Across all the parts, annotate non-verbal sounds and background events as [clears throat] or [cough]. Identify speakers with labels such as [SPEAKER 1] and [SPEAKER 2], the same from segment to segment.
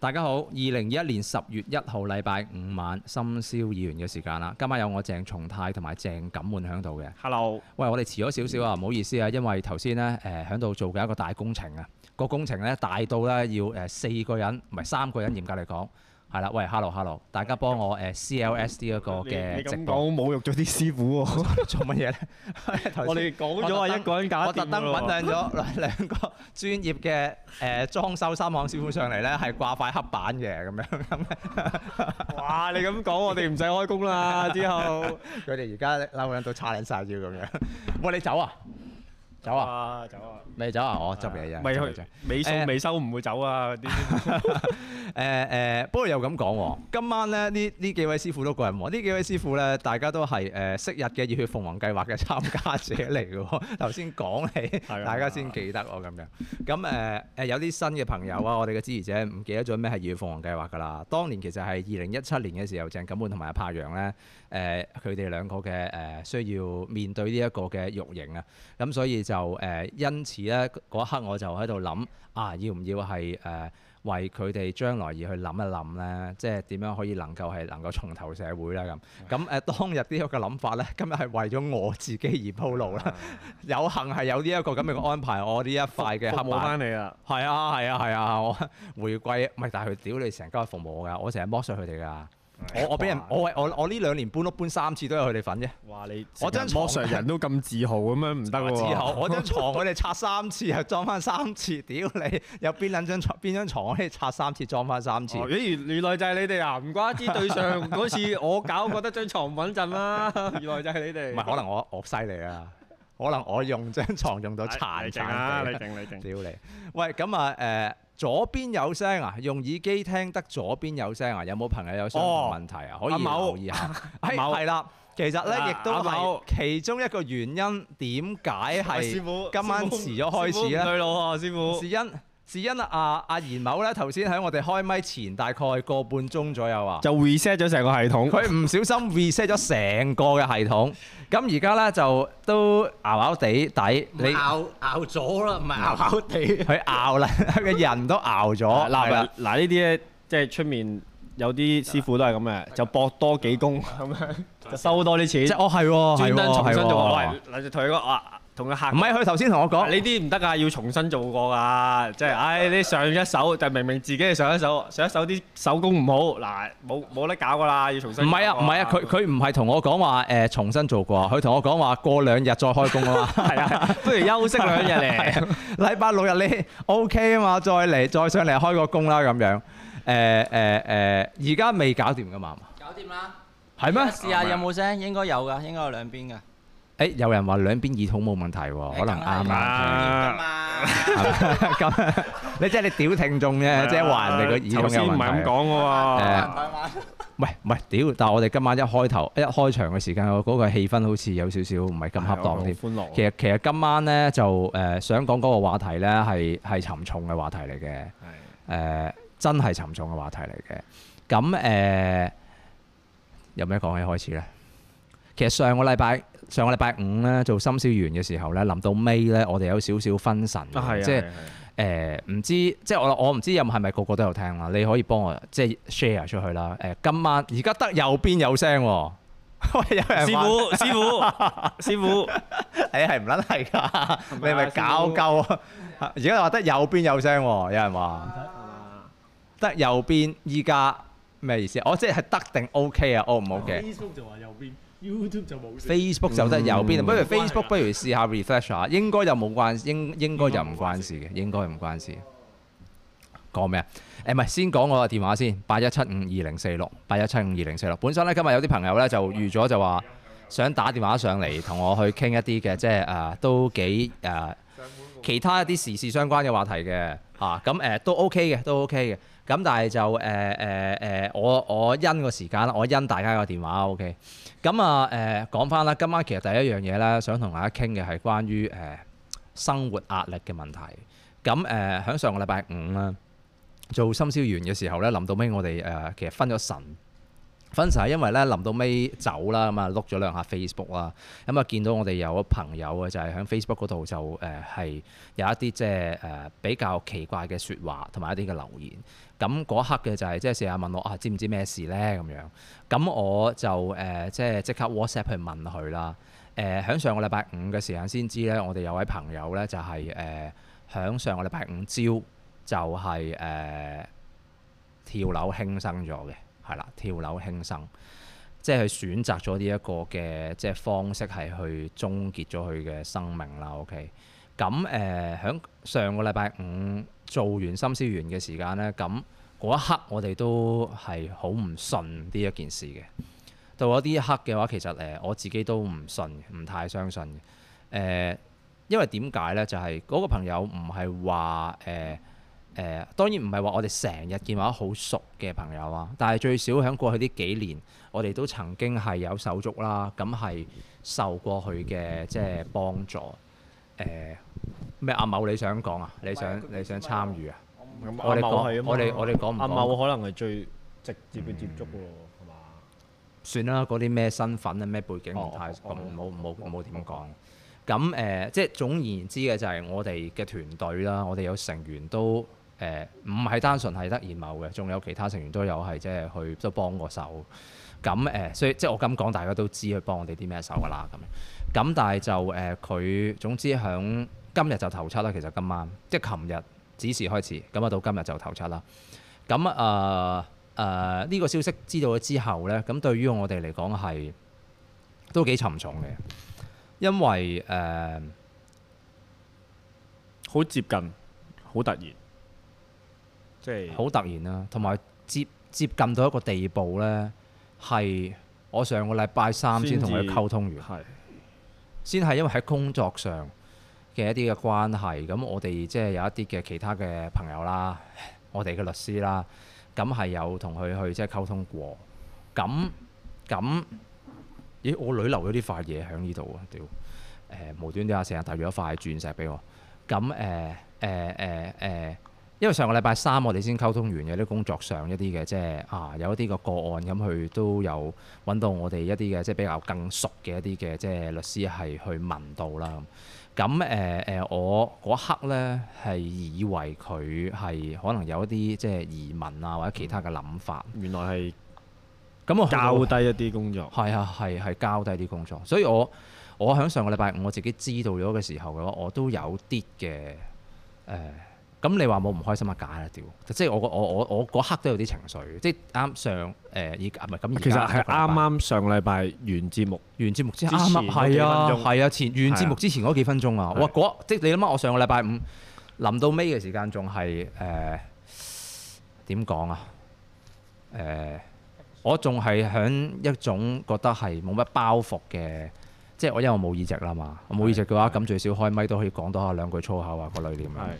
[SPEAKER 1] 大家好，二零二一年十月一號禮拜五晚深宵議員嘅時間啦，今晚有我鄭松泰同埋鄭錦滿喺度嘅。
[SPEAKER 2] Hello，
[SPEAKER 1] 喂，我哋遲咗少少
[SPEAKER 2] 嗯
[SPEAKER 1] 啊，唔好意思啊，因為頭先呢，誒喺度做緊一個大工程啊，個工程呢，大到呢要誒四個人，唔係三個人，嚴格嚟講係啦。喂，hello hello，大家幫我呃誒 CLSD 嗰個
[SPEAKER 2] 你
[SPEAKER 1] 嘅
[SPEAKER 2] 你
[SPEAKER 1] 直
[SPEAKER 2] 咁
[SPEAKER 1] 播
[SPEAKER 2] 講侮辱咗啲師傅喎。
[SPEAKER 1] 做乜嘢呢？ [laughs] 頭先
[SPEAKER 2] 我哋講咗話一個人搞
[SPEAKER 1] 我特登揾兩咗 [laughs] 兩個專業嘅誒裝修三行師傅上嚟咧，係掛塊黑板嘅咁樣。
[SPEAKER 2] 哇！你咁講，我哋唔使開工啦。啊之後
[SPEAKER 1] [laughs] 佢哋而家嬲緊到叉撚晒腰咁樣。喂，你走啊？走啊？
[SPEAKER 2] 啊，走啊！
[SPEAKER 1] 未走啊？我執嘢啫。
[SPEAKER 2] 未
[SPEAKER 1] 執嘢啫
[SPEAKER 2] 去，尾數
[SPEAKER 1] 誒
[SPEAKER 2] [laughs] 未收唔會走啊！
[SPEAKER 1] 誒
[SPEAKER 2] 啲
[SPEAKER 1] 誒、呃不過又咁講喎，今晚咧呢呢幾位師傅都過人喎，呢幾位師傅咧大家都係誒、呃昔日嘅熱血鳳凰計劃嘅參加者嚟嘅喎， [laughs] 頭先講起，
[SPEAKER 2] 啊
[SPEAKER 1] 大家先記得喎咁樣。咁誒誒有啲新嘅朋友啊，我哋嘅支持者唔記得咗咩係熱血鳳凰計劃㗎啦。當年其實係二零一七年嘅時候，鄭錦滿同埋阿柏楊咧誒佢哋兩個嘅誒、需要面對呢一個嘅辱刑啊，咁所以就誒、因此咧嗰一刻我就喺度諗啊，要唔要係誒？呃為佢哋將來而去諗一諗咧，即係點樣可以能夠係能夠重投社會啦咁。咁誒、呃當日呢 [laughs] 一個諗法咧，今日係為咗我自己而鋪路
[SPEAKER 2] 啊
[SPEAKER 1] 啦。 [laughs] 有幸係有呢一個咁樣嘅安排，我呢一塊嘅
[SPEAKER 2] 服
[SPEAKER 1] 黑
[SPEAKER 2] 務
[SPEAKER 1] 板
[SPEAKER 2] 翻。嚟啦。
[SPEAKER 1] 係啊係啊係啊！我 [laughs] 回歸唔係，但係佢屌你成家服務我㗎，我成日剝削佢哋㗎。我我俾人我我我呢兩年搬屋搬三次都有佢哋份啫。
[SPEAKER 2] 哇！你
[SPEAKER 1] 我真係
[SPEAKER 2] 成日剝削人都咁自豪咁樣唔得喎。
[SPEAKER 1] 之後我張
[SPEAKER 2] [laughs]
[SPEAKER 1] 床佢哋拆三次，又裝翻三次，屌你！有邊撚張床邊張床可以拆三次裝翻三次？
[SPEAKER 2] 哦咦，原來就係你哋啊！唔怪之
[SPEAKER 1] [laughs]
[SPEAKER 2] 對上嗰次我搞覺得張床唔穩陣啦， [laughs] 原來就係你哋。
[SPEAKER 1] 唔係，可能我我犀利啊！可能我用張床用到殘
[SPEAKER 2] [laughs] 你
[SPEAKER 1] 殘
[SPEAKER 2] 勁啊！你
[SPEAKER 1] 地，
[SPEAKER 2] 勁你勁。
[SPEAKER 1] 屌你！喂，咁啊誒，左邊有聲啊，用耳機聽得左邊有聲啊，有冇朋友有相同
[SPEAKER 2] 哦
[SPEAKER 1] 問題啊？可以
[SPEAKER 2] 阿某
[SPEAKER 1] 留意
[SPEAKER 2] [laughs]
[SPEAKER 1] 下。係
[SPEAKER 2] 某
[SPEAKER 1] 係啦，其實咧
[SPEAKER 2] 嗱
[SPEAKER 1] 亦都
[SPEAKER 2] 阿
[SPEAKER 1] 係
[SPEAKER 2] 某
[SPEAKER 1] 其中一個原因，點解
[SPEAKER 2] 喂師
[SPEAKER 1] 係
[SPEAKER 2] 傅
[SPEAKER 1] 今晚
[SPEAKER 2] 師傅
[SPEAKER 1] 遲咗開始
[SPEAKER 2] 師
[SPEAKER 1] 咧
[SPEAKER 2] 傅唔對路啊，師傅
[SPEAKER 1] 是。因是因啊阿賢某咧頭先喺我哋開咪前大概個半鐘左右啊。
[SPEAKER 2] 就 reset 咗成個系統。
[SPEAKER 1] 佢唔小心 reset 咗成個嘅系統，咁而家咧就都咬咬地底，你
[SPEAKER 3] 咬咬咗啦，唔係咬咬地。
[SPEAKER 1] 佢咬啦，佢人都咬咗，係
[SPEAKER 2] 嗱嗱
[SPEAKER 1] 啦，
[SPEAKER 2] 嗱呢啲咧，即係出面有啲師傅都係咁嘅，就搏多幾工咁樣，就收多啲
[SPEAKER 1] 即
[SPEAKER 2] 錢，
[SPEAKER 1] 係哦係喎，
[SPEAKER 2] 專登
[SPEAKER 1] 係喎
[SPEAKER 2] 重新做過。
[SPEAKER 1] 係喎
[SPEAKER 2] 喂嗱就同佢講啊，同佢客
[SPEAKER 1] 唔係佢頭先同我
[SPEAKER 2] 講
[SPEAKER 1] 講，
[SPEAKER 2] 呢啲唔得㗎，要重新做過㗎，即係唉你上一手，但明明自己係上一手，上一手啲手工唔好，嗱冇冇得搞㗎啦，要重新。
[SPEAKER 1] 唔係啊唔係啊，佢佢唔係同我講話誒重新做過，啊佢同我講話過兩日再開工啊嘛。
[SPEAKER 2] [laughs] 係啊，不
[SPEAKER 1] [laughs]
[SPEAKER 2] 如休息兩日嚟。
[SPEAKER 1] 啊禮拜六日你 OK 啊嘛，再嚟再上嚟開個工啦咁樣。誒誒誒，而家未搞掂㗎嘛，
[SPEAKER 3] 搞掂啦，
[SPEAKER 1] 係咩？
[SPEAKER 3] 試下有冇聲？應該有㗎，應該有兩邊㗎。
[SPEAKER 1] 誒有人話兩邊耳筒冇問題喎，可能啱啊。
[SPEAKER 3] 㗎嘛。
[SPEAKER 1] [laughs] 咁啊你即係你屌聽眾啫，即係話人哋個
[SPEAKER 2] 啊頭
[SPEAKER 1] 耳筒
[SPEAKER 2] 先
[SPEAKER 1] 有
[SPEAKER 2] 唔係
[SPEAKER 1] 問
[SPEAKER 2] 咁
[SPEAKER 1] 題。
[SPEAKER 2] 講㗎喎。
[SPEAKER 1] 唔係唔係屌！但係我哋今晚一開頭一開場嘅時間，嗰個氣氛好似有少少唔係咁恰當添。
[SPEAKER 2] 歡樂。
[SPEAKER 1] 其實其實今晚咧就誒、呃想講嗰個話題咧係係沉重嘅話題嚟嘅，誒、呃真係沉重嘅話題嚟嘅。咁誒、呃有咩講起開始咧？其實上個禮拜上個禮拜五咧做深宵完嘅時候咧，臨到尾咧，我哋有少少分神嘅，
[SPEAKER 2] 啊係啊，
[SPEAKER 1] 即係
[SPEAKER 2] 係啊係啊
[SPEAKER 1] 誒唔知即係我我唔知有冇係咪個個都有聽啦，你可以幫我即係 share 出去啦。誒、呃今晚而家得右邊有聲喎， [laughs] 喂有人
[SPEAKER 2] 師
[SPEAKER 1] 話
[SPEAKER 2] 傅，師傅，師傅，
[SPEAKER 1] 你哎係唔撚係㗎？你係
[SPEAKER 2] 咪啊
[SPEAKER 1] 咪搞鳩啊？而家話得右邊有聲喎，有人話
[SPEAKER 2] 啊
[SPEAKER 1] 得右邊依家咩意思？哦我即係得定 OK 啊？O 唔 OK？
[SPEAKER 4] Facebook 就話右邊，YouTube 就冇聲。
[SPEAKER 1] Facebook 就得右邊，不如 Facebook 不如試下 refresh 下，應該就冇關，應應該就唔關事嘅，應該唔關事。講咩啊？誒唔係，先講我個電話先，八一七五二零四六，八一七五二零四六。本身咧今日有啲朋友咧就預咗就話想打電話上嚟同我去傾一啲嘅，即係誒、啊都幾誒、啊其他一啲時事相關嘅話題嘅嚇，咁、誒、都 OK 嘅，都 OK 嘅。咁但係就誒誒誒，我我因個時間啦，我因大家個電話 OK。咁啊誒講翻啦，今晚其實第一樣嘢咧，想同大家傾嘅係關於誒、生活壓力嘅問題。咁誒喺上個禮呃拜五啦，做深宵完嘅時候咧，臨到尾我哋誒、其實分咗神，分手係因為咧臨到尾走啦，咁啊碌咗兩下 Facebook 啦，咁啊見到我哋有個朋友啊，就係喺 Facebook 嗰度就誒係、有一啲即係誒呃比較奇怪嘅説話同埋一啲嘅留言。咁嗰一刻嘅就係即係成日問我啊，知唔知咩事咧咁樣？咁我就誒、即係即刻 WhatsApp 去問佢啦。誒、喺上個禮拜五嘅時間先知咧，我哋有位朋友咧就係、呃誒，喺、上個禮拜五朝就係、誒。跳樓輕生咗嘅，係啦，跳樓輕生，即係佢選擇咗呢一個嘅即係方式係去終結咗佢嘅生命啦。OK，咁誒，呃響、上個禮拜五做完心思完嘅時間呢，咁嗰一刻我哋都係好唔信呢一件事嘅。到咗呢一刻嘅話，其實誒、呃我自己都唔信嘅，唔太相信嘅。誒、呃因為點解呢？就係、嗰個朋友唔係話誒。呃誒、當然唔係話我哋成日見或者好熟嘅朋友啊，但係最少喺過去呢幾年，我哋都曾經係有手足啦，咁係受過佢嘅即係幫助。誒咩？阿某你想講啊？你想你想參與啊？
[SPEAKER 2] 咁
[SPEAKER 1] 我哋
[SPEAKER 2] 阿
[SPEAKER 1] 講
[SPEAKER 2] 茂係啊嘛
[SPEAKER 1] 我哋我哋講唔講
[SPEAKER 2] 阿茂可能係最直接嘅接觸喎，係嘛？
[SPEAKER 1] 算啦，嗰啲咩身份啊、咩背景唔太
[SPEAKER 2] 哦
[SPEAKER 1] 咁
[SPEAKER 2] 哦
[SPEAKER 1] 冇冇冇點講。嗯咁誒、呃即係總而言之嘅就係我哋嘅團隊啦，我哋有成員都誒唔係單純係得研某嘅，仲有其他成員都有係即係去都幫過手。咁誒、呃所以即係我咁講，大家都知佢幫我哋啲咩手㗎啦。咁樣咁，但係就誒佢、總之響今日就投出啦。其實今晚即係琴日指示開始，咁啊到今日就投出啦。咁啊誒呢個消息知道咗之後呢，咁對於我哋嚟講係都幾沉重嘅，因為誒、呃
[SPEAKER 2] 好接近，好突然，即係
[SPEAKER 1] 好突然啦，同埋接接近到一個地步呢，係我上個禮拜三先同佢
[SPEAKER 2] 先至
[SPEAKER 1] 溝通完，
[SPEAKER 2] 係
[SPEAKER 1] 先係因為喺工作上嘅一啲嘅關係，咁我哋即係有一啲嘅其他嘅朋友啦， [laughs] 我哋嘅律師啦，咁係有同佢去即係溝通過，咁咁，咦我女留咗呢塊嘢喺呢度啊，屌！誒、無端端阿成日遞咗塊鑽石俾我，咁誒誒誒誒，因為上個禮拜三我哋先溝通完嘅啲工作上一啲嘅即係啊有一啲個個案咁佢都有揾到我哋一啲嘅即係比較更熟嘅一啲嘅即係律師係去問到啦咁咁誒誒我嗰刻呢係以為佢係可能有一啲即係移民啊或者其他嘅諗法，
[SPEAKER 2] 原來係
[SPEAKER 1] 咁我去到
[SPEAKER 2] 較低一啲工作，
[SPEAKER 1] 係啊，係係交低啲工作，所以我我喺上個禮拜五我自己知道咗嘅時候嘅話，我都有啲嘅誒。咁你話冇唔開心啊？假啦，屌！即係我個我我我嗰刻都有啲情緒，即係啱上誒而家唔係咁而家
[SPEAKER 2] 其實係
[SPEAKER 1] 一個禮拜
[SPEAKER 2] 啱啊啱上個禮拜完節目，
[SPEAKER 1] 完節目之
[SPEAKER 2] 之前
[SPEAKER 1] 啱
[SPEAKER 2] 嗰幾
[SPEAKER 1] 啊，係啊
[SPEAKER 2] 分鐘
[SPEAKER 1] 係啊，前完節目之前嗰幾分鐘啊，
[SPEAKER 2] 係
[SPEAKER 1] 哇！嗰即係你諗下，我上個禮拜五臨到尾嘅時間仲係呃誒點講啊？誒、我仲係響一種覺得係冇乜包袱嘅，即係我因為我冇耳藉啦嘛，我冇耳藉嘅話，
[SPEAKER 2] 係
[SPEAKER 1] 咁最少開咪都可以講多下兩句粗口啊，個類咁樣。
[SPEAKER 2] 係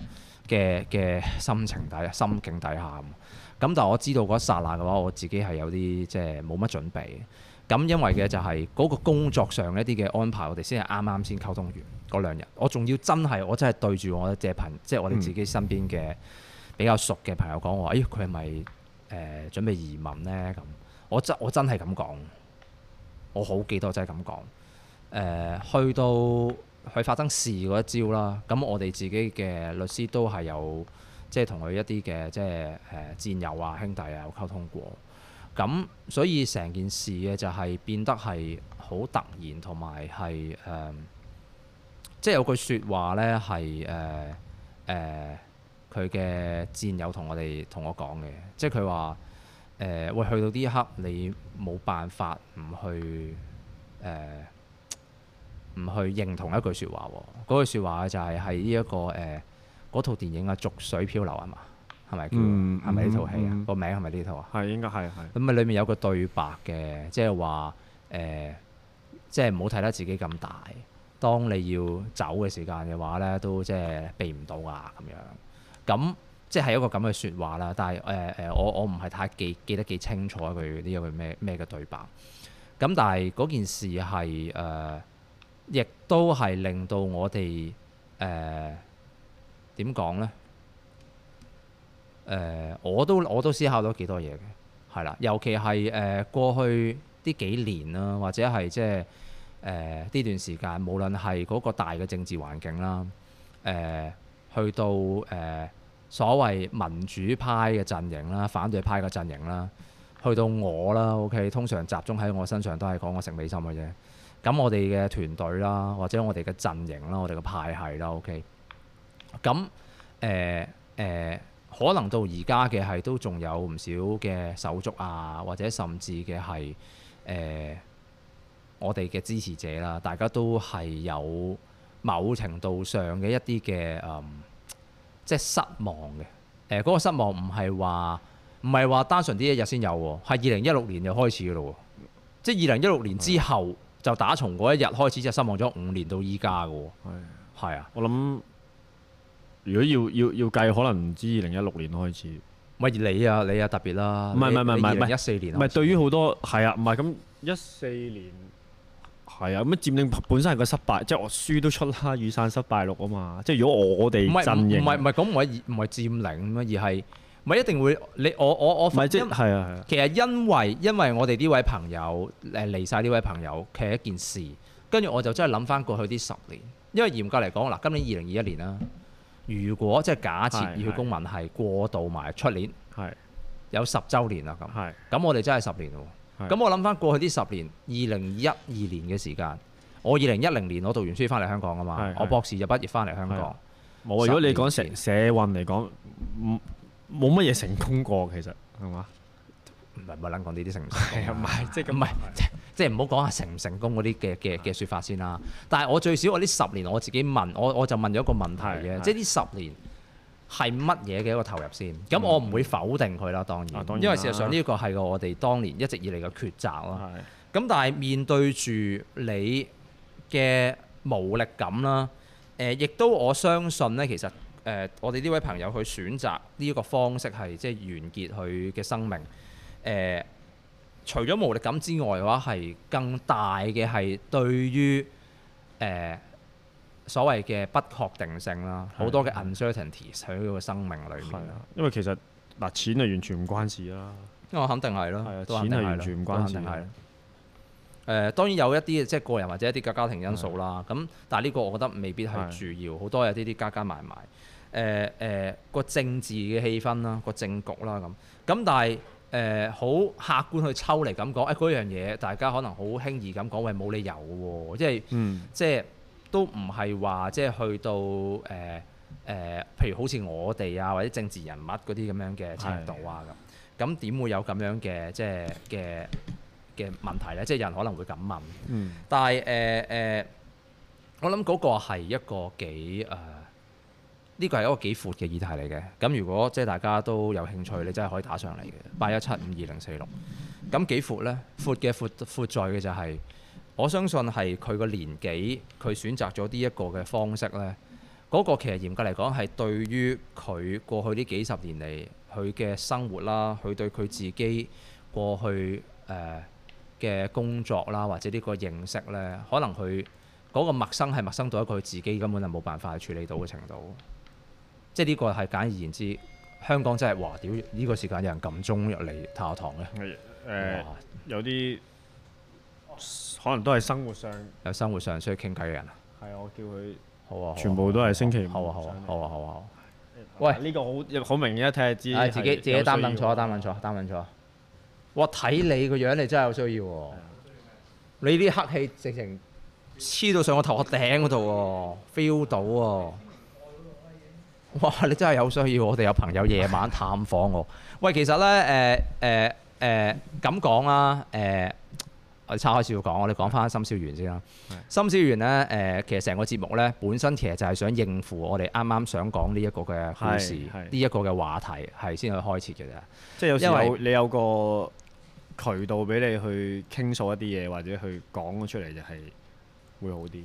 [SPEAKER 1] 嘅嘅心情底下、心境底下咁。咁但係我知道嗰一剎那嘅話，我自己係有啲即係冇乜準備。咁因為嘅就係嗰個工作上一啲嘅安排，我哋先係啱啱先溝通完嗰兩日。我仲要真係我真係對住我嘅朋，即係我哋自己身邊嘅比較熟嘅朋友講我話，咦哎佢係咪誒準備移民呢？」咁我真我真係咁講，我好記得我真係咁講。誒、呃去到佢發生事嗰一招啦，咁我哋自己嘅律師都係有即係同佢一啲嘅即係誒、呃、戰友啊兄弟啊有溝通過，咁所以成件事嘅就係變得係好突然同埋係誒，即係有句説話咧係誒誒。呃佢嘅戰友同我哋同我講嘅，即係佢話誒喂，去到呢一刻你冇辦法唔去誒。唔去認同一句説話喎。嗰句説話就係喺呢一個誒嗰、套電影啊《逐水漂流》啊嘛，係咪叫？
[SPEAKER 2] 嗯
[SPEAKER 1] 係咪呢套戲啊
[SPEAKER 2] 嗯？
[SPEAKER 1] 個、名係咪呢套啊？
[SPEAKER 2] 係應該係係。
[SPEAKER 1] 咁啊，裏面有個對白嘅，即係話誒，即係唔好睇得自己咁大。當你要走嘅時間嘅話咧，都即係避唔到啊咁樣。咁即係一個咁嘅説話啦。但係誒誒，我我唔係太記記得幾清楚佢呢一個咩咩嘅對白。咁但係嗰件事係誒、呃亦都係令到我哋呃誒呃點講咧？誒、我都我都思考咗幾多嘢嘅。誒、係啦，尤其係誒、呃、過去呢幾年啦，或者係即係誒呢段時間，無論係嗰個大嘅政治環境啦，誒、去到誒、呃所謂民主派嘅陣營啦、反對派嘅陣營啦，去到我啦，OK，通常集中喺我身上都係講我食美心嘅啫。咁我哋嘅團隊啦，或者我哋嘅陣營啦，我哋嘅派系啦，OK。咁呃誒誒，可能到而家嘅係都仲有唔少嘅手足啊，或者甚至嘅係誒我哋嘅支持者啦，大家都係有某程度上嘅一啲嘅嗯，即係失望嘅。誒、嗰、個失望唔係話唔係話單純呢一日先有喎，係二零一六年就開始嘅咯喎。即係二零一六年之後，就打從嗰一日開始就失望咗五年到依家嘅喎。係啊，
[SPEAKER 5] 我諗如果要要要計，可能唔知二零一六年開始。
[SPEAKER 1] 咪你啊，你啊特別啦。
[SPEAKER 5] 唔係唔係唔係唔係
[SPEAKER 1] 二零一四年
[SPEAKER 5] 唔
[SPEAKER 1] 啊。
[SPEAKER 5] 係對於好多係啊，唔係咁一四年係啊，咁佔領本身係個失敗，即係我輸都出啦，雨傘失敗六啊嘛。即係如啊果我哋
[SPEAKER 1] 唔係
[SPEAKER 5] 陣營
[SPEAKER 1] 唔係唔係咁，唔係唔係佔領啊，而係咪一定會你我我我
[SPEAKER 5] 唔係即係
[SPEAKER 1] 因
[SPEAKER 5] 係啊係啊，
[SPEAKER 1] 其實因為因為我哋呢位朋友誒離晒呢位朋友，其實一件事，跟住我就真係諗翻過去呢十年，因為嚴格嚟講嗱，今年二零二一年啦，如果即係假
[SPEAKER 5] 係
[SPEAKER 1] 設要
[SPEAKER 5] 係
[SPEAKER 1] 公民係過渡埋出年
[SPEAKER 5] 係
[SPEAKER 1] 有十週年啦咁。
[SPEAKER 5] 係
[SPEAKER 1] 咁我哋真係十年咯。
[SPEAKER 5] 係
[SPEAKER 1] 咁我諗翻過去呢十年，二零一二年嘅時間，我二零一零年我讀完書翻嚟香港啊嘛
[SPEAKER 5] 係，
[SPEAKER 1] 我
[SPEAKER 5] 係
[SPEAKER 1] 博士就畢業翻嚟香港，
[SPEAKER 5] 冇啊！
[SPEAKER 1] 十
[SPEAKER 5] 如果你
[SPEAKER 1] 年
[SPEAKER 5] 講社
[SPEAKER 1] 前
[SPEAKER 5] 社運嚟講，唔冇乜嘢成功過其實係嘛？
[SPEAKER 1] 唔係唔係撚講呢啲成唔
[SPEAKER 5] 係啊
[SPEAKER 1] 成
[SPEAKER 5] 唔
[SPEAKER 1] 功啊，
[SPEAKER 5] 係即係
[SPEAKER 1] 唔係即即係唔好講下成唔成功嗰啲嘅嘅嘅説法先啦。但係我最少我呢十年我自己問，我我就問咗一個問題
[SPEAKER 5] 係
[SPEAKER 1] 嘅，
[SPEAKER 5] 係
[SPEAKER 1] 即係呢十年。係乜嘢嘅一個投入先？咁我唔會否定佢啦，當
[SPEAKER 5] 啊
[SPEAKER 1] 然，
[SPEAKER 5] 當然
[SPEAKER 1] 因為
[SPEAKER 5] 啦
[SPEAKER 1] 事實上呢個係我哋當年一直以嚟嘅抉擇啦。
[SPEAKER 5] 係
[SPEAKER 1] 咁但係面對住你嘅無力感啦，誒、亦都我相信咧，其實誒、我哋呢位朋友佢選擇呢一個方式係即係完結佢嘅生命。誒、除咗無力感之外嘅話，係更大嘅係對於誒、所謂嘅不確定性啦，
[SPEAKER 5] 係啊
[SPEAKER 1] 好多嘅 uncertainties 喺佢個生命裏
[SPEAKER 5] 係
[SPEAKER 1] 面。
[SPEAKER 5] 啊，因為其實嗱錢係完全唔關事啦。
[SPEAKER 1] 因為我肯定係咯
[SPEAKER 5] 係啊，
[SPEAKER 1] 都肯定
[SPEAKER 5] 錢係
[SPEAKER 1] 係
[SPEAKER 5] 完
[SPEAKER 1] 咯
[SPEAKER 5] 全唔
[SPEAKER 1] 都
[SPEAKER 5] 關
[SPEAKER 1] 肯
[SPEAKER 5] 事
[SPEAKER 1] 定
[SPEAKER 5] 嘅
[SPEAKER 1] 係咯。誒當然有一啲即係個人或者一啲嘅家庭因素啦，咁但係呢個我覺得未必係主要，好多有啲啲加加埋埋，誒誒個政治嘅氣氛啦，個政局啦咁，咁但係誒好客觀去抽嚟咁講，誒嗰樣嘢大家可能好輕易咁講，喂冇理由嘅喎，即係。
[SPEAKER 5] 嗯，
[SPEAKER 1] 即係都唔係話即係去到誒誒、呃呃譬如好似我哋啊或者政治人物嗰啲咁樣嘅程度啊咁，咁點會有咁樣嘅即係嘅嘅問題咧？即係有人可能會咁問，
[SPEAKER 5] 嗯
[SPEAKER 1] 但係誒誒，我諗嗰個係一個幾誒。呃呢個係一個幾闊嘅議題嚟嘅，咁如果即係大家都有興趣，你真係可以打上嚟嘅，八一七五二零四六。咁幾闊呢？闊嘅闊闊在嘅就係、我相信係佢個年紀，佢選擇咗呢一個嘅方式呢。嗰、個其實嚴格嚟講係對於佢過去呢幾十年嚟佢嘅生活啦，佢對佢自己過去誒嘅、工作啦，或者呢個認識呢，可能佢嗰個陌生係陌生到一個佢自己根本就冇辦法去處理到嘅程度。即係呢個係簡而言之，香港真係哇屌！呢、個時間有人撳鐘入嚟太下堂嘅，
[SPEAKER 5] 係
[SPEAKER 1] 哇
[SPEAKER 5] 誒！有啲可能都係生活上
[SPEAKER 1] 有生活上需要傾偈嘅人啊，
[SPEAKER 5] 係我叫佢。
[SPEAKER 1] 好啊，好啊
[SPEAKER 5] 全部都係星期五
[SPEAKER 1] 好啊，好啊
[SPEAKER 5] 上嚟，
[SPEAKER 1] 好啊，好啊，好啊。喂
[SPEAKER 5] 喂，呢個好好明顯一睇就知
[SPEAKER 1] 唉，
[SPEAKER 5] 係
[SPEAKER 1] 啊自己自己
[SPEAKER 5] 有需
[SPEAKER 1] 擔
[SPEAKER 5] 要
[SPEAKER 1] 凳坐，擔凳坐，擔凳坐。哇！睇你個樣，你真係有需要喎。你啲黑氣直情黐到上我頭殼頂嗰度喎，feel 到喎。哇！ [laughs] 你真係有需要，我哋有朋友夜晚探訪我。 [laughs] 喂，其實咧，誒誒誒咁講啦，誒、我哋岔開少少講，我哋講翻深宵園先啦。深宵園咧，誒、其實成個節目咧，本身其實就係想應付我哋啱啱想講呢一個嘅故事，
[SPEAKER 5] 係係
[SPEAKER 1] 呢一個嘅話題係先去開始嘅啫。
[SPEAKER 5] 即係有時
[SPEAKER 1] 因為
[SPEAKER 5] 有你有個渠道俾你去傾訴一啲嘢，或者去講咗出嚟就係會好啲嘅。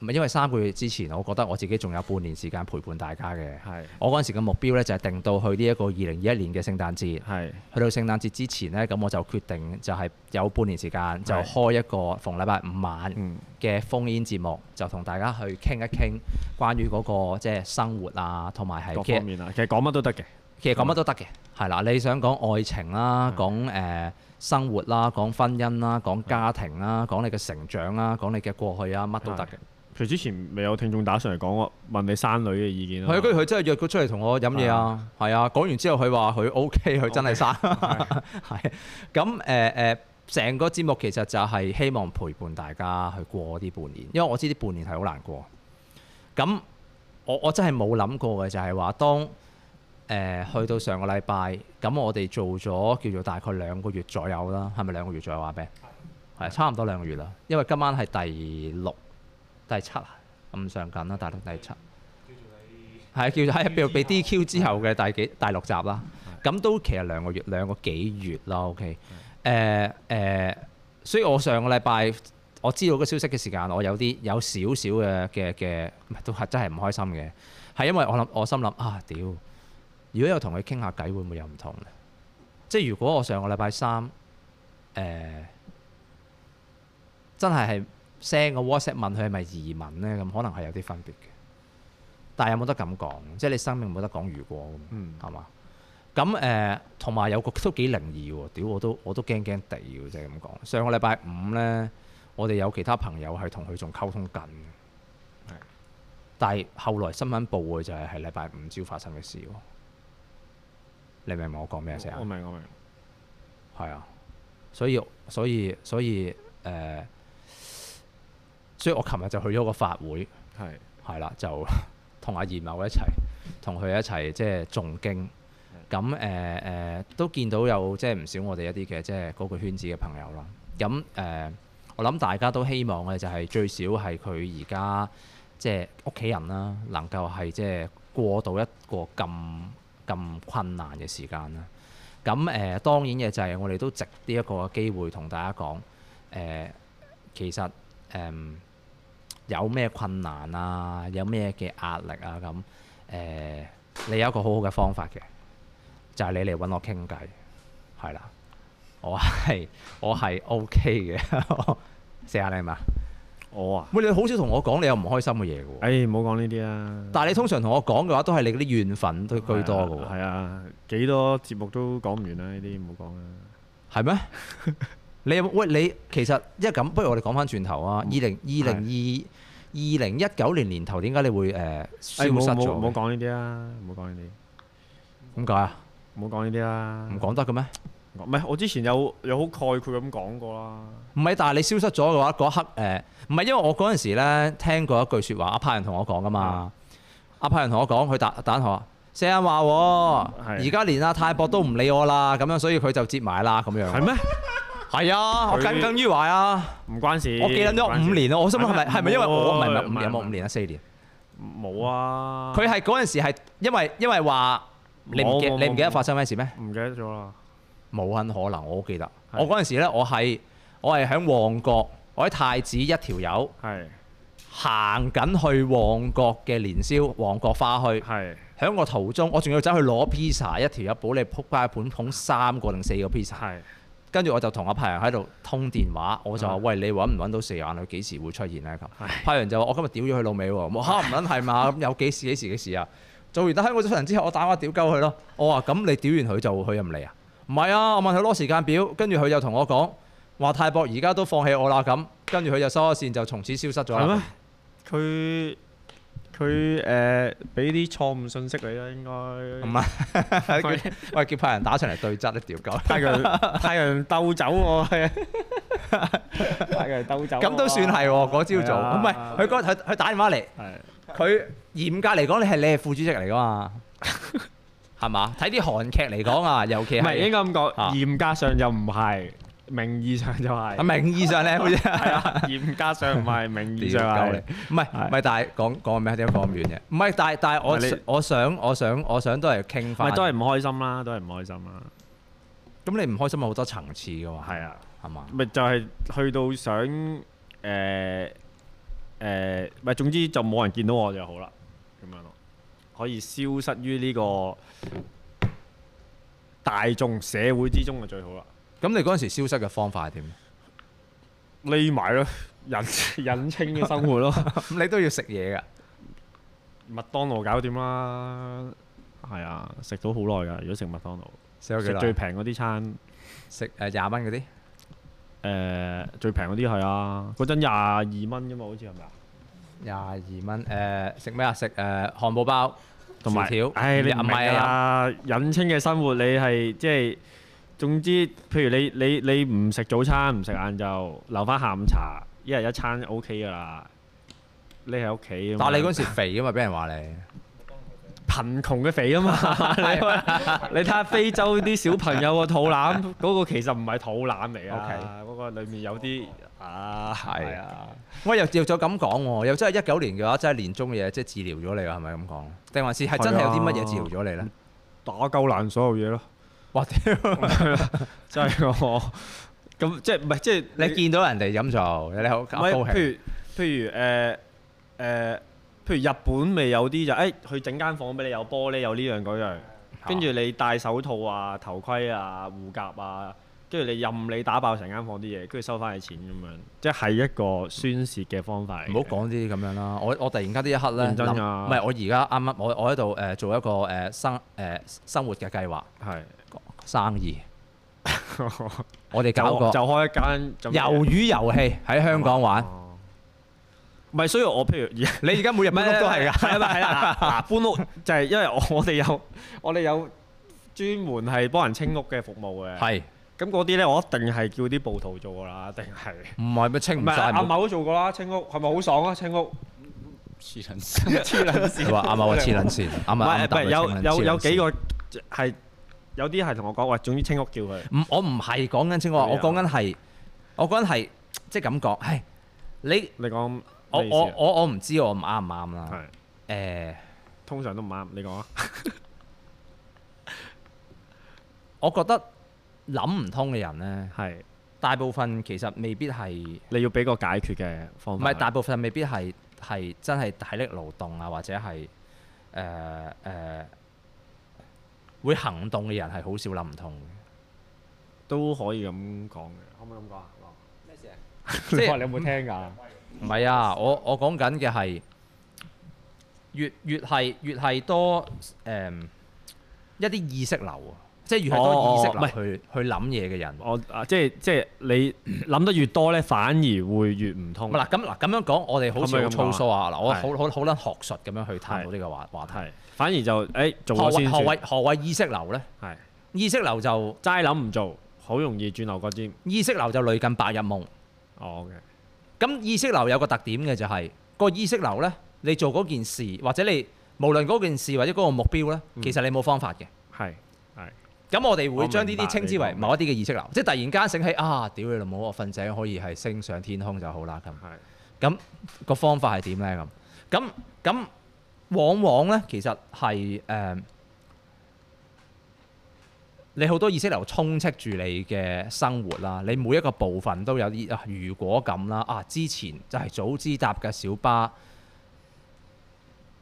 [SPEAKER 1] 唔係因為三個月之前，我覺得我自己仲有半年時間陪伴大家嘅。
[SPEAKER 5] 係
[SPEAKER 1] 我嗰陣時嘅目標咧就係定到去呢一個二零二一年嘅聖誕節。
[SPEAKER 5] 係
[SPEAKER 1] 去到聖誕節之前呢，咁我就決定就係有半年時間就
[SPEAKER 5] 係
[SPEAKER 1] 開一個逢禮拜五晚
[SPEAKER 5] 嗯
[SPEAKER 1] 嘅烽煙節目，就同大家去傾一傾關於嗰個即係生活啊，同埋係
[SPEAKER 5] 各
[SPEAKER 1] 其
[SPEAKER 5] 方
[SPEAKER 1] 實
[SPEAKER 5] 面啊，其實講乜都得嘅。
[SPEAKER 1] 其其實講乜都得嘅，係啦。你想講愛情啦，
[SPEAKER 5] 嗯
[SPEAKER 1] 講誒生活啦，講婚姻啦，講家庭啦，講你嘅成長啦，講你嘅過去啊，乜都得嘅。
[SPEAKER 5] 譬如之前未有聽眾打上嚟講，我問你生女嘅意見啦。
[SPEAKER 1] 係啊，跟住佢真係約佢出嚟同我飲嘢啊，係啊，講完之後佢話佢 OK，佢真係生， [laughs] 係咁誒誒，成個節目其實就係希望陪伴大家去過呢半年，因為我知呢半年係好難過。咁我我真係冇諗過嘅就係話，當誒、呃去到上個禮拜，咁我哋做咗叫做大概兩個月左右啦，係咪兩個月左右話咩？係差唔多兩個月啦，因為今晚係第六、第七啊咁上緊啦，大六第七。係啊叫做喺入邊被 DQ 之後嘅第幾第六集啦，咁都其實兩個月兩個幾月啦，OK，誒誒，所以我上個禮拜我知道個消息嘅時間，我有啲有少少嘅嘅嘅，唔係都係真係唔開心嘅，係因為我諗我心諗啊屌，如果有同佢傾下偈，會唔會有唔同咧？即係如果我上個禮拜三誒、真係係 send 個 WhatsApp 問佢係咪移民咧，咁可能係有啲分別嘅。但係有冇得咁講？即係你生命冇得講如果
[SPEAKER 5] 嗯
[SPEAKER 1] 咁，係嘛、咁誒，同埋有個都幾靈異喎！屌，我都我都驚驚地喎，即係咁講。上個禮拜五咧，我哋有其他朋友係同佢仲溝通緊嘅
[SPEAKER 5] 係
[SPEAKER 1] 但係後來新聞報嘅就係係禮拜五朝發生嘅事喎。你明唔明我講咩先啊
[SPEAKER 5] 我？明我明。
[SPEAKER 1] 係啊，所以所以所以誒、呃所以我琴日就去咗個法會。
[SPEAKER 5] 係
[SPEAKER 1] 係啦，就 [laughs] 同阿葉某一齊，同佢一齊即係誦經。咁誒誒都見到有即係唔少我哋一啲嘅即係嗰個圈子嘅朋友啦。咁誒、呃我諗大家都希望嘅就係最少係佢而家即係屋企人啦，能夠係即係過到一個咁咁困難嘅時間啦。咁誒、呃、當然嘅就係我哋都藉呢一個機會同大家講誒、呃其實誒。嗯有咩困難啊，有咩嘅壓力啊咁，誒、你有一個好好嘅方法嘅，就係、你嚟揾我傾偈，係啦，我係 [laughs] 我係 OK 嘅， [laughs] 四眼你係嘛？
[SPEAKER 5] 我啊，
[SPEAKER 1] 喂，你好少同我講你有唔開心嘅嘢嘅喎，
[SPEAKER 5] 誒唔好講呢啲啊啦。
[SPEAKER 1] 但係你通常同我講嘅話，都係你嗰啲怨憤都居多嘅喎，
[SPEAKER 5] 係啊，幾多節目都講唔完啦，呢啲唔好講啦。
[SPEAKER 1] 係咩？ [laughs] 你有冇喂你其實因為咁，不如我哋講翻轉頭啊！二零二零二二零一九年年頭點解你會誒、消
[SPEAKER 5] 誒
[SPEAKER 1] 失
[SPEAKER 5] 唔好
[SPEAKER 1] 咗
[SPEAKER 5] 唔好唔好
[SPEAKER 1] 嘅？
[SPEAKER 5] 講呢啲啦，唔好講呢啲，
[SPEAKER 1] 點解啊？
[SPEAKER 5] 唔好講呢啲啦。
[SPEAKER 1] 唔講得嘅咩？
[SPEAKER 5] 唔係，我之前有有好概括咁講過啦。
[SPEAKER 1] 唔係，但係你消失咗嘅話，嗰一刻誒，呃唔、係因為我嗰陣時咧聽過一句説話，阿派人同我講噶
[SPEAKER 5] 啊
[SPEAKER 1] 嘛，阿派人同我講，佢打打電話話，四眼話喎，
[SPEAKER 5] 係
[SPEAKER 1] 而家連阿泰博都唔理我啦，咁樣所以佢就接埋啦，咁樣。
[SPEAKER 5] 係？咩？
[SPEAKER 1] 係啊，我
[SPEAKER 5] 佢
[SPEAKER 1] 耿耿於懷啊，
[SPEAKER 5] 唔關事。哦
[SPEAKER 1] 我記撚咗五年咯，啊我心諗係咪係
[SPEAKER 5] 唔關事
[SPEAKER 1] 咪因為我唔係唔係五
[SPEAKER 5] 唔係
[SPEAKER 1] 年有冇
[SPEAKER 5] 唔係
[SPEAKER 1] 五年啊四年？
[SPEAKER 5] 冇啊。
[SPEAKER 1] 佢係嗰陣時係因為因為話你唔記
[SPEAKER 5] 冇冇
[SPEAKER 1] 你唔記得
[SPEAKER 5] 冇
[SPEAKER 1] 發生咩事咩？
[SPEAKER 5] 唔記得咗啦。
[SPEAKER 1] 冇很可能，我好記得。
[SPEAKER 5] 係
[SPEAKER 1] 我嗰陣時咧，我係我係喺旺角，我喺太子一條友。
[SPEAKER 5] 係
[SPEAKER 1] 行緊去旺角嘅年宵旺角花墟，
[SPEAKER 5] 係
[SPEAKER 1] 喺個途中，我仲要走去攞 pizza，一條友保你撲街盤捧三個定四個 pizza，
[SPEAKER 5] 係
[SPEAKER 1] 跟住我就同阿派人喺度通電話，我就話：
[SPEAKER 5] 啊
[SPEAKER 1] 喂，你揾唔揾到四眼佢幾時會出現呢？咁
[SPEAKER 5] 唉
[SPEAKER 1] 派人就話：我今日屌咗佢老味喎，我嚇唔撚係嘛？咁有幾時幾時嘅事啊？做完得香港出人之後，我打電話屌鳩佢咯。我話：咁你屌完佢就佢又唔嚟啊？唔係啊，我問佢攞時間表，跟住佢就同我講話泰博而家都放棄我啦咁，跟住佢就收咗線，就從此消失咗啦。
[SPEAKER 5] 係咩？佢佢誒俾啲錯誤信息你啦，應該
[SPEAKER 1] 唔係， [laughs] 叫喂叫派人打上嚟對質咧，屌 [laughs] 鳩！
[SPEAKER 5] 太陽太陽鬥
[SPEAKER 1] [laughs]
[SPEAKER 5] 走我係啊，太陽鬥走我啊
[SPEAKER 1] 咁都算係喎，嗰朝
[SPEAKER 5] 係
[SPEAKER 1] 早
[SPEAKER 5] 啊
[SPEAKER 1] 唔係佢嗰佢佢打電話嚟，
[SPEAKER 5] 係
[SPEAKER 1] 佢嚴格嚟講，你係你係副主席嚟噶
[SPEAKER 5] [laughs]
[SPEAKER 1] 嘛，係嘛？睇啲韓劇嚟講啊，尤其
[SPEAKER 5] 唔係應
[SPEAKER 1] 係
[SPEAKER 5] 該咁講？
[SPEAKER 1] 啊
[SPEAKER 5] 嚴格上就唔係，名義上就係
[SPEAKER 1] 喺啊名義上咧，好似
[SPEAKER 5] 係啊， [laughs] 嚴格上唔係，名義
[SPEAKER 1] [laughs] 屌
[SPEAKER 5] 上
[SPEAKER 1] 鳩
[SPEAKER 5] 係
[SPEAKER 1] 你，唔係
[SPEAKER 5] 係
[SPEAKER 1] 唔係，但係講講咩？點解講咁遠嘅？唔係，但係但
[SPEAKER 5] 唔
[SPEAKER 1] 係
[SPEAKER 5] 係你
[SPEAKER 1] 我我想我想我想都係傾
[SPEAKER 5] 咪
[SPEAKER 1] 翻，
[SPEAKER 5] 都係唔開心啦，都係唔開心啦，
[SPEAKER 1] 咁你唔開心有好多層次嘅喎，
[SPEAKER 5] 係啊。
[SPEAKER 1] 係嘛？
[SPEAKER 5] 咪就係去到想誒誒，咪總之就冇人見到我就好啦，咁樣咯，可以消失於呢個大眾社會之中就最好啦。
[SPEAKER 1] 咁你嗰陣時消失嘅方法係點？ [laughs]
[SPEAKER 5] 匿埋咯， [laughs] 隱隱清嘅生 [laughs] 活咯，
[SPEAKER 1] 咁你都要食嘢㗎。
[SPEAKER 5] 麥當勞搞掂啦，係啊，食到好耐㗎。如果食麥當勞，
[SPEAKER 1] 食咗幾
[SPEAKER 5] 食最
[SPEAKER 1] 耐？
[SPEAKER 5] 平嗰啲餐，
[SPEAKER 1] 食誒廿蚊嗰啲，
[SPEAKER 5] 誒最平嗰啲係啊，嗰陣廿二蚊㗎嘛，好似係咪啊？
[SPEAKER 1] 廿二蚊誒食咩啊？食誒漢堡包
[SPEAKER 5] 同埋
[SPEAKER 1] 薯條，
[SPEAKER 5] 唉，你
[SPEAKER 1] 唔
[SPEAKER 5] 唔明
[SPEAKER 1] 係啊，
[SPEAKER 5] 啊！隱清嘅生活，你係即係總之，譬如你你你唔食早餐，唔食晏晝，留翻下午茶，一日一餐 O K 噶啦。匿喺屋企咁樣，
[SPEAKER 1] 但係你嗰陣時肥啊嘛，俾人話你。
[SPEAKER 5] 貧窮嘅肥啊嘛！ [laughs] 你睇下非洲啲小朋友個肚腩，嗰個其實唔係肚腩嚟啊，嗰個裡面有啲啊，
[SPEAKER 1] 係
[SPEAKER 5] 係啊，
[SPEAKER 1] 喂，又又再咁講喎，又真係一九年嘅話，真係年中嘅嘢，即係治療咗你喎，係咪咁講？定還是係啊真係有啲乜嘢治療咗你咧？
[SPEAKER 5] 打鳩爛所有嘢咯，
[SPEAKER 1] 哇屌！
[SPEAKER 5] 即係我咁即係唔係即係
[SPEAKER 1] 你見到人哋咁做，你好
[SPEAKER 5] 唔係，
[SPEAKER 1] 高興。
[SPEAKER 5] 譬如譬如誒誒、譬如日本咪有啲就誒，佢整間房俾你有玻璃有呢樣嗰樣，跟住你戴手套啊、頭盔啊、護甲啊，跟住你任你打爆成間房啲嘢，跟住收翻你錢咁樣，即係一個宣泄嘅方法嚟嘅。
[SPEAKER 1] 啊唔好講呢啲咁樣啦，我我突然間呢一刻咧，
[SPEAKER 5] 認真㗎
[SPEAKER 1] 諗唔係我而家啱啱我我喺度誒做一個誒生誒生活嘅計劃
[SPEAKER 5] 係，
[SPEAKER 1] 生意，我哋搞個
[SPEAKER 5] 就就開一間咁樣
[SPEAKER 1] 魷魚遊戲喺香港玩，
[SPEAKER 5] 哦唔係，所以我譬如而家。
[SPEAKER 1] 你而家每日搬屋都係㗎，
[SPEAKER 5] 係啦係啦，嗱搬屋就係因為我我哋有我哋有專門係幫人清屋嘅服務嘅，
[SPEAKER 1] 係
[SPEAKER 5] 咁嗰啲咧我一定係叫啲暴徒做㗎啦，一定係。
[SPEAKER 1] 唔係咪清
[SPEAKER 5] 唔
[SPEAKER 1] 唔
[SPEAKER 5] 係
[SPEAKER 1] 晒？
[SPEAKER 5] 阿某都做過啦，清屋係咪好爽啊？清屋
[SPEAKER 3] 黐撚線。
[SPEAKER 5] 黐
[SPEAKER 1] [laughs]
[SPEAKER 5] 撚線。
[SPEAKER 1] 你話啱啱啊話黐撚線，啱啱
[SPEAKER 5] 唔係唔係
[SPEAKER 1] 啱
[SPEAKER 5] 有有有幾
[SPEAKER 1] 個？
[SPEAKER 5] 個係有啲係同我講，喂，總之清屋叫佢。
[SPEAKER 1] 唔，我唔係講緊清
[SPEAKER 5] 啊
[SPEAKER 1] 我話，我講緊係，我講緊係，即係咁講，係你
[SPEAKER 5] 你講
[SPEAKER 1] 我
[SPEAKER 5] 咩意思
[SPEAKER 1] 我
[SPEAKER 5] 啊
[SPEAKER 1] 我我唔知我唔啱唔啱啦。
[SPEAKER 5] 係
[SPEAKER 1] 誒，
[SPEAKER 5] 通常都唔啱，你講啊。
[SPEAKER 1] 我覺得諗唔通嘅人咧，
[SPEAKER 5] 係
[SPEAKER 1] 大部分其實未必係，
[SPEAKER 5] 你要俾個解決嘅方
[SPEAKER 1] 唔
[SPEAKER 5] 法。
[SPEAKER 1] 係大部分未必係係真係體力勞動啊，或者係誒誒會行動嘅人係好少諗唔通嘅。
[SPEAKER 5] 都可以咁講嘅，可唔可以咁講啊？
[SPEAKER 3] 咩事啊？
[SPEAKER 1] 即係
[SPEAKER 5] 你話你有冇聽㗎？
[SPEAKER 1] 唔係啊，我我講緊嘅係越越係越係多誒、一啲意識流啊，即係越係多意識
[SPEAKER 5] 哦哦唔
[SPEAKER 1] 流
[SPEAKER 5] 係
[SPEAKER 1] 去、去諗嘢嘅人。
[SPEAKER 5] 我啊，即係即係你諗得越多咧，反而會越唔通。
[SPEAKER 1] 咁嗱，咁嗱咁樣講，我哋好似好
[SPEAKER 5] 可唔可以咁講啊
[SPEAKER 1] 粗疏啊！嗱，我
[SPEAKER 5] 係
[SPEAKER 1] 好好好撚學術咁樣去探討呢個話話題。
[SPEAKER 5] 係，反而就誒做
[SPEAKER 1] 何
[SPEAKER 5] 咗
[SPEAKER 1] 謂
[SPEAKER 5] 先
[SPEAKER 1] 何
[SPEAKER 5] 算。
[SPEAKER 1] 謂何謂意識流咧？
[SPEAKER 5] 係
[SPEAKER 1] 意識流就
[SPEAKER 5] 齋諗唔做，好容易轉牛角尖。
[SPEAKER 1] 意識流就類近白日夢。
[SPEAKER 5] 哦，OK，
[SPEAKER 1] 咁意識流有個特點嘅就係、個意識流咧，你做嗰件事或者你無論嗰件事或者嗰個目標咧，
[SPEAKER 5] 嗯
[SPEAKER 1] 其實你冇方法嘅。
[SPEAKER 5] 係係
[SPEAKER 1] 咁我哋會將呢
[SPEAKER 5] 我明白
[SPEAKER 1] 啲稱之為
[SPEAKER 5] 你講
[SPEAKER 1] 某一啲嘅意識流，即係突然間醒起啊！屌你老母，我瞓醒可以係升上天空就好啦咁。
[SPEAKER 5] 係
[SPEAKER 1] 咁、個方法係點呢？咁咁咁，往往呢，其實係誒、呃你好多意識流充斥住你嘅生活啦，你每一個部分都有啲啊。如果咁啦，啊之前就係早知搭嘅小巴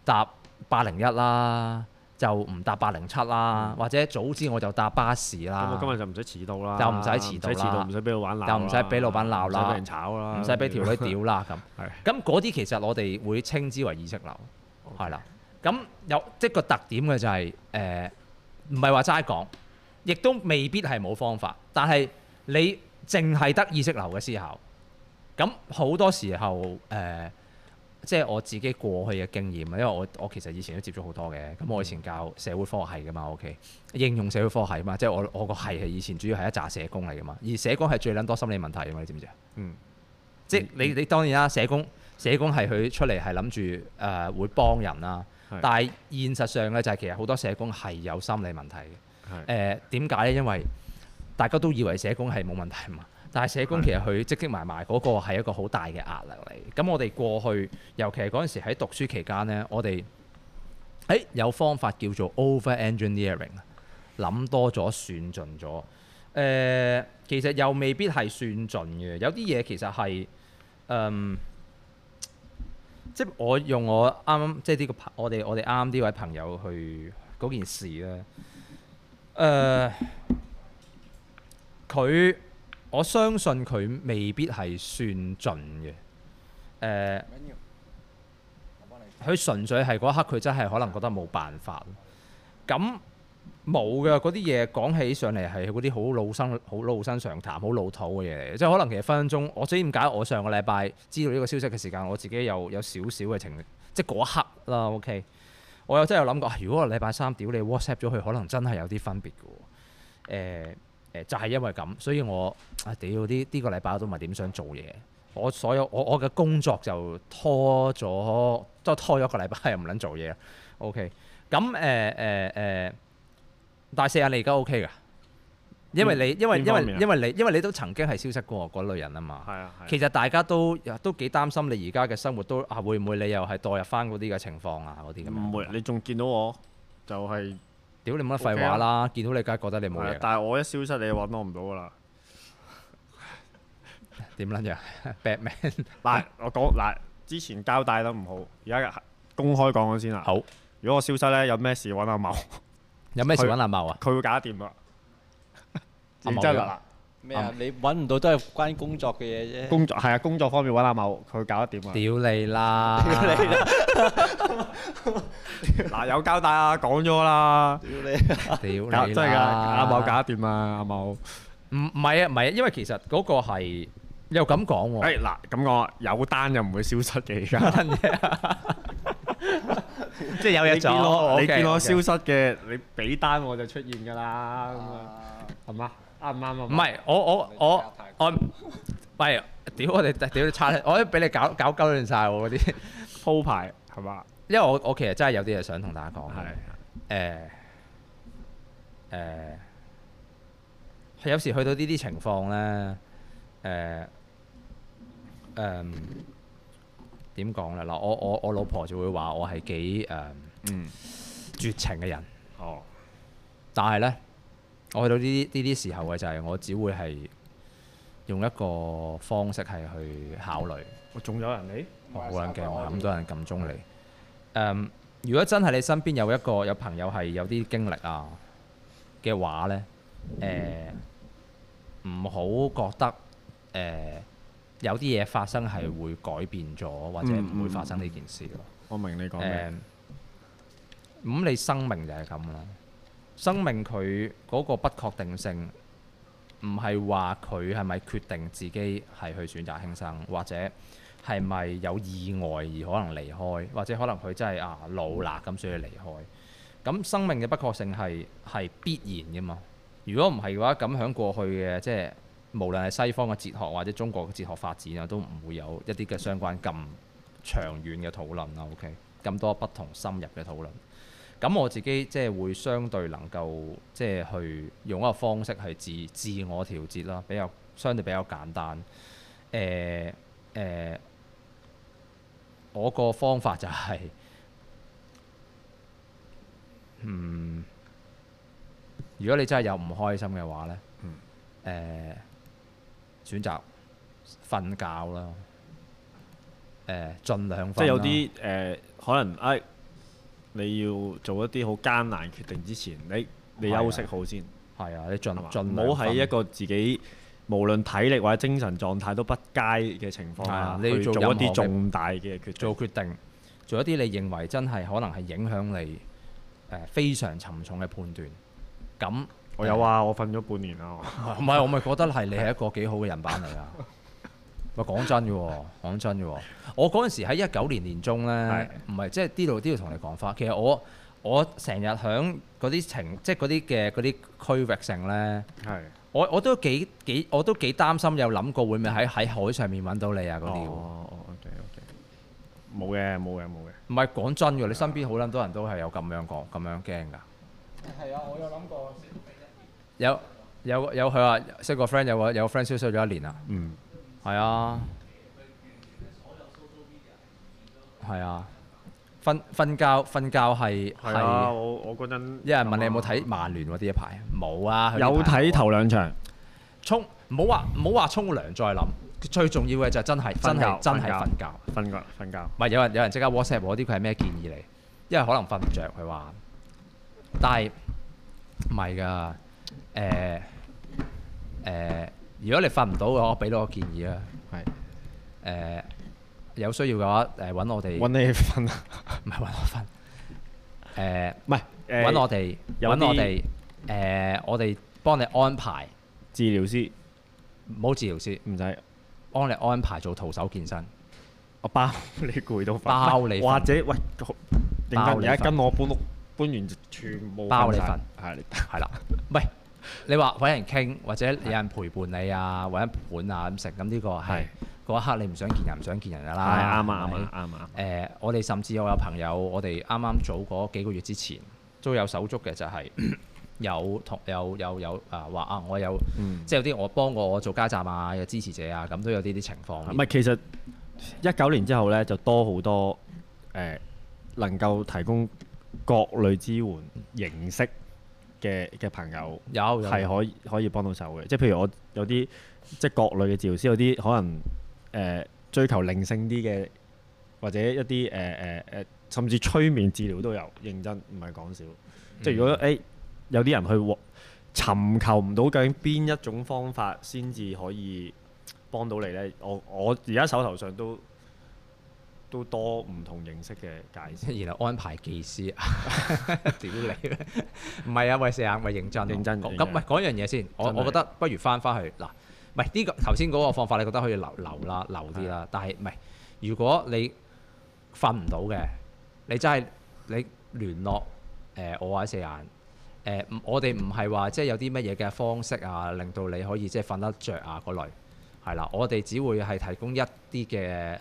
[SPEAKER 1] 搭八零一啦。就唔搭八零七啦，或者早知我就搭巴士
[SPEAKER 5] 嗯咁
[SPEAKER 1] 啦
[SPEAKER 5] 我，今日就唔使遲到啦，
[SPEAKER 1] 啊就唔使遲到啦
[SPEAKER 5] 唔使遲到，唔使俾老闆鬧啦，
[SPEAKER 1] 就唔使俾老闆鬧啦
[SPEAKER 5] 唔使俾人炒啦，
[SPEAKER 1] 唔使俾條女屌啦咁。
[SPEAKER 5] [laughs] 係
[SPEAKER 1] 咁嗰啲其實我哋會稱之為意識流，係啦。咁有即係個特點嘅就係誒，唔係話齋講，亦都未必係冇方法，但係你淨係得意識流嘅思考。咁好多時候誒、即係我自己過去嘅經驗啊，因為我我其實以前都接觸好多嘅。咁我以前教社會科學系噶
[SPEAKER 5] 嗯
[SPEAKER 1] 嘛，OK，應用社會科學系嘛，即係我我個系係以前主要係一紮社工嚟噶嘛，而社工係最撚多心理問題㗎嘛，你知唔知啊？
[SPEAKER 5] 嗯，
[SPEAKER 1] 即係你你當然啦，社工社工係佢出嚟係諗住誒會幫人啦
[SPEAKER 5] 係，
[SPEAKER 1] 但係現實上咧就係其實好多社工係有心理問題嘅。誒
[SPEAKER 5] 係
[SPEAKER 1] 點解咧？因為大家都以為社工係冇問題嘛，但係社工
[SPEAKER 5] 係
[SPEAKER 1] 其實佢積積埋埋嗰個係一個好大嘅壓力嚟。咁我哋過去，尤其係嗰陣時喺讀書期間咧，我哋誒有方法叫做 over engineering，諗多咗、算盡咗。誒、其實又未必係算盡嘅，有啲嘢其實係誒、嗯即係我用我啱啱即係呢個朋我哋我哋啱啱呢位朋友去嗰件事咧，誒、佢我相信佢未必係算盡嘅，呃誒、佢純粹係嗰一刻佢真係可能覺得冇辦法。誒、咁冇嘅嗰啲嘢講起上嚟係嗰啲好老生、好老生常談、好老土嘅嘢嚟嘅，即係可能其實分分鐘，我知點解我上個禮拜知道呢個消息嘅時間，我自己有有少少嘅情，即係嗰一刻啦。OK，我有真係有諗過，啊如果我禮拜三屌你 WhatsApp 咗佢，可能真係有啲分別嘅喎。誒、誒就係、因為咁，所以我啊屌呢呢個禮拜我都唔係點想做嘢，我所有我我嘅工作就拖咗，都拖咗一個禮拜，又唔撚做嘢啦。OK，咁誒誒誒，但係四眼你而家 OK 噶，因為你因為因
[SPEAKER 5] 邊方
[SPEAKER 1] 為
[SPEAKER 5] 面啊
[SPEAKER 1] 因為你因為你都曾經係消失過嗰類人啊嘛。
[SPEAKER 5] 係啊，係啊
[SPEAKER 1] 其實大家都都幾擔心你而家嘅生活都啊會唔會你又係代入翻嗰啲嘅情況啊嗰啲咁樣。
[SPEAKER 5] 唔會，你仲見到我就係
[SPEAKER 1] 屌你冇乜廢話啦！見到你梗係覺得你冇
[SPEAKER 5] 啊係啊
[SPEAKER 1] 嘢，
[SPEAKER 5] 但係我一消失你就揾我唔到噶啦。
[SPEAKER 1] 點撚樣 [laughs] ？Batman
[SPEAKER 5] 嗱，我講嗱，之前交代得唔好，而家公開講咗先啦。
[SPEAKER 1] 好，
[SPEAKER 5] 如果我消失咧，有咩事揾阿茂， [laughs]
[SPEAKER 1] 有咩事揾阿茂啊？
[SPEAKER 5] 佢會搞掂啦。
[SPEAKER 1] [laughs] 阿茂
[SPEAKER 5] 認真
[SPEAKER 1] 有
[SPEAKER 5] 啦，
[SPEAKER 3] 咩啊？你揾唔到都係關工作嘅嘢啫。
[SPEAKER 5] 工作係啊，工作方面揾阿茂，佢搞得掂啊。
[SPEAKER 1] 屌你啦！
[SPEAKER 5] 嗱，有交代啊，講咗啦，
[SPEAKER 3] 屌你！
[SPEAKER 1] [laughs] 屌
[SPEAKER 5] 搞
[SPEAKER 1] 你
[SPEAKER 5] 真係㗎，阿茂
[SPEAKER 1] 啦！
[SPEAKER 5] 搞得掂啊，阿
[SPEAKER 1] 哦
[SPEAKER 5] 茂。
[SPEAKER 1] 唔唔係啊，唔係啊，因為其實嗰個係又咁講喎。
[SPEAKER 5] 誒哎嗱，咁我有單又唔會消失嘅，而家。
[SPEAKER 1] 即係有
[SPEAKER 5] 你見我，你見我消
[SPEAKER 1] 唔
[SPEAKER 5] 失嘅，你俾單我就出現㗎啦，咁啊，係嘛？啱唔啱啊？唔
[SPEAKER 1] 係我我我我，喂！屌我哋屌你差，我都俾你搞搞鳩亂晒我嗰啲，
[SPEAKER 5] 鋪排係嘛？
[SPEAKER 1] 因為我我其實真係有啲嘢想同大家講。誒
[SPEAKER 5] 係
[SPEAKER 1] 誒，呃係有時去到呢啲情況呃咧，誒誒呃嗯點講咧？嗱，我我我老婆就會話我係幾誒
[SPEAKER 5] 嗯
[SPEAKER 1] 絕情嘅人，
[SPEAKER 5] 哦
[SPEAKER 1] 但係咧，我去到呢啲呢啲時候嘅就係我只會係用一個方式係去考慮。
[SPEAKER 5] 我仲有人嚟？
[SPEAKER 1] 我好撚驚，我咁多人撳中你。誒、如果真係你身邊有一個有朋友係有啲經歷啊嘅話咧，誒唔好覺得誒、有啲嘢發生係會改變咗，或者唔會發生呢件事咯。
[SPEAKER 5] 我明你
[SPEAKER 1] 誒、
[SPEAKER 5] 講咩？
[SPEAKER 1] 咁你生命就係咁啦。生命佢嗰個不確定性，唔係話佢係咪決定自己係去選擇輕生，或者係咪有意外而可能離開，或者可能佢真係啊老啦咁所以離開。咁生命嘅不確定性係係必然嘅嘛。如果唔係嘅話，咁喺過去嘅即係無論係西方嘅哲學或者中國嘅哲學發展啊，都唔會有一啲嘅相關咁長遠嘅討論啦。OK，咁多不同深入嘅討論。咁我自己即係會相對能夠即係去用一個方式去自自我調節啦，比較相對比較簡單。誒、誒、我個方法就係、嗯，如果你真係有唔開心嘅話咧，誒、
[SPEAKER 5] 嗯
[SPEAKER 1] 選擇瞓覺啦，誒、盡量瞓
[SPEAKER 5] 即係有
[SPEAKER 1] 啦
[SPEAKER 5] 啲誒，可能誒，你要做一啲好艱難決定之前，你你休息好先，
[SPEAKER 1] 係啊，你盡
[SPEAKER 5] 係嘛？
[SPEAKER 1] 盡
[SPEAKER 5] 唔好喺一
[SPEAKER 1] 個。
[SPEAKER 5] 個自己無論體力或者精神狀態都不佳嘅情況
[SPEAKER 1] 係啊
[SPEAKER 5] 下，
[SPEAKER 1] 你要
[SPEAKER 5] 去
[SPEAKER 1] 做
[SPEAKER 5] 做
[SPEAKER 1] 任
[SPEAKER 5] 一
[SPEAKER 1] 何嘅
[SPEAKER 5] 啲重大嘅決定
[SPEAKER 1] 做。決定，做一啲你認為真係可能係影響你誒、呃非常沉重嘅判斷。咁
[SPEAKER 5] 我有啊，我瞓咗半年啦。我
[SPEAKER 1] 唔係我咪覺得係你係一個幾好嘅人版嚟
[SPEAKER 5] [laughs]
[SPEAKER 1] 啊！咪講真嘅喎，講真嘅喎，我嗰陣時喺一九年年中咧
[SPEAKER 5] 係，
[SPEAKER 1] 唔係即係呢度呢度同你講翻，其實我我成日響嗰啲情，即係嗰啲嘅嗰啲區域性咧。
[SPEAKER 5] 係
[SPEAKER 1] 我我都幾幾我都幾擔心，有諗過會唔會喺喺海上面揾到你啊嗰啲喎。
[SPEAKER 5] 哦哦，OK OK，冇嘅冇嘅冇嘅。
[SPEAKER 1] 唔係講真
[SPEAKER 5] 啊
[SPEAKER 1] 嘅，你身邊好撚多人都係有咁樣講、咁樣驚㗎。
[SPEAKER 3] 係啊，我有諗過。
[SPEAKER 1] 有有有佢話識個 friend 有個有個 friend 消失咗一年啊，
[SPEAKER 5] 嗯，
[SPEAKER 1] 係啊，係啊，瞓瞓覺瞓覺係
[SPEAKER 5] 係啊，
[SPEAKER 1] 係，
[SPEAKER 5] 我我嗰陣
[SPEAKER 1] 有人問你有冇睇曼聯喎？呢一排冇啊，佢呢排
[SPEAKER 5] 有睇頭兩場，
[SPEAKER 1] 沖，唔好話唔好話沖涼再諗，最重要嘅就係真係真係
[SPEAKER 5] 瞓覺
[SPEAKER 1] 真係
[SPEAKER 5] 瞓
[SPEAKER 1] 瞓
[SPEAKER 5] 覺
[SPEAKER 1] 覺。
[SPEAKER 5] 瞓覺瞓覺。
[SPEAKER 1] 唔係有人有人即刻 WhatsApp 我啲佢係咩建議嚟？因為可能瞓唔着，佢話，但係唔係㗎？誒、誒，如果你瞓唔到嘅話，我俾到個建議啊。
[SPEAKER 5] 係
[SPEAKER 1] 誒、有需要嘅話，誒、揾我哋
[SPEAKER 5] 揾你瞓啊？ [laughs]
[SPEAKER 1] 唔係揾我瞓。誒、
[SPEAKER 5] 唔係誒
[SPEAKER 1] 揾我哋，
[SPEAKER 5] 有
[SPEAKER 1] 揾我
[SPEAKER 5] 啲
[SPEAKER 1] 哋，誒，我哋幫你安排，
[SPEAKER 5] 治療師
[SPEAKER 1] 唔好治療師，
[SPEAKER 5] 唔使，
[SPEAKER 1] 幫你安排做徒手健身。
[SPEAKER 5] 我包你攰到瞓
[SPEAKER 1] 包你瞓
[SPEAKER 5] 或者喂，好突然
[SPEAKER 1] 包你
[SPEAKER 5] 間而
[SPEAKER 1] 瞓
[SPEAKER 5] 家跟我搬屋，搬完就全部
[SPEAKER 1] 包你
[SPEAKER 5] 晒
[SPEAKER 1] 瞓，
[SPEAKER 5] 係你
[SPEAKER 1] 係啦，喂，你話揾人傾，或者有人陪伴你啊，揾人伴啊咁成，咁呢個係
[SPEAKER 5] 係
[SPEAKER 1] 嗰一刻你唔想見人，唔想見人噶
[SPEAKER 5] 係
[SPEAKER 1] 啦，
[SPEAKER 5] 啱
[SPEAKER 1] 係
[SPEAKER 5] 啊啱
[SPEAKER 1] 咪
[SPEAKER 5] 啊啱啊
[SPEAKER 1] 誒、我哋甚至我有朋友，我哋啱啱早嗰幾個月之前都有手足嘅，就
[SPEAKER 5] [clears throat]
[SPEAKER 1] 係、有同有有有啊話啊，我有、
[SPEAKER 5] 嗯
[SPEAKER 1] 即係有啲我幫過我做家站啊嘅支持者啊，咁都有呢啲情況。
[SPEAKER 5] 唔係，其實一九年之後咧，就多好多誒、呃能夠提供各類支援形式嘅嘅朋友，
[SPEAKER 1] 有有
[SPEAKER 5] 係啊可以可以幫到手嘅。即係譬如我有啲即係各類嘅治療師，有啲可能誒、呃追求靈性啲嘅，或者一啲誒誒誒，甚至催眠治療都有，認真唔係講笑。
[SPEAKER 1] 嗯
[SPEAKER 5] 即係如果誒、欸有啲人去獲尋求唔到究竟邊一種方法先至可以幫到你咧，我我而家手頭上都都多唔同形式嘅介紹。
[SPEAKER 1] 然後安排技師，啊 [laughs] 屌你！唔係啊，喂四眼，喂認真啊，
[SPEAKER 5] 認真
[SPEAKER 1] 咁
[SPEAKER 5] 認
[SPEAKER 1] 咁
[SPEAKER 5] 真
[SPEAKER 1] 唔係嗰樣嘢先，我
[SPEAKER 5] 真係
[SPEAKER 1] 我覺得不如翻翻去嗱，唔係呢個頭先嗰個方法，你覺得可以留留啦，留啲啦，但係唔係如果你瞓唔到嘅，你真係你聯絡誒、呃我或者四眼。誒、唔我哋唔係話即係有啲乜嘢嘅方式啊，令到你可以即係瞓得着啊嗰類，係啦，我哋只會係提供一啲嘅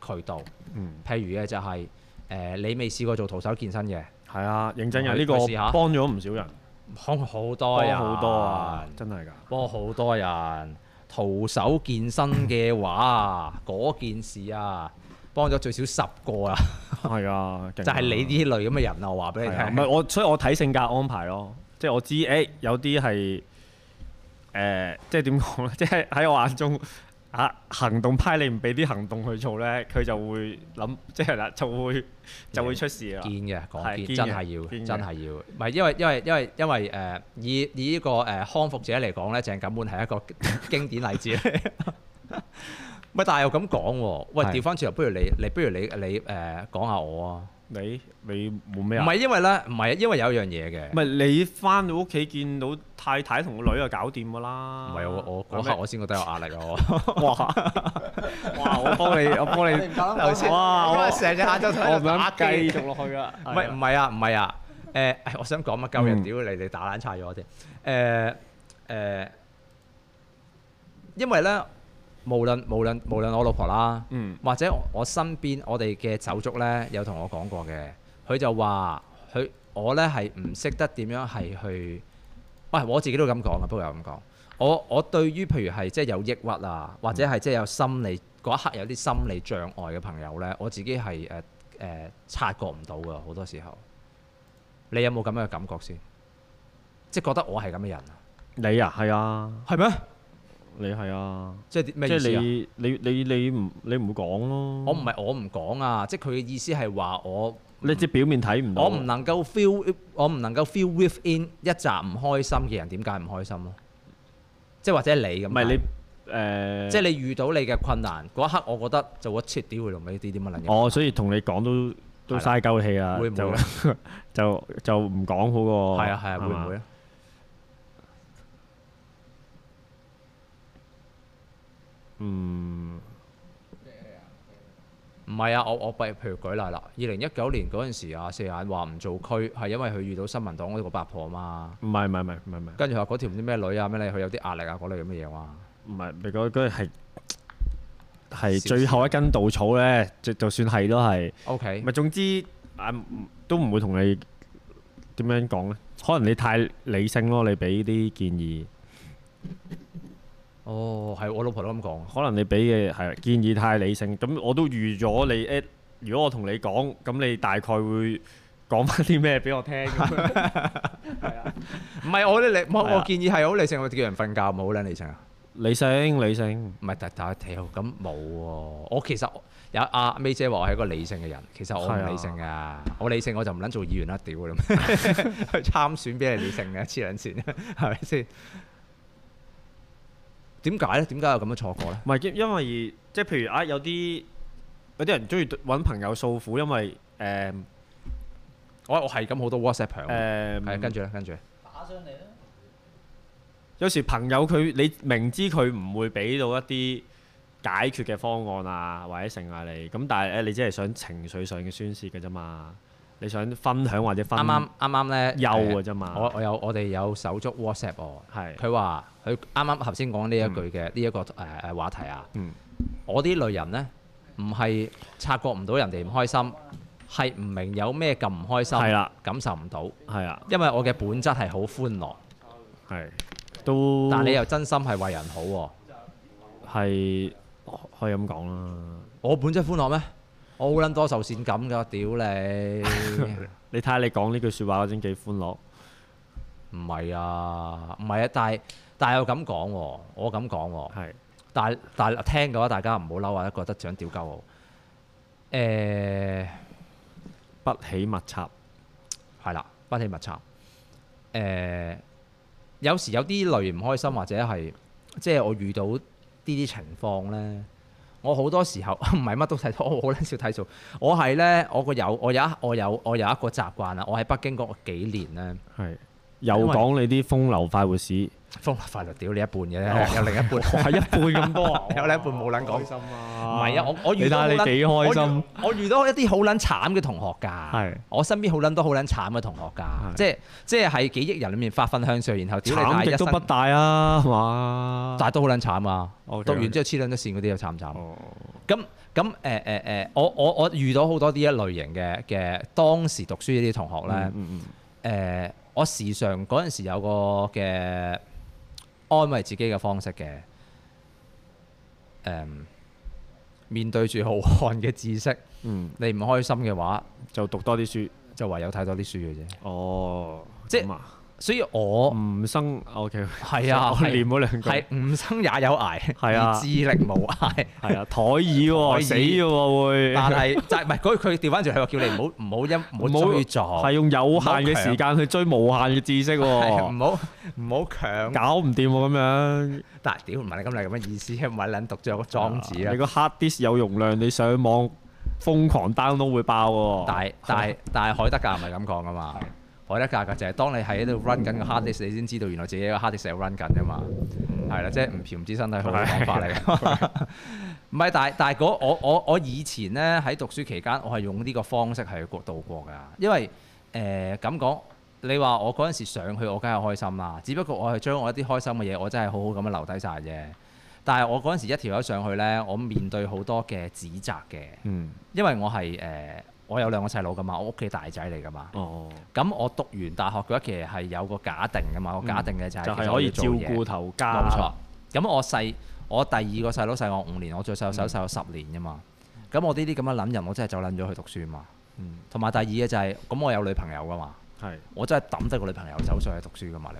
[SPEAKER 1] 誒渠道，
[SPEAKER 5] 嗯，
[SPEAKER 1] 譬如嘅就係、呃你未試過做徒手健身嘅，
[SPEAKER 5] 係啊，認真嘅
[SPEAKER 1] 去
[SPEAKER 5] 呢個
[SPEAKER 1] 去試下
[SPEAKER 5] 幫咗唔少人，
[SPEAKER 1] 幫好多
[SPEAKER 5] 幫
[SPEAKER 1] 人，
[SPEAKER 5] 好多啊，，真係㗎。
[SPEAKER 1] 幫好多人。徒手健身嘅
[SPEAKER 5] [laughs]
[SPEAKER 1] 話，嗰件事啊，幫咗最少十個啊，
[SPEAKER 5] 係啊，就
[SPEAKER 1] 就係你呢類咁嘅人啊，我話俾你
[SPEAKER 5] 係啊唔
[SPEAKER 1] 聽。
[SPEAKER 5] 係我，所以我睇性格安排咯，即係我知，誒、有啲係誒，即係點講咧？ [laughs] 即係喺我眼中，啊行動派你唔俾啲行動去做咧，佢就會諗， [laughs] 即係啦，就會就會出事啦。
[SPEAKER 1] 堅嘅講
[SPEAKER 5] 係
[SPEAKER 1] 堅，
[SPEAKER 5] 堅嘅
[SPEAKER 1] 真係要，
[SPEAKER 5] 堅嘅
[SPEAKER 1] 真係要。唔係因為因為因為因為誒、呃以以呢、個誒、呃康復者嚟講咧，鄭錦滿係一個 [laughs] 經典例子嚟。喂，但係又咁講喎，喂，
[SPEAKER 5] 係
[SPEAKER 1] 調翻轉頭，不如你你不如你你誒、呃、講下我啊。
[SPEAKER 5] 你你冇咩
[SPEAKER 1] 唔
[SPEAKER 5] 啊？
[SPEAKER 1] 係因為咧，唔係因為有一樣嘢嘅。
[SPEAKER 5] 唔係你翻到屋企見到太太同個女就搞掂㗎啦。
[SPEAKER 1] 唔係我我嗰
[SPEAKER 5] 係咩
[SPEAKER 1] 刻我先覺得有壓力啊！我
[SPEAKER 5] 哇
[SPEAKER 1] [laughs]
[SPEAKER 5] [laughs]
[SPEAKER 1] 啊
[SPEAKER 5] 哇！我幫你，我幫你，
[SPEAKER 3] 頭先
[SPEAKER 5] 哇！我
[SPEAKER 1] 成隻下晝
[SPEAKER 5] 我唔想啊繼續落去啊！
[SPEAKER 1] 唔係唔係啊唔係啊！誒、唉我想講乜鳩嘢？
[SPEAKER 5] 嗯
[SPEAKER 1] 屌你哋打爛晒咗我哋誒誒，因為咧，無論無論無論我老婆啦，
[SPEAKER 5] 嗯
[SPEAKER 1] 或者我我身邊我哋嘅手足咧，有同我講過嘅，佢就話佢我咧係唔識得點樣係去，喂我自己都咁講啊，不過又咁講，我我對於譬如係即係有抑鬱啊，或
[SPEAKER 5] 嗯
[SPEAKER 1] 者係即係有心理嗰一刻有啲心理障礙嘅朋友咧，我自己係誒誒察覺唔到噶，好多時候。你有冇咁樣嘅感覺先？即係覺得我係咁嘅人啊？
[SPEAKER 5] 你啊，係啊，
[SPEAKER 1] 係咩？
[SPEAKER 5] 你係啊。
[SPEAKER 1] 即係啲咩
[SPEAKER 5] 即
[SPEAKER 1] 意思
[SPEAKER 5] 係
[SPEAKER 1] 啊？
[SPEAKER 5] 你你你你唔你唔會講咯。
[SPEAKER 1] 我唔係我唔講啊，即係佢嘅意思係話我
[SPEAKER 5] 你只表面睇唔到。啊
[SPEAKER 1] 我唔能夠 feel 我唔能夠 feel within 一紮唔開心嘅人點解唔開心咯？即係或者你咁解，
[SPEAKER 5] 唔係你誒。
[SPEAKER 1] 即係你遇到你嘅困難嗰一刻，我覺得就我切屌佢同呢啲啲乜撚嘢。
[SPEAKER 5] 哦，所以同你講都都
[SPEAKER 1] 係啦
[SPEAKER 5] 嘥鳩氣啊，
[SPEAKER 1] 會唔會
[SPEAKER 5] 就 [laughs]
[SPEAKER 1] 啊
[SPEAKER 5] 就就唔講好過。
[SPEAKER 1] 係啊係啊，
[SPEAKER 5] 哦係
[SPEAKER 1] 會
[SPEAKER 5] 嘛
[SPEAKER 1] 唔會啊？
[SPEAKER 5] 嗯，
[SPEAKER 1] 唔係啊，我我譬如舉例啦，二零一九年嗰陣時啊，四眼話唔做區係因為佢遇到新民黨嗰個八婆嘛，
[SPEAKER 5] 唔係唔係唔係唔係唔係
[SPEAKER 1] 跟住話嗰條唔知咩女啊咩你佢有啲壓力啊嗰類咁嘅嘢嘛。
[SPEAKER 5] 唔係，你嗰嗰係係
[SPEAKER 1] 少少
[SPEAKER 5] 最後一根稻草咧，就就算係都係。
[SPEAKER 1] O K，
[SPEAKER 5] 咪總之啊，唔都唔會同你點樣講咧。可能你太理性咯，你俾啲建議。
[SPEAKER 1] 哦係我老婆都咁講，
[SPEAKER 5] 可能你俾嘅係建議太理性，咁我都預咗你誒。如果我同你講，咁你大概會講翻啲咩俾我聽？咁
[SPEAKER 1] 唔係我咧你我
[SPEAKER 5] 係
[SPEAKER 1] 我
[SPEAKER 5] 啊
[SPEAKER 1] 建議係好理性，我叫人瞓覺冇好撚理性啊。
[SPEAKER 5] [laughs] 理性，理性，
[SPEAKER 1] 唔係，但但係屌咁冇喎！我其實有阿 May 姐話我係一個理性嘅人，其實我
[SPEAKER 5] 係
[SPEAKER 1] 唔
[SPEAKER 5] 啊
[SPEAKER 1] 理性噶，我理性我就唔撚做議員啦，屌
[SPEAKER 5] [laughs]
[SPEAKER 1] 咁去參選邊係理性嘅黐撚線，係咪先？點解咧？點解有咁嘅錯過咧？
[SPEAKER 5] 唔係因因為即係譬如
[SPEAKER 1] 嗯
[SPEAKER 5] 啊，有啲有啲人中意揾朋友訴苦，因為誒、
[SPEAKER 1] 我我係咁好多 WhatsApp 響嘅，係啊
[SPEAKER 5] 誒，
[SPEAKER 1] 跟住咧，跟住呢
[SPEAKER 3] 打上嚟啦，
[SPEAKER 5] 有時朋友佢你明知佢唔會俾到一啲解決嘅方案啊，或者成啊你，咁但係咧你只係想情緒上嘅宣泄嘅啫嘛，你想分享或者分
[SPEAKER 1] 啱啱啱啱咧
[SPEAKER 5] 憂
[SPEAKER 1] 誒
[SPEAKER 5] 嘅啫嘛，
[SPEAKER 1] 我我有我哋有手足 WhatsApp 我，
[SPEAKER 5] 係
[SPEAKER 1] 佢話佢啱啱頭先講呢一句嘅呢一個誒誒話題啊，
[SPEAKER 5] 嗯
[SPEAKER 1] 我啲類人呢，唔係察覺唔到人哋唔開心，係唔明有咩咁唔開心，
[SPEAKER 5] 係啦
[SPEAKER 1] 感受唔到，
[SPEAKER 5] 係啊
[SPEAKER 1] 因為我嘅本質係好歡樂，
[SPEAKER 5] 哦係都，
[SPEAKER 1] 但你又真心係為人好喎，
[SPEAKER 5] 係可以咁講啦。
[SPEAKER 1] 我本質歡樂咩？我好撚多愁善感㗎，屌
[SPEAKER 5] [laughs]
[SPEAKER 1] 你！
[SPEAKER 5] 你睇下你講呢句説話嗰陣幾歡樂，
[SPEAKER 1] 唔係啊，唔係啊，但係但係又咁講喎，我咁講喎，
[SPEAKER 5] 係
[SPEAKER 1] 但係但係聽嘅話，大家唔好嬲或者覺得想屌鳩我。誒
[SPEAKER 5] 不喜勿插，
[SPEAKER 1] 係啦，不喜勿插。誒、呃有時有啲類唔開心或者係即係我遇到呢啲情況咧，我好多時候 [laughs] 唔係乜都睇到，我好撚少睇數。我係咧，我個有我有一我有我有一個習慣啊，我喺北京嗰幾年咧。
[SPEAKER 5] 係又講你啲風流快活史，
[SPEAKER 1] 風流快樂屌你一半嘅，有另一半係一半
[SPEAKER 5] [laughs]
[SPEAKER 1] 咁多， [laughs] 有另一半冇撚講。
[SPEAKER 5] 哦心
[SPEAKER 1] 唔
[SPEAKER 5] 啊
[SPEAKER 1] 係啊，我我
[SPEAKER 5] 你
[SPEAKER 1] 遇
[SPEAKER 5] 睇
[SPEAKER 1] 到
[SPEAKER 5] 下你
[SPEAKER 1] 好撚
[SPEAKER 5] 幾開
[SPEAKER 1] 我遇
[SPEAKER 5] 心，
[SPEAKER 1] 我遇到一啲好撚慘嘅同學㗎。
[SPEAKER 5] 係
[SPEAKER 1] 我身邊好撚多好撚慘嘅同學㗎，
[SPEAKER 5] 係
[SPEAKER 1] 即係即係喺幾億人裏面發奮向上，然後屌你大
[SPEAKER 5] 慘
[SPEAKER 1] 一
[SPEAKER 5] 極都
[SPEAKER 1] 身
[SPEAKER 5] 不，大啊，係嘛？
[SPEAKER 1] 但係都好撚慘啊！
[SPEAKER 5] OK，
[SPEAKER 1] 讀完之後黐撚咗線嗰啲又慘唔慘？
[SPEAKER 5] 哦，
[SPEAKER 1] 咁咁誒誒誒，我我我遇到好多呢一類型嘅嘅當時讀書呢啲同學咧。
[SPEAKER 5] 嗯嗯
[SPEAKER 1] 誒、呃我時常嗰陣時有個嘅安慰自己嘅方式嘅，誒、面對住浩瀚嘅知識，
[SPEAKER 5] 嗯，
[SPEAKER 1] 你唔開心嘅話，
[SPEAKER 5] 嗯就讀多啲書。
[SPEAKER 1] 就唯有睇多啲書嘅啫。
[SPEAKER 5] 哦，
[SPEAKER 1] 即
[SPEAKER 5] 咁啊
[SPEAKER 1] 所以我
[SPEAKER 5] 唔生 [laughs] OK，
[SPEAKER 1] 係啊，
[SPEAKER 5] 我
[SPEAKER 1] 係
[SPEAKER 5] 念嗰兩句
[SPEAKER 1] 係吾生也有涯，
[SPEAKER 5] 係啊
[SPEAKER 1] 而智力無涯。
[SPEAKER 5] 係啊，台椅
[SPEAKER 1] 台
[SPEAKER 5] 喎，
[SPEAKER 1] 椅
[SPEAKER 5] 死啊嘅喎
[SPEAKER 1] 但
[SPEAKER 5] [laughs] 會，
[SPEAKER 1] 係就係唔係佢佢調翻轉係話叫你唔好唔好因唔好追逐，
[SPEAKER 5] 係用有限嘅時間去追無限嘅知識 [laughs]
[SPEAKER 1] 係啊
[SPEAKER 5] 喎
[SPEAKER 1] 唔，好唔好強。
[SPEAKER 5] 搞唔掂喎咁樣。
[SPEAKER 1] 但係屌唔係你咁嚟咁嘅意思，唔係撚讀咗個莊子啊啦
[SPEAKER 5] 啊你。個 hard disk 有容量，你上網瘋狂 download 會爆喎。
[SPEAKER 1] 但係但係但係海德格唔係咁講噶嘛。海德格嘅就係當你喺度 run 緊個 hard disk，你先知道原來自己個 hard disk 係 run 緊㗎嘛。係啦，即係唔嫖唔知身體好嘅講法嚟㗎。唔係，但係但係嗰我我我以前咧喺讀書期間，我係用呢個方式係過度過㗎。因為誒咁講，你話我嗰陣時上去，我梗係開心啦。只不過我係將我一啲開心嘅嘢，我真係好好咁樣留低晒啫。但係我嗰陣時一條友上去咧，我面對好多嘅指責嘅。
[SPEAKER 5] 嗯，
[SPEAKER 1] 因為我係誒、呃我有兩個細佬噶嘛，我屋企大仔嚟噶嘛。
[SPEAKER 5] 哦，
[SPEAKER 1] 咁我讀完大學嗰一期係有個假定噶嘛，我假定嘅就係
[SPEAKER 5] 嗯就
[SPEAKER 1] 其實
[SPEAKER 5] 係
[SPEAKER 1] 我
[SPEAKER 5] 可
[SPEAKER 1] 要
[SPEAKER 5] 以
[SPEAKER 1] 做
[SPEAKER 5] 照
[SPEAKER 1] 嘢
[SPEAKER 5] 顧啊頭家。
[SPEAKER 1] 冇錯。咁我細我第二個細佬細我五年，我最細個細佬
[SPEAKER 5] 嗯
[SPEAKER 1] 細我十年噶嘛。咁我呢啲咁嘅諗人，我真係走撚咗去讀書嘛。
[SPEAKER 5] 嗯，
[SPEAKER 1] 同埋第二嘅就係、咁我有女朋友噶嘛，
[SPEAKER 5] 係
[SPEAKER 1] 我真係抌低個女朋友走上去讀書噶嘛，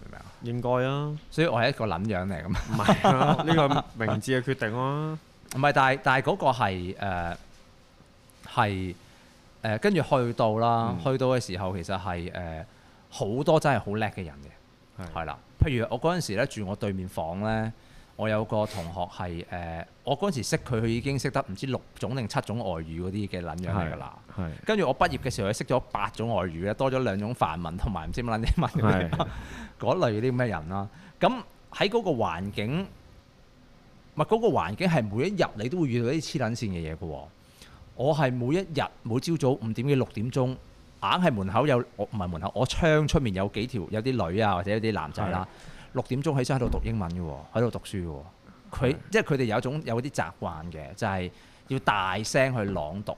[SPEAKER 1] 你明唔明啊？
[SPEAKER 5] 應該啊，
[SPEAKER 1] 所以我係一個撚樣嚟噶嘛。
[SPEAKER 5] 唔係 [laughs] 啊，呢個係明智嘅決定啊。
[SPEAKER 1] 唔係，但係但係嗰個係誒係誒，跟、住去到啦，
[SPEAKER 5] 嗯
[SPEAKER 1] 去到嘅時候其實係誒好多真係好叻嘅人嘅，
[SPEAKER 5] 係
[SPEAKER 1] 係啦。譬如我嗰陣時咧住我對面房咧，我有個同學係誒、呃我嗰陣時識佢，佢已經識得唔知六種定七種外語嗰啲嘅撚樣嚟㗎啦。
[SPEAKER 5] 係
[SPEAKER 1] 跟住我畢業嘅時候，佢識咗八種外語咧，多咗兩種梵文同埋唔知乜撚英文嗰啲
[SPEAKER 5] 係
[SPEAKER 1] [laughs] 嗰類啲咁嘅人啦。咁喺嗰個環境，咪嗰個環境係每一日你都會遇到啲黐撚線嘅嘢嘅喎。我係每一日每朝早五點幾六點鐘，硬係門口有我唔係門口，我窗出面有幾條有啲女啊或者有啲男仔啦，六點鐘起身喺度讀英文嘅喎，喺度讀書嘅喎。佢即係佢哋有種有啲習慣嘅，就係、要大聲去朗讀。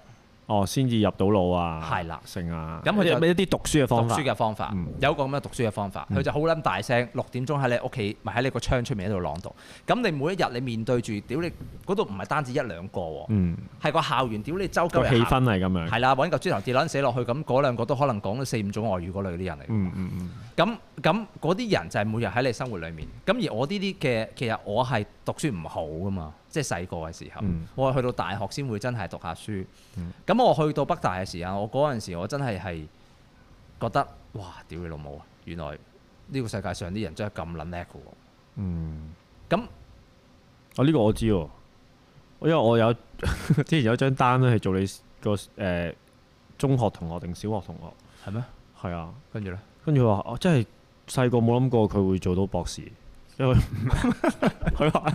[SPEAKER 5] 哦，先至入到腦啊。
[SPEAKER 1] 係啦
[SPEAKER 5] 成啊。
[SPEAKER 1] 咁佢就
[SPEAKER 5] 一啲讀書
[SPEAKER 1] 讀
[SPEAKER 5] 嘅方法。
[SPEAKER 1] 書嘅方法
[SPEAKER 5] 嗯，
[SPEAKER 1] 有一個咁嘅讀書嘅方法，佢就好撚大聲，六點鐘喺你屋企，咪喺你個窗出面喺度朗讀。咁你每一日你面對住，屌你嗰度唔係單止一兩個喎，
[SPEAKER 5] 嗯，
[SPEAKER 1] 係個校園，屌你周鳩
[SPEAKER 5] 個
[SPEAKER 1] 人
[SPEAKER 5] 氣
[SPEAKER 1] 行
[SPEAKER 5] 氛係咁樣。
[SPEAKER 1] 係啦，揾嚿豬頭跌撚死落去，咁嗰兩個都可能講咗四五種外語嗰類嗰啲人嚟。
[SPEAKER 5] 嗯嗯嗯，
[SPEAKER 1] 咁咁嗰啲人就係每日喺你生活裏面。咁而我呢啲嘅，其實我係讀書唔好噶嘛，即係細個嘅時候，
[SPEAKER 5] 嗯
[SPEAKER 1] 我係去到大學先會真係讀下書。咁、我去到北大嘅時候，我嗰陣時我真係係覺得，哇！屌你老母啊！原來呢個世界上啲人真係咁撚叻嘅喎。
[SPEAKER 5] 嗯，
[SPEAKER 1] 咁
[SPEAKER 5] 哦我呢個我知 [laughs] 喎，因為我有之前有張單咧係做你個誒中學同學定小學同學，
[SPEAKER 1] 係咩？
[SPEAKER 5] 係啊。
[SPEAKER 1] 跟住咧，
[SPEAKER 5] 跟住話，我真係細個冇諗過佢會做到博士，因為 [laughs] 佢話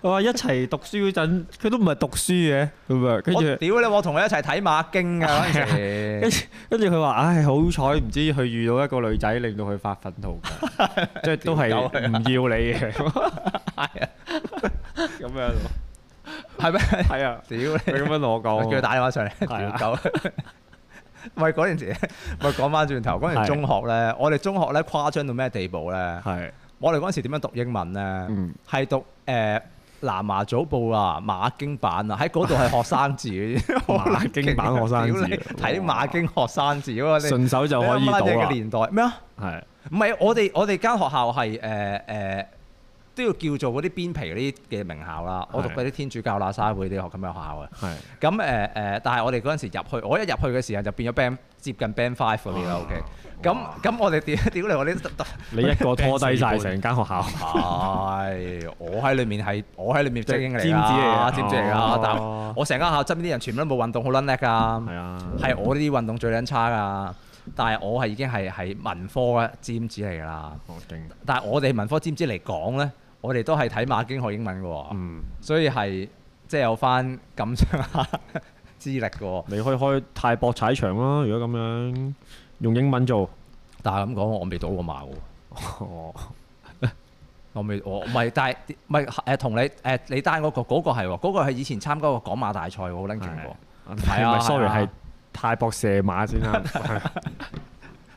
[SPEAKER 5] 佢話一齊讀書嗰陣，佢都唔係讀書嘅咁樣，跟
[SPEAKER 1] 我
[SPEAKER 5] 住
[SPEAKER 1] 屌你，我同佢一齊睇馬經啊嗰陣時
[SPEAKER 5] 跟住跟住佢話，唉，好彩唔知佢遇到一個女仔，令到佢發奮圖強，即係都係
[SPEAKER 1] 屌
[SPEAKER 5] 唔要你嘅，咁樣咯，
[SPEAKER 1] [laughs] 係咩？
[SPEAKER 5] 係啊，
[SPEAKER 1] [laughs] 屌你！
[SPEAKER 5] 佢咁樣同我
[SPEAKER 1] 我
[SPEAKER 5] 講，
[SPEAKER 1] 叫佢打電話上嚟，
[SPEAKER 5] 哦係啊
[SPEAKER 1] 屌 [laughs] 狗！喂，嗰陣時， [laughs] 喂，講翻轉頭，嗰陣時
[SPEAKER 5] 係
[SPEAKER 1] 中學咧，我哋中學咧誇張到咩地步咧？
[SPEAKER 5] 係，
[SPEAKER 1] 我哋嗰陣時點樣讀英文咧？
[SPEAKER 5] 嗯，
[SPEAKER 1] 係讀誒南華早報啊、馬經版啊，喺
[SPEAKER 5] [laughs]
[SPEAKER 1] 嗰度係學生字嘅，
[SPEAKER 5] 馬經版學生
[SPEAKER 1] [laughs] 屌
[SPEAKER 5] 字
[SPEAKER 1] 你睇馬經學生字喎，你
[SPEAKER 5] 順手就可以
[SPEAKER 1] 你
[SPEAKER 5] 到
[SPEAKER 1] 諗乜嘢嘅
[SPEAKER 5] 啦，
[SPEAKER 1] 年代咩啊？
[SPEAKER 5] 係
[SPEAKER 1] 唔係，我哋我哋間學校係誒誒都要叫做嗰啲邊皮嗰啲嘅名校啦。我讀嗰啲天主教喇沙會啲學咁嘅學校啊嘅。
[SPEAKER 5] 係
[SPEAKER 1] 咁誒誒，但係我哋嗰陣時入去，我一入去嘅時候就變咗 band 接近 band five 嗰啲啦。OK，咁咁我哋屌 [laughs] 屌你，我哋都
[SPEAKER 5] 你
[SPEAKER 1] [laughs]
[SPEAKER 5] 一個拖低晒成間學校，
[SPEAKER 1] 係我喺裏面係我喺裏面精英嚟
[SPEAKER 5] 尖子
[SPEAKER 1] 㗎，
[SPEAKER 5] 嚟㗎
[SPEAKER 1] 尖子嚟㗎
[SPEAKER 5] 哦。
[SPEAKER 1] 但係我成間學校側邊啲人全部都冇運動，好撚叻㗎
[SPEAKER 5] 係。啊，
[SPEAKER 1] 係我呢啲運動最撚差㗎，但係我係已經係係文科嘅尖子嚟㗎啦。
[SPEAKER 5] 好勁，
[SPEAKER 1] 但係我哋文科尖知嚟講咧，我哋都係睇馬經學英文嘅喎，
[SPEAKER 5] 嗯。
[SPEAKER 1] 所以係即係有翻咁上下 [laughs] 資歷嘅喎。
[SPEAKER 5] 你可以開泰博踩場啦，如果咁樣用英文做。 [laughs]
[SPEAKER 1] 但係咁講，我未賭過馬喎，
[SPEAKER 5] 哦，
[SPEAKER 1] 我未我唔係，但係唔係誒同你誒李丹嗰個嗰個係喎，嗰個係以前參加過港馬大賽喎，好撚勁喎，係
[SPEAKER 5] 係
[SPEAKER 1] 啊
[SPEAKER 5] 咪？sorry，
[SPEAKER 1] 係啊
[SPEAKER 5] 係泰博射馬先
[SPEAKER 1] [laughs]
[SPEAKER 5] 啦。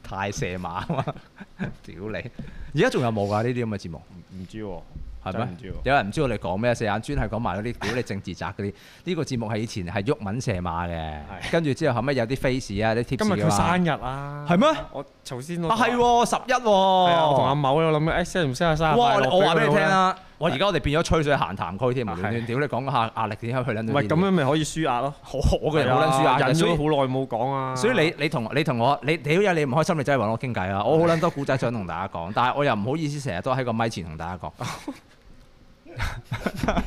[SPEAKER 1] 太射馬啊嘛， [laughs] 屌你！而家仲有冇㗎呢啲咁嘅節目？
[SPEAKER 5] 唔知喎，
[SPEAKER 1] 係
[SPEAKER 5] 真係唔
[SPEAKER 1] 咩
[SPEAKER 5] 知喎？
[SPEAKER 1] 有人唔知我哋講咩？四眼專係講埋嗰啲屌
[SPEAKER 5] [laughs]
[SPEAKER 1] 你政治宅嗰啲。呢個節目係以前係鬱文射馬嘅，跟住之後後尾有啲 face 啊，啲 tips
[SPEAKER 5] 今日
[SPEAKER 1] 嘅
[SPEAKER 5] 佢
[SPEAKER 1] 話
[SPEAKER 5] 生日啊！
[SPEAKER 1] 係咩？
[SPEAKER 5] 我頭先我
[SPEAKER 1] 啊係喎，十一
[SPEAKER 5] 係啊我同阿
[SPEAKER 1] 喎。
[SPEAKER 5] 某喺度諗緊，誒識唔識啊生日
[SPEAKER 1] 哇！
[SPEAKER 5] 快樂
[SPEAKER 1] 我我話俾
[SPEAKER 5] 俾佢
[SPEAKER 1] 你聽
[SPEAKER 5] 好啦。
[SPEAKER 1] 啦，我而家我哋變咗吹水閒談區添，無
[SPEAKER 5] 啊
[SPEAKER 1] 端端
[SPEAKER 5] 係
[SPEAKER 1] 屌你講下壓力點解去撚
[SPEAKER 5] 唔
[SPEAKER 1] 到
[SPEAKER 5] 係
[SPEAKER 1] 呢啲
[SPEAKER 5] 咁樣，咪可以舒壓咯。
[SPEAKER 1] 我我個人
[SPEAKER 5] 係
[SPEAKER 1] 啊
[SPEAKER 5] 啊
[SPEAKER 1] 好撚輸壓
[SPEAKER 5] 忍
[SPEAKER 1] 嘅，所
[SPEAKER 5] 咗
[SPEAKER 1] 以
[SPEAKER 5] 好耐冇講啊。
[SPEAKER 1] 所以你你同你同我你屌有你唔開心，你真係揾我傾偈啊！我好撚多古仔想同大家講，但係我又唔好意思成日都喺個咪前同大家
[SPEAKER 5] [laughs]
[SPEAKER 1] 講。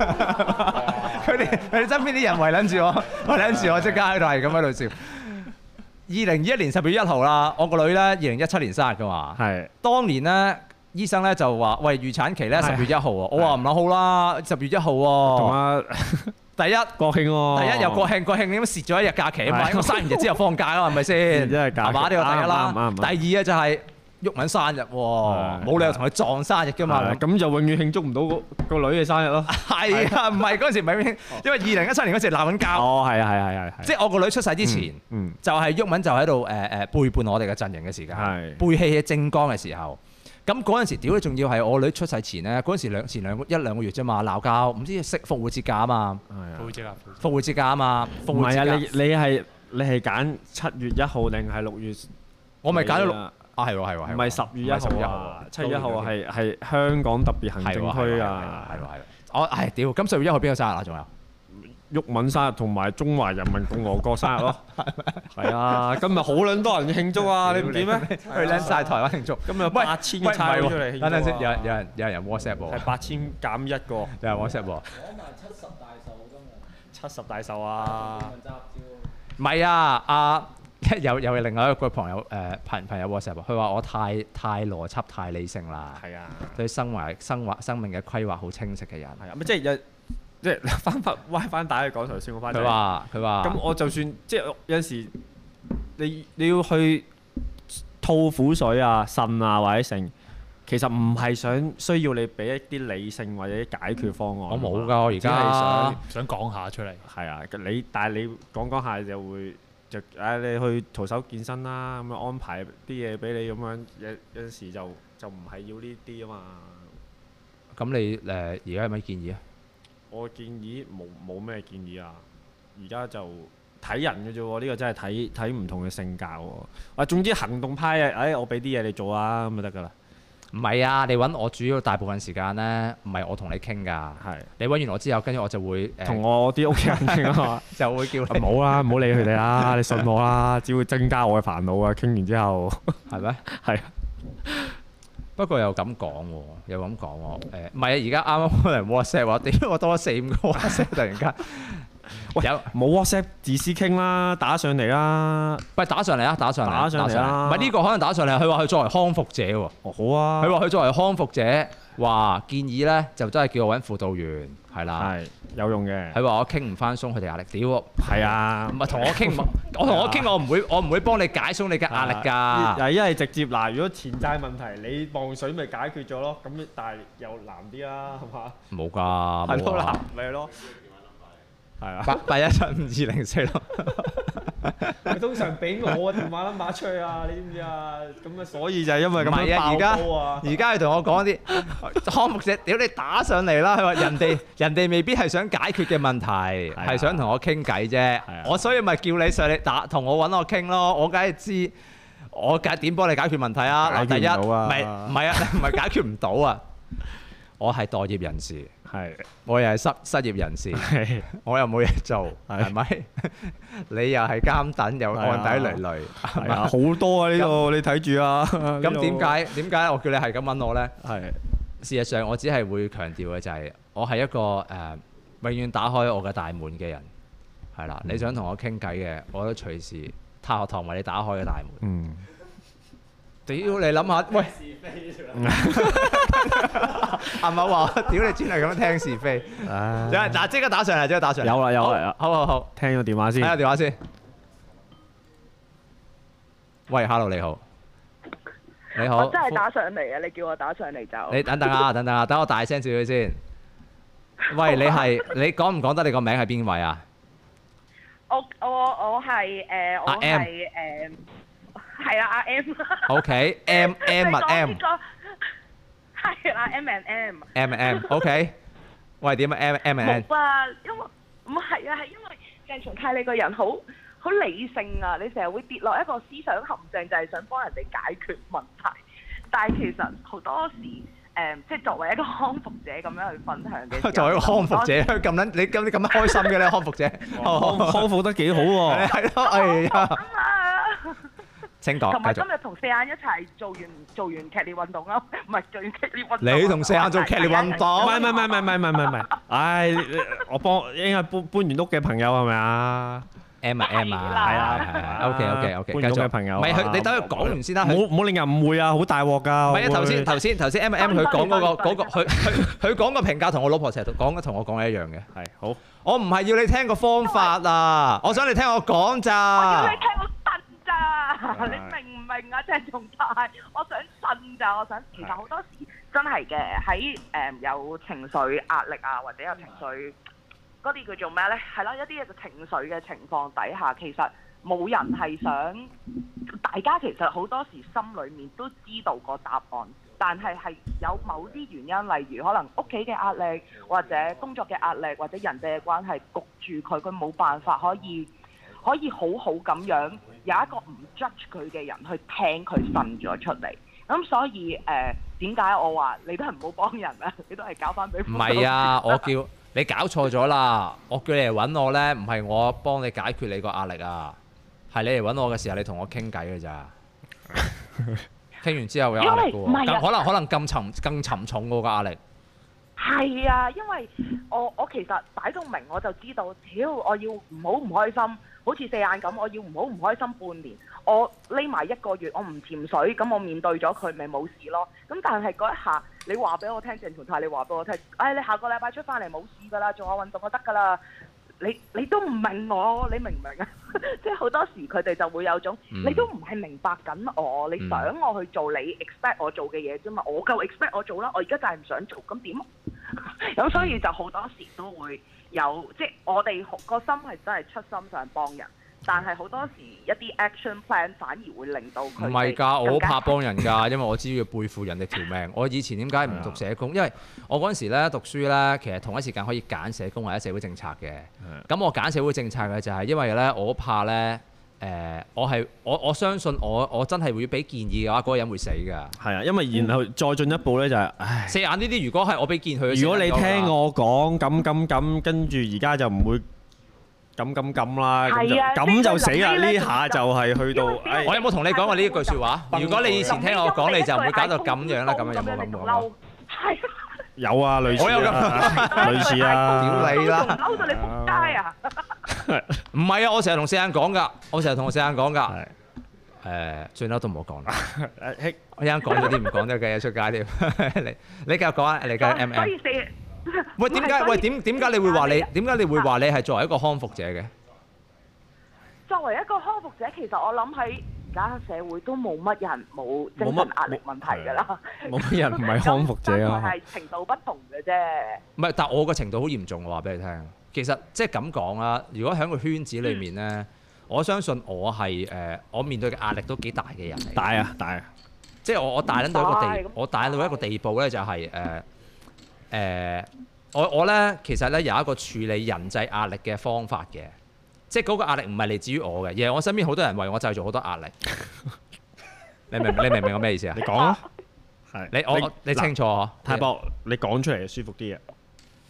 [SPEAKER 1] 佢哋佢哋身邊啲人圍撚住我，圍 [laughs] 撚住我即刻喺度係咁喺度笑。二零二一年十月一號啦，我個女咧二零一七年生日㗎嘛。
[SPEAKER 5] 係
[SPEAKER 1] 當年咧，醫生咧就話：喂，預產期咧
[SPEAKER 5] 係
[SPEAKER 1] 十月一號喎。我話唔諗好啦，十月一號喎。
[SPEAKER 5] 同阿
[SPEAKER 1] 第一，
[SPEAKER 5] 國慶喎。
[SPEAKER 1] 第一又國慶，國慶你咁蝕咗一日假期啊嘛，
[SPEAKER 5] 哦係
[SPEAKER 1] 因為生完日之後放假啦，係咪
[SPEAKER 5] 然 [laughs]
[SPEAKER 1] 先？
[SPEAKER 5] 之後假期
[SPEAKER 1] 係嘛？呢個第一啦
[SPEAKER 5] 啱啱。啱
[SPEAKER 1] 第二啊就係鬱敏生日喎，
[SPEAKER 5] 係
[SPEAKER 1] 冇理由同佢撞生日㗎
[SPEAKER 5] 係
[SPEAKER 1] 嘛。
[SPEAKER 5] 啊咁就永遠慶祝唔到個個女嘅生日咯。
[SPEAKER 1] [laughs] 係啊，唔係嗰陣時唔係咩，因為二零一七年嗰陣時鬧緊交，
[SPEAKER 5] 哦，係啊，係啊，係啊，係啊
[SPEAKER 1] 即係我個女出世之前。
[SPEAKER 5] 嗯。
[SPEAKER 1] 就係鬱文就喺度誒誒背叛我哋嘅陣營嘅時間，
[SPEAKER 5] 係
[SPEAKER 1] 背棄嘅正光嘅時候。咁嗰陣時，屌你仲要係我女出世前咧，嗰陣時兩前兩個一兩個月啫嘛，鬧交，唔知識復活節假啊嘛，
[SPEAKER 5] 係啊
[SPEAKER 4] 好正啊！
[SPEAKER 1] 復活節假啊嘛，復
[SPEAKER 5] 唔
[SPEAKER 1] 活節
[SPEAKER 5] 係
[SPEAKER 1] 假，
[SPEAKER 5] 啊，你你係你係揀七月一號定係六月？
[SPEAKER 1] 我咪揀咗六
[SPEAKER 5] 啊
[SPEAKER 1] 啊，係喎係喎係喎，
[SPEAKER 5] 唔係十月一
[SPEAKER 1] 唔係
[SPEAKER 5] 號啊
[SPEAKER 1] 啊，
[SPEAKER 5] 七月一號
[SPEAKER 1] 係
[SPEAKER 5] 係係香港特別行
[SPEAKER 1] 係
[SPEAKER 5] 政
[SPEAKER 1] 喎
[SPEAKER 5] 區
[SPEAKER 1] 係喎係
[SPEAKER 5] 啊，
[SPEAKER 1] 喎係喎，我係屌，咁十月一號邊個生日啊？ [laughs] 仲有
[SPEAKER 5] 鬱敏生日同埋中華人民共和國生
[SPEAKER 1] [laughs]
[SPEAKER 5] 日咯，係啊，今日好撚多人慶祝啊，你唔知咩？
[SPEAKER 1] 去撚晒台灣慶祝，
[SPEAKER 5] 今日八千個差
[SPEAKER 1] 喂
[SPEAKER 5] 佬
[SPEAKER 1] 唔
[SPEAKER 5] 出
[SPEAKER 1] 係
[SPEAKER 5] 嚟
[SPEAKER 1] 喎
[SPEAKER 5] 慶
[SPEAKER 1] 等陣先，
[SPEAKER 5] 祝
[SPEAKER 1] 有人
[SPEAKER 5] 啊
[SPEAKER 1] 有人有人 WhatsApp 我
[SPEAKER 5] 係，八千減一個
[SPEAKER 1] 有人 WhatsApp 我。
[SPEAKER 3] 講埋七十大壽今日，
[SPEAKER 5] 七十大壽啊！
[SPEAKER 3] 份集照，
[SPEAKER 1] 唔係啊， [laughs] 阿有有另外一個朋友誒、呃朋朋友 WhatsApp，啊佢話我太太邏輯太理性啦，
[SPEAKER 5] 係啊，
[SPEAKER 1] 對生活生活生命嘅規劃好清晰嘅人。
[SPEAKER 5] 係啊，咪即係有即係 [laughs] 翻翻歪翻打去講頭先嗰翻。
[SPEAKER 1] 佢話佢話
[SPEAKER 5] 咁我就算即係有陣時，你你要去吐苦水啊、呻啊或者成，其實唔係想需要你俾一啲理性或者解決方案啊
[SPEAKER 1] 我
[SPEAKER 5] 嘛。
[SPEAKER 1] 冇㗎，我而
[SPEAKER 5] 只係
[SPEAKER 1] 家
[SPEAKER 5] 想
[SPEAKER 4] 想講
[SPEAKER 5] [laughs]
[SPEAKER 4] 下出嚟， [laughs]
[SPEAKER 5] 係啊，你但係你講講下就會就唉、你去徒手健身啦，咁樣安排啲嘢俾你咁樣，有有陣時就就唔係要呢啲啊嘛。
[SPEAKER 1] 咁你誒而家有咩建議啊？
[SPEAKER 5] 我建議冇冇咩建議啊！而家就睇人嘅啫喎，呢、個真係睇睇唔同嘅性格喎、啊，總之行動派啊，哎，我俾啲嘢你做啊，咁就得㗎啦。
[SPEAKER 1] 唔係啊，你揾我主要大部分時間咧，唔係我同你傾㗎，
[SPEAKER 5] 係
[SPEAKER 1] 你揾完我之後，跟住我就會誒、呃
[SPEAKER 5] 同我啲屋企人
[SPEAKER 1] [laughs]
[SPEAKER 5] 傾 [laughs] 啊嘛，
[SPEAKER 1] 就會叫
[SPEAKER 5] 啊
[SPEAKER 1] 你
[SPEAKER 5] 唔好啦，唔好理佢哋 [laughs] 啦，你信我啦，只會增加我嘅煩惱啊。傾完之後，
[SPEAKER 1] 係咩？
[SPEAKER 5] 係
[SPEAKER 1] 不過又咁講喎，又 [laughs]
[SPEAKER 5] [laughs]
[SPEAKER 1] 咁講喎，誒唔係啊！而家啱啱可能 WhatsApp 話，屌我多咗四五個 WhatsApp 突然間，
[SPEAKER 5] 喂
[SPEAKER 1] 有
[SPEAKER 5] 冇 WhatsApp 自私傾啦，打上嚟啦。
[SPEAKER 1] 喂，打上嚟啊！打上嚟，
[SPEAKER 5] 打上嚟啊
[SPEAKER 1] 唔係呢個可能打上嚟，佢話佢作為康復者喎，
[SPEAKER 5] 哦，好啊。
[SPEAKER 1] 佢話佢作為康復者，話建議咧就真係叫我揾輔導員，係啦。
[SPEAKER 5] 係有用嘅。
[SPEAKER 1] 佢話我傾唔翻鬆佢哋壓力，屌我
[SPEAKER 5] 係啊
[SPEAKER 1] 唔。係同我傾，我同我傾我唔會，我唔會幫你解鬆你嘅壓力
[SPEAKER 5] 啊
[SPEAKER 1] 㗎。
[SPEAKER 5] 一係直接嗱，如果錢債問題你望水咪解決咗咯，咁但係又難啲啦，係嘛？
[SPEAKER 1] 冇㗎，
[SPEAKER 5] 係
[SPEAKER 1] 冇
[SPEAKER 5] 咯，
[SPEAKER 1] 啊
[SPEAKER 5] 難咪係咯。係啊，
[SPEAKER 1] 八八一七五二零
[SPEAKER 5] [laughs]
[SPEAKER 1] 四六。
[SPEAKER 5] 佢通常俾我電話 number 出去啊，你知唔知啊？咁啊，所以就係因為咁
[SPEAKER 1] 唔係啊，而
[SPEAKER 5] 樣爆煲
[SPEAKER 1] 家
[SPEAKER 5] 啊。
[SPEAKER 1] 而家佢同我講啲康復者，屌你打上嚟啦！佢話人
[SPEAKER 5] [laughs]
[SPEAKER 1] 哋人哋未必係想解決嘅問題，
[SPEAKER 5] 啊
[SPEAKER 1] 係想同我傾偈啫
[SPEAKER 5] 啊。
[SPEAKER 1] 我所以咪叫你上嚟打，同我揾我傾咯。我梗係知，我梗係點幫你解決問題啊？嗱，
[SPEAKER 5] 解
[SPEAKER 1] 第一，
[SPEAKER 5] 決唔到
[SPEAKER 1] 唔
[SPEAKER 5] 啊
[SPEAKER 1] 係唔係啊， [laughs] 唔係解決唔到啊！我係待業人士，
[SPEAKER 5] 係
[SPEAKER 1] 我又係失失業人
[SPEAKER 5] [laughs]
[SPEAKER 1] 士。
[SPEAKER 5] 係
[SPEAKER 1] 我又冇嘢做，
[SPEAKER 5] 係
[SPEAKER 1] 係咪？ [laughs] 你又係監等，又
[SPEAKER 5] 係
[SPEAKER 1] 案
[SPEAKER 5] 啊
[SPEAKER 1] 底累累，係
[SPEAKER 5] 係
[SPEAKER 1] 咪
[SPEAKER 5] 啊，好多啊呢度，你睇住啊。咁
[SPEAKER 1] 咁點？解點解我叫你係咁揾我呢？
[SPEAKER 5] 係
[SPEAKER 1] 事實上，我只係會強調嘅就係、我係一個誒、永遠打開我嘅大門嘅人，係啦。你想同我傾偈嘅，我都隨時太學堂為你打開嘅大門。
[SPEAKER 5] 嗯。
[SPEAKER 1] 屌你諗 [laughs] 下，喂，阿某話：屌你專係咁樣聽是非。
[SPEAKER 5] 唉
[SPEAKER 1] 有人嗱即刻打上嚟，即刻打上嚟。
[SPEAKER 5] 嗯有啦有啦
[SPEAKER 1] 好
[SPEAKER 5] 有啦嗯
[SPEAKER 1] 好好好，
[SPEAKER 5] 聽咗電話
[SPEAKER 1] 睇下
[SPEAKER 5] 先。
[SPEAKER 1] 電話先。喂，hello，你好，你好，
[SPEAKER 6] 我真係打上嚟啊嘅，你叫我打上嚟就
[SPEAKER 1] 你等等啊，
[SPEAKER 6] [laughs]
[SPEAKER 1] 等等啊，等我大聲少少先。喂，你係你講唔講得你個名係邊位啊？
[SPEAKER 6] 我我我係誒、呃我
[SPEAKER 1] 阿 M
[SPEAKER 6] 係誒係啊啦阿 M
[SPEAKER 1] OK M M
[SPEAKER 6] [laughs] 你
[SPEAKER 1] 啊
[SPEAKER 6] 講
[SPEAKER 1] M
[SPEAKER 6] 呢個係啦 M and M
[SPEAKER 1] M M OK。喂，點啊 M M M
[SPEAKER 6] 冇啊，因為唔係啊，係因為鄭松泰你個人好好理性啊，你成日會跌落一個思想陷阱，就係、想幫人哋解決問題，但係其實好多時誒、呃即係作為一個康復者咁樣去分享
[SPEAKER 1] [laughs]
[SPEAKER 6] 嘅時候，
[SPEAKER 1] 作為一個康復者，咁撚你咁你咁開心
[SPEAKER 6] [laughs]
[SPEAKER 1] 嘅咧，康復者。
[SPEAKER 5] 康康復得幾好喎。
[SPEAKER 1] [laughs] 係咯，哎呀，
[SPEAKER 6] 啊嘛。
[SPEAKER 1] 請講，
[SPEAKER 6] 同埋
[SPEAKER 1] 哦繼
[SPEAKER 6] 今
[SPEAKER 1] 續。
[SPEAKER 6] 日同四眼一齊做完做完劇烈運動啦， [laughs] 唔係做完劇烈運動啊。
[SPEAKER 1] 你同四眼做劇烈運
[SPEAKER 6] [laughs]
[SPEAKER 5] 唔係唔係唔係唔係唔係
[SPEAKER 1] 動
[SPEAKER 5] 唔 [laughs] 係，唉！你你我幫應該搬搬完屋嘅朋友係咪啊？
[SPEAKER 1] M 啊 M 啊，係啊係啊，OK OK OK，
[SPEAKER 5] 搬咗嘅朋友啊
[SPEAKER 1] 唔係佢，你等佢講完先啦。
[SPEAKER 5] 唔好
[SPEAKER 1] 佢
[SPEAKER 5] 唔好令人誤會啊！好大鑊㗎！
[SPEAKER 1] 唔係啊，頭先
[SPEAKER 5] 會
[SPEAKER 1] 頭先頭先 M M 佢講嗰個嗰個佢佢佢講個評價同我老婆成日講嘅同我講嘅一樣嘅。
[SPEAKER 5] 係好
[SPEAKER 1] 我唔係要你聽個方法啊，我想你聽我講
[SPEAKER 6] 我要
[SPEAKER 1] 咋
[SPEAKER 6] 你。聽我呻咋， [laughs] 你明唔明啊？鄭仲泰，我想呻咋，我想其實好多時真係嘅，喺誒有情緒壓力啊，或者有情緒嗰啲叫做咩咧？係啦，一啲嘅情緒嘅情況底下，其實冇人係想，大家其實好多時心裏面都知道個答案。但係係有某啲原因，例如可能屋企嘅壓力，或者工作嘅壓力，或者人際嘅關係焗住佢，佢冇辦法可以可以好好咁樣有一個唔 judge 佢嘅人去聽佢呻咗出嚟。咁所以誒，點、解我話你都係唔好幫人啊？ [laughs] 你都係搞翻俾
[SPEAKER 1] 唔係啊，我叫你搞錯咗啦，我叫你嚟揾我呢，唔係我幫你解決你個壓力啊，係你嚟揾我嘅時候，你同我傾偈嘅咋。傾完之後有壓力嘅
[SPEAKER 6] 因為唔
[SPEAKER 1] 喎，
[SPEAKER 6] 係啊
[SPEAKER 1] 更可能可能更沉更沉重嗰個壓力。
[SPEAKER 6] 係啊，因為我我其實擺到明我就知道，屌我要唔好唔開心，好似四眼咁，我要唔好唔開心半年，我匿埋一個月，我唔潛水，咁我面對咗佢咪冇事咯。咁但係嗰一下，你話俾我聽，鄭松泰，你話俾我聽，唉、你下個禮拜出翻嚟冇事㗎啦，做下運動就得㗎啦。你你都唔明我，你明唔明啊？ [laughs] 即係好多時佢哋就會有種，
[SPEAKER 1] 嗯
[SPEAKER 6] 你都唔係明白緊我，你想我去做你 expect 我做嘅嘢啫嘛，我夠 expect 我做啦，我而家就係唔想做，咁點啊？ [laughs] 咁所以就好多時都會有，即係我哋個心係真係出心想幫人，但係好多時一啲 action plan 反而會令到
[SPEAKER 1] 唔
[SPEAKER 6] 佢
[SPEAKER 1] 係
[SPEAKER 6] 哋
[SPEAKER 1] 㗎，我好
[SPEAKER 6] 更加
[SPEAKER 1] 怕幫人㗎，因為我知要背負人哋條命。我以前點解
[SPEAKER 6] 啊
[SPEAKER 1] 唔讀社工？因為我嗰陣時咧讀書咧，其實同一時間可以揀社工或者社會政策嘅。咁我揀社會政策嘅就係因為咧，我好怕咧，誒、我係我我相信我我真係會俾建議嘅話，嗰、個人會死㗎。
[SPEAKER 5] 係啊，因為然後再進一步咧就係，唉！
[SPEAKER 1] 四眼呢啲，如果係我俾建議佢，
[SPEAKER 5] 如果你聽，我講咁咁咁，跟住而家就唔會咁咁咁啦，咁就
[SPEAKER 6] 係啊
[SPEAKER 5] 咁就死啦！
[SPEAKER 6] 即係臨尾
[SPEAKER 5] 呢
[SPEAKER 6] 咧
[SPEAKER 5] 下就係去到
[SPEAKER 6] 因為啲人
[SPEAKER 5] 唉
[SPEAKER 1] 我有冇同你講過呢一句説話？
[SPEAKER 5] 崩潰
[SPEAKER 1] 如果你以前聽我講，你就唔會搞到咁樣啦，咁樣有冇咁講啊？
[SPEAKER 6] 嬲，係啊
[SPEAKER 5] 有啊，類似
[SPEAKER 1] 我有
[SPEAKER 5] 啊， [laughs] 類似
[SPEAKER 6] [laughs]
[SPEAKER 5] 啊，
[SPEAKER 1] 屌你啦
[SPEAKER 6] 嬲到你仆街啊！
[SPEAKER 1] [laughs] 唔係啊，我成日同四眼講㗎，我成日同我四眼講㗎。
[SPEAKER 5] 係
[SPEAKER 1] 誒、最嬲都唔好講啦，
[SPEAKER 5] 誒嘿
[SPEAKER 1] 我一陣講咗啲唔講得嘅嘢出街添。 [laughs] 你你繼續講啊，你繼續 M
[SPEAKER 6] 所
[SPEAKER 1] M
[SPEAKER 6] 以。四
[SPEAKER 1] 喂，點解
[SPEAKER 6] 唔係
[SPEAKER 1] 喂
[SPEAKER 6] 所以
[SPEAKER 1] 點點解你會
[SPEAKER 6] Ờ,
[SPEAKER 1] 話你點解你會話你係作為一個康復者嘅？
[SPEAKER 6] 作為一個康復者，其實我諗喺而家社會都冇乜人冇精
[SPEAKER 5] 冇
[SPEAKER 6] 神
[SPEAKER 5] 乜
[SPEAKER 6] 壓力問題㗎啦。
[SPEAKER 5] 冇乜人唔係康復者
[SPEAKER 6] 咁
[SPEAKER 5] 啊
[SPEAKER 6] 係程度不同嘅啫。
[SPEAKER 1] 唔係，但我個程度好嚴重，我話俾你聽。其實即係咁講啦，如果喺個圈子裏面咧，
[SPEAKER 6] 嗯
[SPEAKER 1] 我相信我係誒、我面對嘅壓力都幾大嘅人嚟。
[SPEAKER 5] 大啊大啊，
[SPEAKER 1] 即係我我大撚到一個
[SPEAKER 6] 大
[SPEAKER 1] 地
[SPEAKER 6] 嗯咁，
[SPEAKER 1] 我大撚到一個地步咧，就係誒誒，我我咧其實咧有一個處理人際壓力嘅方法嘅，即係嗰個壓力唔係嚟自於我嘅，而係我身邊好多人為我製造好多壓
[SPEAKER 6] [laughs]
[SPEAKER 1] 力。你明你明唔明我咩意思啊
[SPEAKER 5] 你？講啊，係
[SPEAKER 1] 你我我你清
[SPEAKER 5] 嗱
[SPEAKER 1] 楚嗬？
[SPEAKER 5] 太博，你講出嚟舒服啲啊，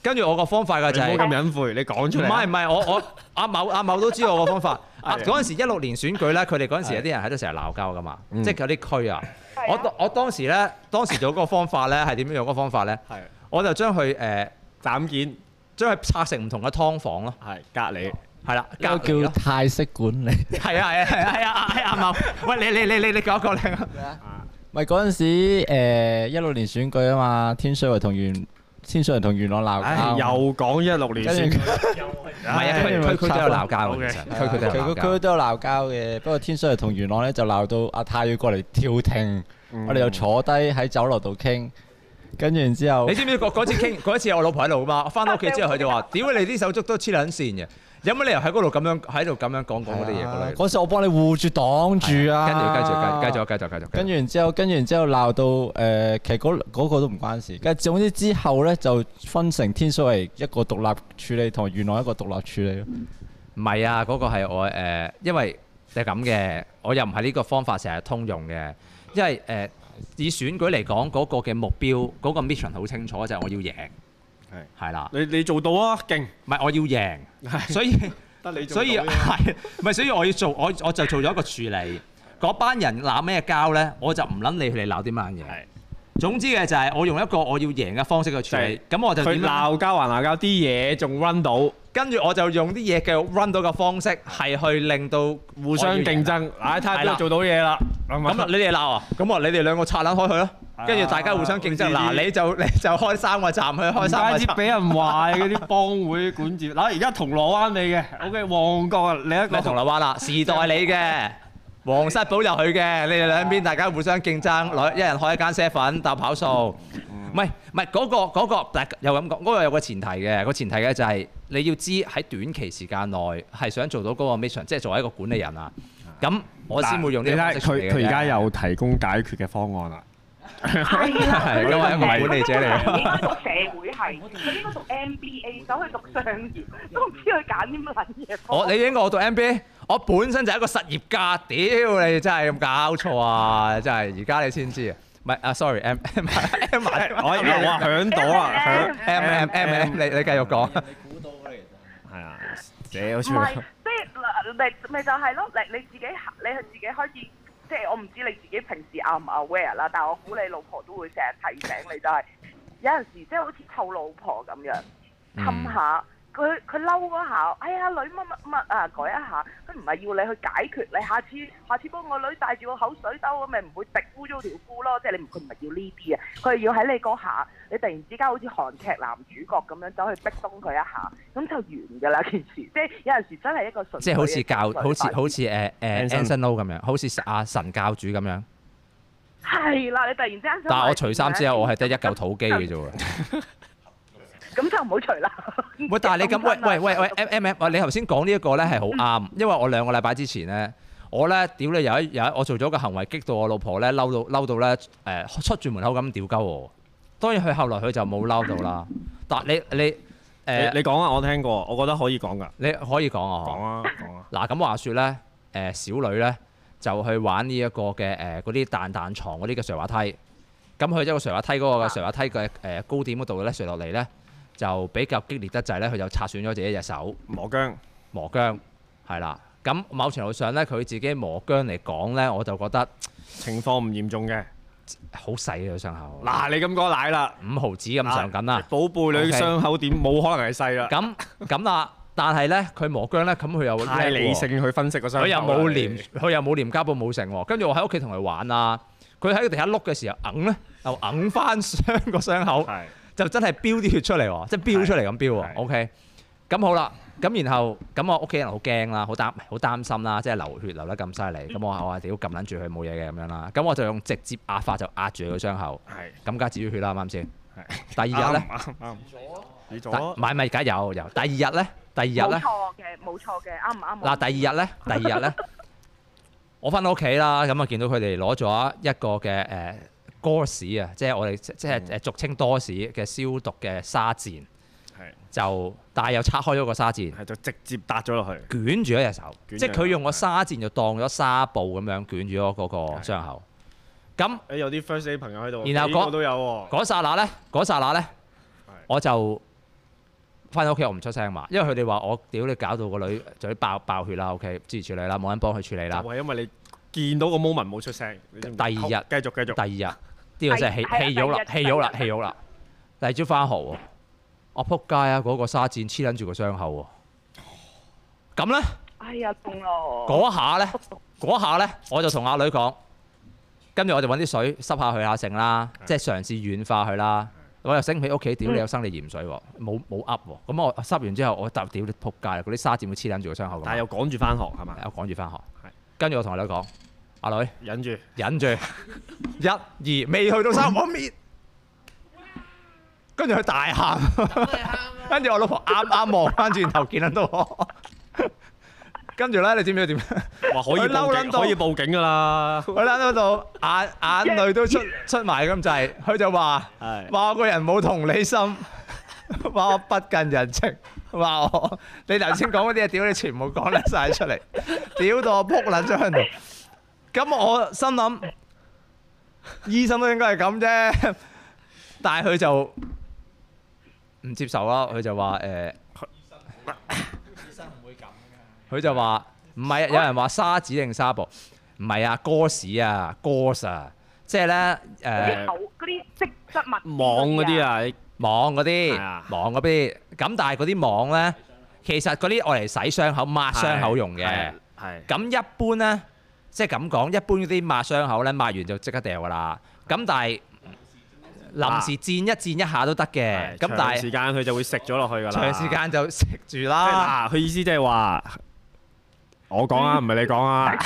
[SPEAKER 1] 跟住我個方法嘅
[SPEAKER 5] 你
[SPEAKER 1] 就
[SPEAKER 5] 唔
[SPEAKER 1] 係、
[SPEAKER 5] 好咁隱晦，你講出
[SPEAKER 1] 唔
[SPEAKER 5] 嚟啊
[SPEAKER 1] 係唔，係，我我阿某阿某都知道我個方法。啊嗰陣時一六年選舉咧，佢哋嗰陣時有啲人喺度成日鬧交噶嘛，
[SPEAKER 5] 嗯
[SPEAKER 1] 即係有啲區啊。
[SPEAKER 6] 係
[SPEAKER 1] 我
[SPEAKER 6] 啊
[SPEAKER 1] 當我當時咧，當時做嗰個方法咧係點樣用嗰個方法咧？
[SPEAKER 5] 係
[SPEAKER 1] 我就將佢誒
[SPEAKER 5] 斬件
[SPEAKER 1] 將佢拆成唔同嘅劏房咯，
[SPEAKER 5] 係隔離，
[SPEAKER 1] 係啦，隔
[SPEAKER 7] 呢個
[SPEAKER 1] 離
[SPEAKER 7] 叫
[SPEAKER 1] 咯，
[SPEAKER 7] 泰式管理。
[SPEAKER 1] 係啊係啊係啊係啊係啊阿茂，喂你你你你你講一個你
[SPEAKER 7] 咪嗰陣時誒一六年選舉啊嘛，天水圍同元天水圍同元朗鬧
[SPEAKER 5] 唉
[SPEAKER 7] 交，
[SPEAKER 5] 又講一六年
[SPEAKER 7] 跟
[SPEAKER 5] 先
[SPEAKER 7] 住。
[SPEAKER 1] 唔係啊，
[SPEAKER 7] 因
[SPEAKER 1] 區
[SPEAKER 7] 為
[SPEAKER 1] 區區都有鬧交嘅，
[SPEAKER 5] OK
[SPEAKER 1] 其實區區都有鬧
[SPEAKER 7] 啊佢
[SPEAKER 1] 交
[SPEAKER 7] 佢。都有鬧交嘅，不過天水圍同元朗咧就鬧到阿太要過嚟跳停，
[SPEAKER 1] 嗯
[SPEAKER 7] 我哋又坐低喺酒樓度傾，跟住然之後
[SPEAKER 1] 你知唔知嗰嗰次
[SPEAKER 7] [laughs]
[SPEAKER 1] 傾嗰次我老婆喺度啊嘛，我翻到屋企之後佢就話：屌你啲手足都黐撚線嘅，有乜理由喺嗰度咁樣喺度咁樣講講嗰啲嘢
[SPEAKER 7] 係啊
[SPEAKER 1] 㗎
[SPEAKER 7] 嗰時我幫你護住擋住
[SPEAKER 1] 啦？
[SPEAKER 7] 啊，
[SPEAKER 1] 跟住繼續繼續繼續繼續繼續。
[SPEAKER 7] 跟住然之後，跟住然之後鬧到誒、呃其實嗰嗰個都唔關事。跟住總之之後咧，就分成天水圍一個獨立處理同元朗一個獨立處理咯。
[SPEAKER 1] 唔係啊，嗰、個係我誒、呃因為係咁嘅，我又唔係呢個方法成日通用嘅，因為誒、呃以選舉嚟講，嗰、個嘅目標嗰、個 mission 好清楚，就係、我要贏，
[SPEAKER 5] 係
[SPEAKER 1] 係啦，
[SPEAKER 5] 你你做到啊，勁！
[SPEAKER 1] 唔係我要贏，所以
[SPEAKER 5] [laughs] 得你
[SPEAKER 1] 所以係唔係？所以我要做，我我就做咗一個處理。嗰班人鬧咩交咧，我就唔撚理佢哋鬧啲乜嘢。總之嘅就係我用一個我要贏嘅方式去處理，咁我就
[SPEAKER 5] 佢
[SPEAKER 1] 點啊啦？
[SPEAKER 5] 鬧交還鬧交，啲嘢仲 run 到，
[SPEAKER 1] 跟住我就用啲嘢繼續 run 到嘅方式，係去令到
[SPEAKER 5] 互相競爭。唉，睇下邊個做到嘢啦。
[SPEAKER 1] 咁啊，你哋鬧啊？咁啊，你哋兩個拆撚開佢咯，跟住大家互相競爭。
[SPEAKER 5] 啊
[SPEAKER 1] 嗱，你就你就開三個站，佢開
[SPEAKER 5] 唔
[SPEAKER 1] 三個
[SPEAKER 5] 單止
[SPEAKER 1] 站。
[SPEAKER 5] 俾人壞嗰啲幫會管治，嗱而家銅鑼灣你嘅，OK 旺角啊，你一
[SPEAKER 1] 咩
[SPEAKER 5] 個
[SPEAKER 1] 銅鑼灣啦？時代你嘅，皇室堡入去嘅，你哋兩邊大家互相競爭，來一人開一間啡粉鬥跑數。唔係唔係，嗰個嗰個，但係又咁講，嗰個有個前提嘅，個前提嘅就係你要知喺短期時間內係想做到嗰個 mission，即係作為一個管理人啊。咁我先會用呢個
[SPEAKER 5] 你
[SPEAKER 1] 方
[SPEAKER 5] 睇
[SPEAKER 1] 式
[SPEAKER 5] 下
[SPEAKER 1] 處理嘅
[SPEAKER 5] 佢
[SPEAKER 1] 啫
[SPEAKER 5] 佢而家有提供解決嘅方案
[SPEAKER 1] [laughs]
[SPEAKER 5] 啦。
[SPEAKER 6] 係啦，
[SPEAKER 1] 係因為一個管理者嚟嘅。
[SPEAKER 6] 應該讀社會係，佢應該讀 MBA，走去讀商業，都唔知佢揀啲乜撚嘢科。
[SPEAKER 1] 我你應該我讀 MBA，我本身就係一個實業家，屌你真係咁搞錯啊！真係而家你先知啊，唔係啊，sorry，M M M
[SPEAKER 5] 我我話哎響到啊，響
[SPEAKER 1] M M M，你你繼續講，
[SPEAKER 3] 你估到嘅其實。
[SPEAKER 5] 係啊，寫咗
[SPEAKER 6] 唔係，即係嗱咪咪就係咯，你你自己你係自己開始，即係我唔知你自己平時 a 唔 aware 啦，但係我估你老婆都會成日提醒你，就係、有陣時即係好似湊老婆咁樣，氹下佢佢嬲嗰下，哎呀女乜乜乜啊改一下，佢唔係要你去解決，你下次下次幫我女帶住個口水兜咁，咪唔會滴污糟條褲咯，即係你唔佢唔係要呢啲啊，佢係要喺你嗰下，你突然之間好似韓劇男主角咁樣走去逼東佢一下，咁就完㗎啦件事，即係有陣時真係一個純
[SPEAKER 1] 即係好似教，好似好似誒誒
[SPEAKER 5] Anson
[SPEAKER 1] Anson Lo 咁樣，好似阿神教主咁樣。
[SPEAKER 6] 係啦，你突然之間想
[SPEAKER 1] 但係我
[SPEAKER 6] 買
[SPEAKER 1] 除衫之後，我係得一嚿土機嘅啫喎。
[SPEAKER 6] 咁就唔好除啦。
[SPEAKER 1] [laughs] 喂，但係你咁喂喂喂喂 M M M，喂你頭先講呢一個咧係好啱，因為我兩個禮拜之前咧。我咧屌你有一有一我做咗個行為激到我老婆咧嬲到嬲到咧誒、出住門口咁屌鳩我。當然佢後來佢就冇嬲到啦。但你你誒、
[SPEAKER 5] 你講啊，我聽過，我覺得可以講噶。
[SPEAKER 1] 你可以講我
[SPEAKER 5] 講啊，講啊。
[SPEAKER 1] 嗱咁話說咧，誒、小女咧就去玩呢一個嘅誒嗰啲彈彈床嗰啲嘅垂滑梯，咁佢一個垂滑梯嗰
[SPEAKER 5] 啊
[SPEAKER 1] 個嘅垂滑梯嘅誒高點嗰度咧垂落嚟咧就比較激烈得滯咧，佢就擦損咗自己隻手
[SPEAKER 5] 磨姜
[SPEAKER 1] 磨姜，係啦。咁某程度上咧，佢自己磨姜嚟講咧，我就覺得
[SPEAKER 5] 情況唔嚴重嘅，
[SPEAKER 1] 好啊細嘅傷口，
[SPEAKER 5] 嗱，你咁講奶啦，
[SPEAKER 1] 五毫子咁上緊
[SPEAKER 5] [laughs]
[SPEAKER 1] 啦。
[SPEAKER 5] 寶貝女
[SPEAKER 1] OK
[SPEAKER 5] 傷口點冇可能係細啦，
[SPEAKER 1] 咁咁啦，但係咧佢磨姜咧，咁佢又叻
[SPEAKER 5] 太
[SPEAKER 1] 喎
[SPEAKER 5] 理性去分析個傷口啦，
[SPEAKER 1] 佢又冇
[SPEAKER 5] 你
[SPEAKER 1] 廉，佢又冇廉家寶冇成喎。跟住我喺屋企同佢玩啊，佢喺地下碌嘅時候，揞咧又揞翻傷個傷口，
[SPEAKER 5] 係
[SPEAKER 1] 就真係飆啲血出嚟喎，即係飆出嚟咁飆
[SPEAKER 5] 係
[SPEAKER 1] 喎。OK，咁好啦，咁然後咁我屋企人好驚啦，好擔好擔心啦，即係流血流得咁犀利。
[SPEAKER 5] 嗯
[SPEAKER 1] 咁我話我話屌撳撚住佢冇嘢嘅咁樣啦。咁我就用直接壓法就壓住佢個傷口，
[SPEAKER 5] 係
[SPEAKER 1] 咁加止咗血啦，啱唔啱先？第二日
[SPEAKER 5] 啱
[SPEAKER 1] 咧，
[SPEAKER 5] 啱啱，你
[SPEAKER 1] 第唔
[SPEAKER 5] 咗
[SPEAKER 1] 係唔係，梗係有有。第二日咧，第二日
[SPEAKER 6] 冇
[SPEAKER 1] 咧。
[SPEAKER 6] 錯嘅，冇錯嘅，啱唔啱？
[SPEAKER 1] 嗱，第二日咧，第二日咧， [laughs] 我翻到屋企啦，咁啊見到佢哋攞咗一個嘅誒歌士啊，即係我哋即即係誒俗稱多士嘅消毒嘅沙墊，
[SPEAKER 5] 係
[SPEAKER 1] 就但係又拆開咗個沙墊，
[SPEAKER 5] 係就直接搭咗落去，
[SPEAKER 1] 捲住咗隻手，
[SPEAKER 5] 捲咗
[SPEAKER 1] 即係佢用個沙墊就當咗紗布咁樣捲住咗嗰個傷口。咁
[SPEAKER 5] 誒有啲 first aid 朋友喺度，
[SPEAKER 1] 然後
[SPEAKER 5] 呢
[SPEAKER 1] 嗰
[SPEAKER 5] 個都有喎，
[SPEAKER 1] 嗰剎那咧，嗰剎那咧，我就翻到屋企，我唔出聲嘛，因為佢哋話我屌你搞到個女嘴爆爆血啦，OK，支持處理啦，冇人幫佢處理啦
[SPEAKER 5] 就。係因為你見到個 moment 冇出聲，你知唔知
[SPEAKER 1] 第二日
[SPEAKER 5] 好繼續繼續
[SPEAKER 1] 第二日，呢個真係氣
[SPEAKER 6] 係
[SPEAKER 1] 氣咗啦，氣
[SPEAKER 6] 係
[SPEAKER 1] 咗啦，
[SPEAKER 6] 第
[SPEAKER 1] 氣咗啦。第二朝翻學喎，我撲街啊！嗰個沙墊黐撚住個傷口喎。咁咧，
[SPEAKER 6] 哎呀，痛咯！
[SPEAKER 1] 嗰下咧，嗰下咧，我就同阿女講，跟住我就揾啲水濕下佢啊，成啦，即係嘗試軟化佢啦。我又醒起屋企，屌你有生理鹽水喎，冇冇噏喎。咁我濕完之後，我就屌你撲街啦！嗰啲沙墊會黐撚住個傷口咁。
[SPEAKER 5] 但係又趕住翻學係嘛？
[SPEAKER 1] 我趕住翻學
[SPEAKER 5] 係，
[SPEAKER 1] 跟住我同阿女講，阿女。
[SPEAKER 5] 忍住，
[SPEAKER 1] 忍住， [laughs] 一、二，未去到三，我搣，跟住佢大喊，跟住我老婆啱啱望翻轉頭見到我， [laughs] 跟住咧，你知唔知佢點？ [laughs]
[SPEAKER 5] 話可
[SPEAKER 1] 佢
[SPEAKER 5] 以
[SPEAKER 1] 嬲
[SPEAKER 5] 報
[SPEAKER 1] 撚
[SPEAKER 5] 警，
[SPEAKER 1] 到
[SPEAKER 5] 可以報警㗎
[SPEAKER 1] [laughs]
[SPEAKER 5] 啦，
[SPEAKER 1] 佢攬到度眼眼淚都出出埋咁滯，佢就話
[SPEAKER 5] 係
[SPEAKER 1] 話我個人冇同理心， [laughs] 話我不近人情，話我你頭先講嗰啲嘢，屌你全部講得晒出嚟，屌到我撲撚咗喺度。咁我心諗，醫生都應該係咁啫，但係佢就唔接受啦。佢就話誒，佢就話唔係，有人話沙紙定沙布，唔係啊，歌屎啊，歌啊，即係咧
[SPEAKER 6] 嗰
[SPEAKER 1] 誒
[SPEAKER 6] 啲口嗰啲積質物
[SPEAKER 5] 網嗰啲
[SPEAKER 6] [laughs] 啊，
[SPEAKER 5] 啊，你
[SPEAKER 1] 網嗰
[SPEAKER 5] 係啊
[SPEAKER 1] 啲，網嗰啲，咁但係嗰啲網咧，其實嗰啲愛嚟洗傷口、抹傷口用嘅。
[SPEAKER 5] 係
[SPEAKER 1] 咁一般咧，即係咁講，一般嗰啲抹傷口咧，抹完就即刻掉噶啦。咁但係臨時攢一攢一下都得嘅。咁但
[SPEAKER 5] 長時
[SPEAKER 1] 係
[SPEAKER 5] 間佢就會食咗落去㗎啦，
[SPEAKER 1] 長時間就食住
[SPEAKER 5] 即係
[SPEAKER 1] 啦。
[SPEAKER 5] 嗱，佢意思即係話我講啊，唔係你講啊，
[SPEAKER 6] 啊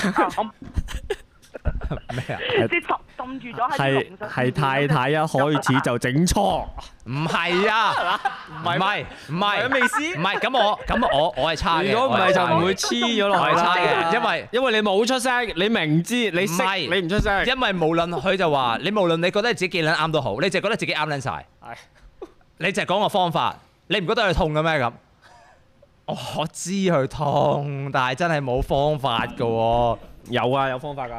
[SPEAKER 6] 我
[SPEAKER 1] 咩啊？
[SPEAKER 6] 即係浸浸住咗喺啲
[SPEAKER 5] 係
[SPEAKER 6] 龍身
[SPEAKER 5] 係
[SPEAKER 6] 上
[SPEAKER 5] 太太一開始就整錯，
[SPEAKER 1] 唔係
[SPEAKER 5] [laughs]
[SPEAKER 1] 啊，唔係唔係
[SPEAKER 5] 咩意思
[SPEAKER 1] 唔係咁我咁我我係差嘅。
[SPEAKER 5] 如果唔
[SPEAKER 1] 我
[SPEAKER 5] 係
[SPEAKER 1] 係差
[SPEAKER 5] 就
[SPEAKER 1] 嘅
[SPEAKER 5] 唔會黐咗
[SPEAKER 1] 我
[SPEAKER 5] 落
[SPEAKER 1] 係
[SPEAKER 5] 去
[SPEAKER 1] 差
[SPEAKER 5] 啦。
[SPEAKER 1] 嘅，因為。
[SPEAKER 5] 因為你冇出聲，你明知你
[SPEAKER 1] 唔係
[SPEAKER 5] 識，你唔出聲。
[SPEAKER 1] 因為無論佢就話你無論你覺得你自己幾撚啱都好，你就覺得自己啱撚晒。你就係講個方法，你唔覺得佢痛嘅咩咁？我知佢痛，但係真係冇方法嘅喎。
[SPEAKER 5] 有啊，有方法㗎，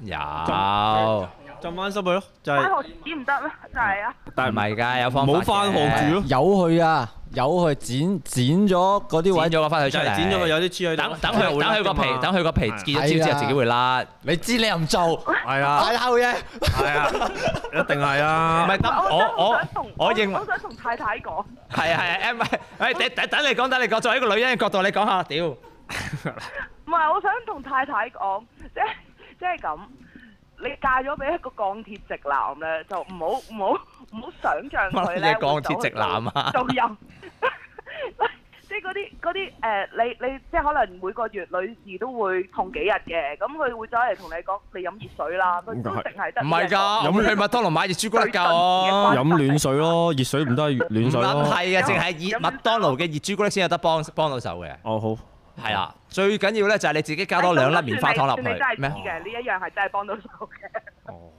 [SPEAKER 1] 有，
[SPEAKER 5] 浸翻濕佢咯，就係
[SPEAKER 6] 翻學點唔得咩？就係啊，
[SPEAKER 1] 但係唔係㗎，有方法。
[SPEAKER 5] 冇翻學住。咯，
[SPEAKER 7] 有佢啊，有佢剪剪咗嗰啲
[SPEAKER 1] 剪
[SPEAKER 7] 位
[SPEAKER 1] 咗，個翻佢出
[SPEAKER 5] 就
[SPEAKER 1] 嚟，
[SPEAKER 5] 係剪咗佢有啲黐喺度
[SPEAKER 1] 等
[SPEAKER 5] 咯。
[SPEAKER 1] 等佢等佢個皮，等佢個皮結咗焦之
[SPEAKER 7] 係
[SPEAKER 1] 後
[SPEAKER 7] 啊
[SPEAKER 1] 自己會甩。
[SPEAKER 7] 你知你又唔做，
[SPEAKER 5] 係啊，
[SPEAKER 7] 擺後嘢。
[SPEAKER 5] 係啊，一定係啊。
[SPEAKER 1] 唔係等
[SPEAKER 6] 我
[SPEAKER 1] 我
[SPEAKER 6] 我
[SPEAKER 1] 我
[SPEAKER 6] 想同
[SPEAKER 1] 我認為
[SPEAKER 6] 我想同太太講，
[SPEAKER 1] 係啊係啊，誒唔係，誒等等等你講等你講，作為一個女人嘅角度你講下，屌。
[SPEAKER 6] 唔係我想同太太講，即係即係咁。你嫁咗俾一個鋼鐵直男咧，就唔好唔好唔好想像佢
[SPEAKER 1] 乜
[SPEAKER 6] 咧
[SPEAKER 1] 嘢鋼鐵直男啊
[SPEAKER 6] 會走去做任即係嗰啲嗰啲誒，你你即係可能每個月女士都會痛幾日嘅，咁佢會走嚟同你講，你飲熱水啦，佢都淨係得
[SPEAKER 1] 唔係㗎，我
[SPEAKER 6] 呢
[SPEAKER 1] 會
[SPEAKER 6] 一
[SPEAKER 1] 去
[SPEAKER 6] 個
[SPEAKER 1] 麥當勞買熱朱古力㗎
[SPEAKER 6] 最
[SPEAKER 1] 我
[SPEAKER 6] 近嘅。
[SPEAKER 5] 飲暖水咯，熱水唔得暖水
[SPEAKER 1] 唔撚
[SPEAKER 5] 咯。
[SPEAKER 1] 係啊，淨係熱
[SPEAKER 6] 飲
[SPEAKER 1] 麥當勞嘅熱朱古力先有得幫幫到手嘅。
[SPEAKER 5] 哦，好。
[SPEAKER 1] 係啦，最緊要咧就係你自己加多兩粒棉花糖落去
[SPEAKER 6] 你哎真係知
[SPEAKER 1] 咩？
[SPEAKER 6] 嘅，呢一樣係真係幫到手嘅。 [laughs]
[SPEAKER 5] 哦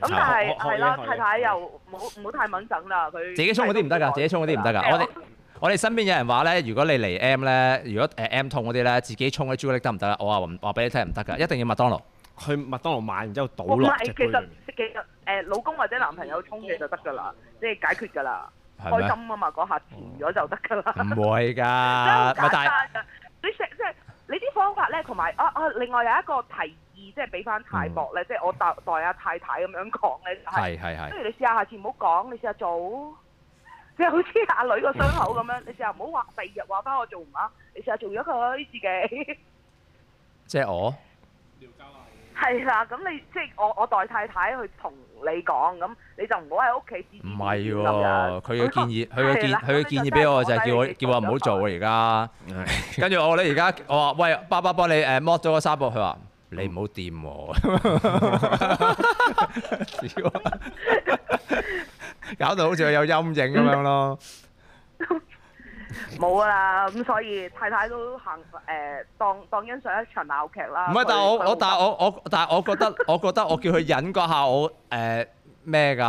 [SPEAKER 6] 咁但係
[SPEAKER 5] 學學嘢
[SPEAKER 6] 係啦，
[SPEAKER 5] 學嘢
[SPEAKER 6] 太太又唔好唔好太敏感啦，佢
[SPEAKER 1] 自己沖嗰啲唔得㗎，自己沖嗰啲唔得㗎。我哋我哋身邊有人話咧，如果你嚟 M 咧，如果誒 M 痛嗰啲咧，自己沖啲朱古力得唔得啊？我話唔話俾你聽唔得㗎，一定要麥當勞。
[SPEAKER 5] 去麥當勞買，然之後倒
[SPEAKER 6] 我唔
[SPEAKER 5] 落
[SPEAKER 6] 係
[SPEAKER 5] 隻
[SPEAKER 6] 其
[SPEAKER 5] 杯裏
[SPEAKER 6] 實
[SPEAKER 5] 面。
[SPEAKER 6] 其實誒老公或者男朋友沖嘅就得㗎啦，即係解決㗎啦，
[SPEAKER 1] 係
[SPEAKER 6] 開
[SPEAKER 1] 咩？
[SPEAKER 6] 心啊嘛，嗰下甜咗就得㗎啦。
[SPEAKER 1] 唔會㗎，
[SPEAKER 6] [laughs] 真係好
[SPEAKER 1] 嗯咪但係
[SPEAKER 6] 啊簡單㗎你食即係你啲方法咧，同埋啊啊，另外有一個提議即係俾翻
[SPEAKER 1] 嗯
[SPEAKER 6] 泰博咧，即係我代代阿太太咁樣講咧，就係
[SPEAKER 1] 係係
[SPEAKER 6] 不
[SPEAKER 1] 係，
[SPEAKER 6] 如你試下下次唔好講，你試下做，即係好似阿女個傷口咁樣，你試下唔好話第二日話翻我做唔啱，你試下做咗佢自己。
[SPEAKER 1] 即係我
[SPEAKER 6] [laughs] 係啦，咁你即係我我代太太去同你講，咁你就唔好喺屋企指指
[SPEAKER 1] 唔
[SPEAKER 6] 點
[SPEAKER 1] 係
[SPEAKER 6] 點咁
[SPEAKER 1] 喎，
[SPEAKER 6] 樣
[SPEAKER 1] 佢嘅建
[SPEAKER 6] [laughs]
[SPEAKER 1] 議，佢嘅建
[SPEAKER 6] 係啦
[SPEAKER 1] 佢嘅建議俾我就係叫我叫我唔好做啊而家。 [laughs] 跟住我咧而家我話喂，爸爸幫你誒剝咗個紗布，佢話你唔好掂喎，屌 [laughs] 搞到好似佢有陰影咁樣咯。
[SPEAKER 6] [laughs] 冇㗎啦，咁所以太太都行誒、當當欣賞一場鬧劇啦。
[SPEAKER 1] 唔係，但係我
[SPEAKER 6] 佢
[SPEAKER 1] 我但係我我但係我覺得我覺得我叫佢忍嗰下我誒咩㗎？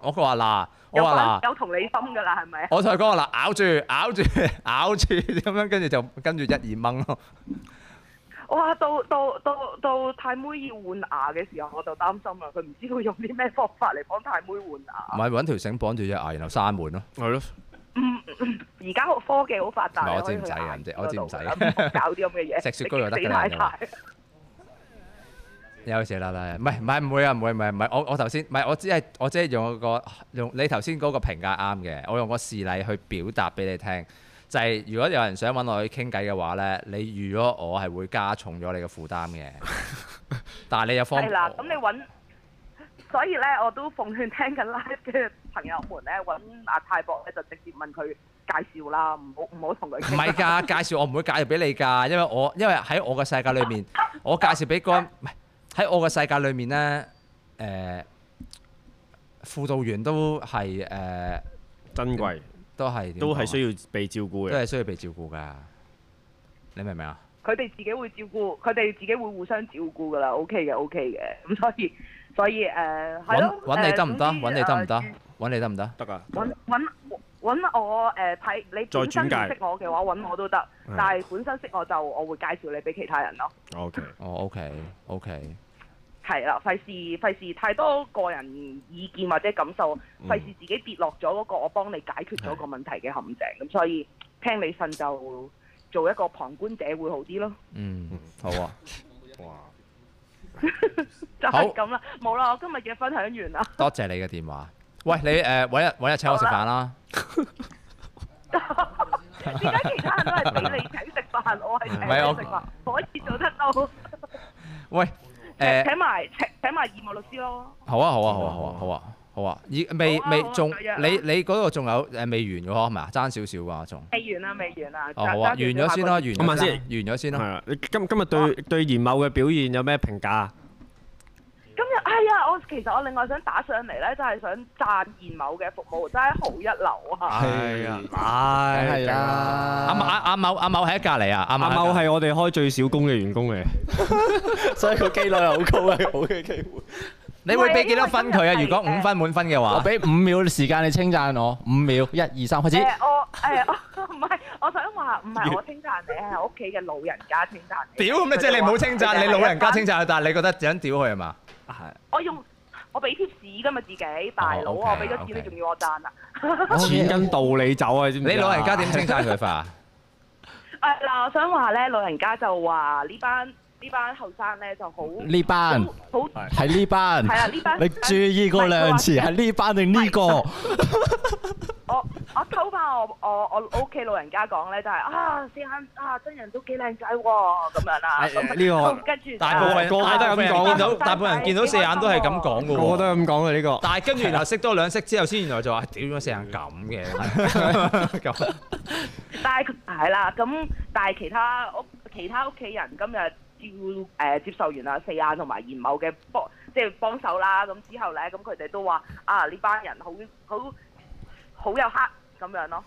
[SPEAKER 1] 我話嗱，我
[SPEAKER 6] 有
[SPEAKER 1] 話
[SPEAKER 6] 關
[SPEAKER 1] 嗱，
[SPEAKER 6] 有同理心㗎啦，係咪？
[SPEAKER 1] 我同佢講話嗱，咬住咬住 [laughs] 咬住咁樣，跟住就跟住一二掹咯。
[SPEAKER 6] 哇！到到到到太妹要換牙嘅時候，我就擔心啦，佢唔知佢用啲咩方法嚟幫太妹換
[SPEAKER 1] 唔
[SPEAKER 6] 牙。
[SPEAKER 1] 係揾條繩綁住隻牙，然後閂門咯。
[SPEAKER 5] 係咯，
[SPEAKER 6] 而家科技好發達，
[SPEAKER 1] 唔係我知
[SPEAKER 6] 你可
[SPEAKER 1] 唔
[SPEAKER 6] 以
[SPEAKER 1] 使啊
[SPEAKER 6] 去
[SPEAKER 1] 嘅
[SPEAKER 6] 牙
[SPEAKER 1] 唔知我知唔使
[SPEAKER 6] 醫嗰度㗎搞啲咁嘅
[SPEAKER 1] [laughs]
[SPEAKER 6] 嘢，
[SPEAKER 1] 食雪糕就得㗎
[SPEAKER 6] 你激死
[SPEAKER 1] 啦
[SPEAKER 6] 太
[SPEAKER 1] 你話
[SPEAKER 6] 太。
[SPEAKER 1] 有時啦啦，唔係唔係唔會啊，唔會唔係唔係，我我頭先唔係我只係我只係用個用你頭先嗰個評價啱嘅，我用個事例去表達俾你聽，就係、如果有人想揾我去傾偈嘅話咧，你預咗我係會加重咗你嘅負擔
[SPEAKER 6] [laughs]
[SPEAKER 1] 嘅，但係你又方
[SPEAKER 6] 係啦，咁你揾，所以咧我都奉勸聽緊 live 嘅朋友們咧，揾阿泰博咧就直接問佢介紹啦，唔好唔好同佢
[SPEAKER 1] 唔係
[SPEAKER 6] 傾
[SPEAKER 1] 㗎，介紹我唔會介紹俾你㗎，因為我因為喺我嘅世界裏
[SPEAKER 6] [laughs]
[SPEAKER 1] 面，我介紹俾嗰唔係喺我嘅世界裏面咧，誒、輔導員都係誒、
[SPEAKER 5] 珍貴
[SPEAKER 1] 都係點講
[SPEAKER 5] 都
[SPEAKER 1] 啊
[SPEAKER 5] 係需要被照顧
[SPEAKER 1] 都
[SPEAKER 5] 嘅。
[SPEAKER 1] 係需要被照顧㗎。你明唔明啊？
[SPEAKER 6] 佢哋自己會照顧，佢哋自己會互相照顧噶啦，OK 嘅，OK 嘅。咁所以，所以誒，係、
[SPEAKER 1] 揾
[SPEAKER 6] 咯。
[SPEAKER 1] 揾你
[SPEAKER 6] 誒
[SPEAKER 1] 得唔得？
[SPEAKER 6] 總之
[SPEAKER 1] 揾你得唔得
[SPEAKER 6] 誒？
[SPEAKER 1] 揾你得唔得？
[SPEAKER 5] 得噶，
[SPEAKER 6] 揾揾揾我誒睇、你
[SPEAKER 5] 再
[SPEAKER 6] 本身
[SPEAKER 5] 轉介
[SPEAKER 6] 唔識我嘅話，揾我都得。
[SPEAKER 5] 嗯
[SPEAKER 6] 但係本身識我就，我會介紹你俾其他人咯。
[SPEAKER 5] ，OK，
[SPEAKER 1] 哦，OK OK，
[SPEAKER 6] 係啦，費事費事太多個人意見或者感受，
[SPEAKER 5] 嗯
[SPEAKER 6] 費事自己跌落咗嗰個我幫你解決咗個問題嘅陷阱。咁所以聽你瞓就做一個旁觀者會好啲咯。
[SPEAKER 1] 嗯，好啊，
[SPEAKER 5] 哇，
[SPEAKER 6] 就
[SPEAKER 1] 好
[SPEAKER 6] 係咁啦，冇啦，我今日嘅分享
[SPEAKER 5] [laughs]
[SPEAKER 6] 完啦。
[SPEAKER 1] 多謝你嘅電話。喂，你誒揾日揾日請我食飯
[SPEAKER 6] 啊
[SPEAKER 1] 啦。
[SPEAKER 6] 點解其他人都係俾你請食飯，我係請
[SPEAKER 1] 唔係我
[SPEAKER 6] 你食飯，可以做得到？
[SPEAKER 1] 喂，
[SPEAKER 6] 請
[SPEAKER 1] 誒
[SPEAKER 6] 請埋請請埋義務律師咯。
[SPEAKER 1] 好啊好啊好啊好啊好啊好啊，已未
[SPEAKER 6] 好啊
[SPEAKER 1] 未
[SPEAKER 6] 好啊
[SPEAKER 1] 仲
[SPEAKER 6] 再約啊
[SPEAKER 1] 你你嗰個仲有誒未完嘅嗬，係咪啊？爭少少㗎仲。
[SPEAKER 6] 未完啦，未完啦。
[SPEAKER 1] 哦好啊，完咗先啦，完
[SPEAKER 5] 咁
[SPEAKER 1] 咗
[SPEAKER 5] 問
[SPEAKER 1] 先
[SPEAKER 5] 先
[SPEAKER 1] 啦，完咗先
[SPEAKER 5] 係
[SPEAKER 1] 啦。
[SPEAKER 5] 啦。你今今日對對嚴某嘅表現有咩評價？
[SPEAKER 6] 今日哎呀，我其實我另外想打上嚟咧，就係想讚現某嘅服務真係好一流啊！
[SPEAKER 5] 係啊，
[SPEAKER 7] 梗係啊
[SPEAKER 5] 係
[SPEAKER 7] 啦，
[SPEAKER 1] 阿某阿阿某阿某喺隔離啊，阿某
[SPEAKER 5] 阿
[SPEAKER 1] 喺
[SPEAKER 5] 某
[SPEAKER 1] 隔離
[SPEAKER 5] 係我哋開最少工嘅員工嚟，
[SPEAKER 7] 所以個機率係好
[SPEAKER 5] [laughs]
[SPEAKER 7] 高嘅，好嘅機會。
[SPEAKER 1] 你會俾幾多
[SPEAKER 6] 唔係
[SPEAKER 1] 分
[SPEAKER 6] 因為
[SPEAKER 1] 佢啊？
[SPEAKER 6] 今
[SPEAKER 1] 如
[SPEAKER 6] 日
[SPEAKER 1] 果
[SPEAKER 6] 係
[SPEAKER 1] 五分滿分嘅
[SPEAKER 7] 我
[SPEAKER 1] 話，
[SPEAKER 7] 俾五秒時間你稱讚我，五秒，一二三，開始
[SPEAKER 6] 誒。我誒我 [laughs] 唔係，我想話唔係我稱讚你，係我屋企嘅老人家稱讚你。
[SPEAKER 1] 屌咁你即係你唔好稱讚你老人家稱讚佢，但係你覺得想屌佢係嘛？
[SPEAKER 6] 啊我用我俾貼士噶嘛自己，大佬
[SPEAKER 1] 哦，OK，
[SPEAKER 6] 啊我俾咗錢，你
[SPEAKER 1] OK
[SPEAKER 6] 仲要我讚啊？
[SPEAKER 5] 錢跟道理走啊！你知唔知
[SPEAKER 1] 你
[SPEAKER 5] 啊
[SPEAKER 1] 老人家點稱讚佢法？
[SPEAKER 6] 誒嗱，我想話咧，老人家就話呢班呢班後生咧就好
[SPEAKER 7] 呢班
[SPEAKER 6] 好好
[SPEAKER 7] 係呢班，
[SPEAKER 6] 係啊啊呢班
[SPEAKER 7] 你注意嗰兩次啊係呢班定呢個？
[SPEAKER 6] 我我偷翻我我我我屋企老人家講咧，就係啊四眼啊真人都幾靚仔喎咁樣啦。
[SPEAKER 5] 誒呢
[SPEAKER 6] 咁
[SPEAKER 5] 個
[SPEAKER 6] 跟住就
[SPEAKER 1] 哎大
[SPEAKER 6] 啊
[SPEAKER 1] 部分
[SPEAKER 5] 個個都係咁講
[SPEAKER 1] 見到大部分人見到四眼都係咁講嘅
[SPEAKER 5] 個個
[SPEAKER 1] 喎。
[SPEAKER 5] 都係咁講嘅呢個。
[SPEAKER 1] 但係跟住然後識多兩識之後，先原來就話啊屌咗四眼咁嘅， [laughs] 咁
[SPEAKER 6] 但係係啦，咁但係其他屋其他屋企人今日照誒、呃接受完啊四眼同埋嚴某嘅幫即係幫手啦，咁之後咧，咁佢哋都話啊呢班人好好好有黑咁樣咯，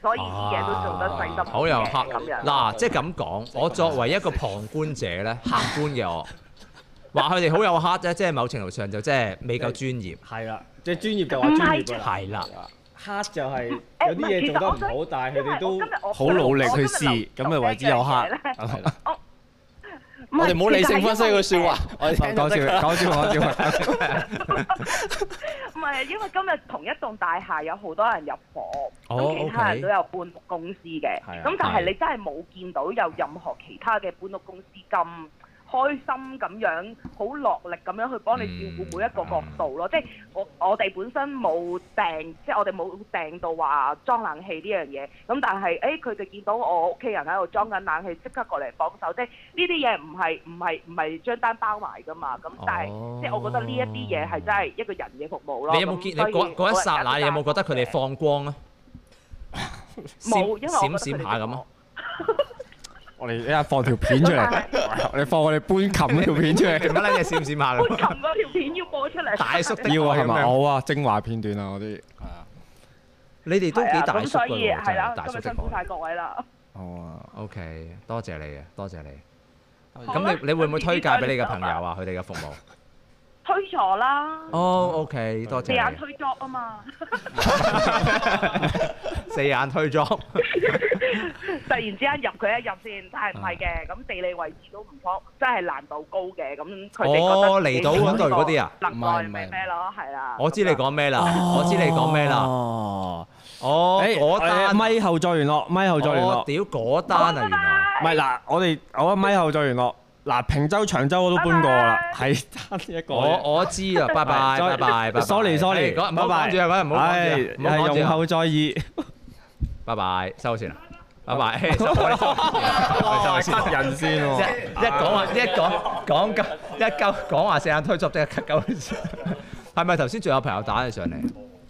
[SPEAKER 6] 所以啲嘢都做得細心啲嘅
[SPEAKER 1] 啊好有黑
[SPEAKER 6] 咁樣。
[SPEAKER 1] 嗱，即係咁講，我作為一個旁觀者 [laughs] 咧，客觀嘅我話佢哋好有黑啫，即係某程度上就即係未夠專業，
[SPEAKER 5] 係啦，即係專業就話專業啊㗎啦，
[SPEAKER 1] 係啦。
[SPEAKER 5] 黑就係
[SPEAKER 6] 誒
[SPEAKER 5] 有啲
[SPEAKER 6] 唔係
[SPEAKER 5] 嘢
[SPEAKER 6] 其實
[SPEAKER 5] 做得
[SPEAKER 6] 我
[SPEAKER 5] 唔
[SPEAKER 6] 想
[SPEAKER 5] 好，但係
[SPEAKER 6] 因
[SPEAKER 5] 佢
[SPEAKER 6] 為
[SPEAKER 5] 哋
[SPEAKER 6] 我今日
[SPEAKER 5] 都
[SPEAKER 6] 我
[SPEAKER 5] 好努力
[SPEAKER 6] 我今
[SPEAKER 5] 去
[SPEAKER 6] 日
[SPEAKER 5] 試，
[SPEAKER 6] 留
[SPEAKER 5] 咁咪為之有黑
[SPEAKER 6] 留咗一樣嘢咧。唔
[SPEAKER 7] 我
[SPEAKER 6] 係
[SPEAKER 7] 哋唔好理性分析佢説話。，我哋聽
[SPEAKER 5] 講
[SPEAKER 7] 到即
[SPEAKER 5] 笑，
[SPEAKER 7] 刻。
[SPEAKER 5] 講笑，講笑。
[SPEAKER 6] 唔係因為今日同一棟大廈有好多人入伙，咁、
[SPEAKER 1] 哦
[SPEAKER 6] 其他
[SPEAKER 1] OK
[SPEAKER 6] 人都有搬屋公司嘅，
[SPEAKER 5] 係啊
[SPEAKER 6] 咁但
[SPEAKER 1] 係
[SPEAKER 6] 係你真係冇見到有任何其他嘅搬屋公司咁。開心咁樣，好落力咁樣去幫你照顧每一個角度咯。即係我我哋本身冇訂，即係我哋冇訂到話裝冷氣呢樣嘢。咁但係誒，佢哋見到我屋企人喺度裝緊冷氣，即刻過嚟幫手。即係呢啲嘢唔係唔係唔係張單包埋噶嘛。咁但係、
[SPEAKER 1] 哦
[SPEAKER 6] 即係我覺得呢一啲嘢係真係一個人嘅服務咯。
[SPEAKER 1] 你有冇見
[SPEAKER 6] 咁
[SPEAKER 1] 你
[SPEAKER 6] 所以
[SPEAKER 1] 嗰嗰一剎那，你有冇覺得佢哋
[SPEAKER 6] 我
[SPEAKER 1] 放光啊？
[SPEAKER 6] 冇因為我覺
[SPEAKER 1] 閃
[SPEAKER 6] 得
[SPEAKER 1] 閃
[SPEAKER 6] 佢哋
[SPEAKER 1] 下咁啊！
[SPEAKER 5] 我哋一家放條片出嚟， [laughs] 我哋放我哋搬琴嗰條片出嚟。
[SPEAKER 1] 乜撚嘢閃閃下
[SPEAKER 6] 搬琴嗰條片要播出嚟？
[SPEAKER 1] 大
[SPEAKER 6] [laughs]
[SPEAKER 1] 叔的
[SPEAKER 5] 要啊，
[SPEAKER 1] 愛
[SPEAKER 5] 係
[SPEAKER 1] 咁
[SPEAKER 5] [laughs] 咪？
[SPEAKER 1] 樣
[SPEAKER 5] 好啊，精華片段啊，我啲
[SPEAKER 1] 你哋都幾
[SPEAKER 6] 係啊
[SPEAKER 1] 大
[SPEAKER 6] 咁
[SPEAKER 1] 叔
[SPEAKER 6] 所
[SPEAKER 1] 㗎
[SPEAKER 6] 以
[SPEAKER 1] 喎，真
[SPEAKER 6] 係啦
[SPEAKER 1] 係，大
[SPEAKER 6] 今
[SPEAKER 1] 叔
[SPEAKER 6] 日
[SPEAKER 1] 的
[SPEAKER 6] 辛苦
[SPEAKER 1] 愛
[SPEAKER 6] 晒。各位啦。
[SPEAKER 5] 好啊，
[SPEAKER 1] OK，多謝你啊，多謝你。
[SPEAKER 6] 好啦
[SPEAKER 1] 咁你你會唔會推介俾你嘅朋友？
[SPEAKER 6] 咁
[SPEAKER 1] 啊？佢哋嘅服務？
[SPEAKER 6] 推咗啦，
[SPEAKER 1] 哦，OK，多
[SPEAKER 6] 四眼
[SPEAKER 1] 謝
[SPEAKER 6] 推 job 啊嘛， [laughs]
[SPEAKER 1] 你。四眼推咗。
[SPEAKER 6] 突然之間入佢一入先，但係唔係嘅，咁地理位置都唔錯，真係難度高嘅，咁佢哋覺得
[SPEAKER 1] 哦
[SPEAKER 6] 自己
[SPEAKER 1] 離島嗰類嗰啲啊
[SPEAKER 6] 能
[SPEAKER 7] 唔係
[SPEAKER 6] 耐
[SPEAKER 7] 唔係
[SPEAKER 6] 咩咩咯，係啦。
[SPEAKER 1] 我知你
[SPEAKER 6] 咁樣
[SPEAKER 1] 講咩啦，我知你講咩啦。
[SPEAKER 5] 哦，
[SPEAKER 1] 哦，
[SPEAKER 5] 誒，
[SPEAKER 1] 嗰
[SPEAKER 5] 我
[SPEAKER 1] 單
[SPEAKER 5] 咪後再聯絡，咪後再聯
[SPEAKER 1] 我
[SPEAKER 5] 絡。
[SPEAKER 1] 屌嗰單啊，原來
[SPEAKER 5] 唔係嗱，我哋我咪後再聯絡。嗱，平洲、長洲我都搬過啦，
[SPEAKER 6] 拜
[SPEAKER 5] 係單一個啫。
[SPEAKER 1] 我我知
[SPEAKER 5] [laughs]
[SPEAKER 1] 啊，拜拜拜拜拜拜
[SPEAKER 5] Sorry,
[SPEAKER 1] 誒
[SPEAKER 5] sorry，
[SPEAKER 1] 講唔好
[SPEAKER 5] 拜
[SPEAKER 1] 講
[SPEAKER 5] 拜
[SPEAKER 1] 住啊，講唔好講
[SPEAKER 5] 係
[SPEAKER 1] 住啊，唔好
[SPEAKER 5] 係
[SPEAKER 1] 講
[SPEAKER 5] 用
[SPEAKER 1] 住啊，
[SPEAKER 5] 後再議。
[SPEAKER 1] 拜拜收線啦，拜拜誒收我哋收我
[SPEAKER 5] [laughs]
[SPEAKER 1] 哋收線。
[SPEAKER 5] 人先
[SPEAKER 1] 一一講話一講講夠一鳩講話四眼推作即刻鳩佢係咪頭先仲有朋友打你上嚟？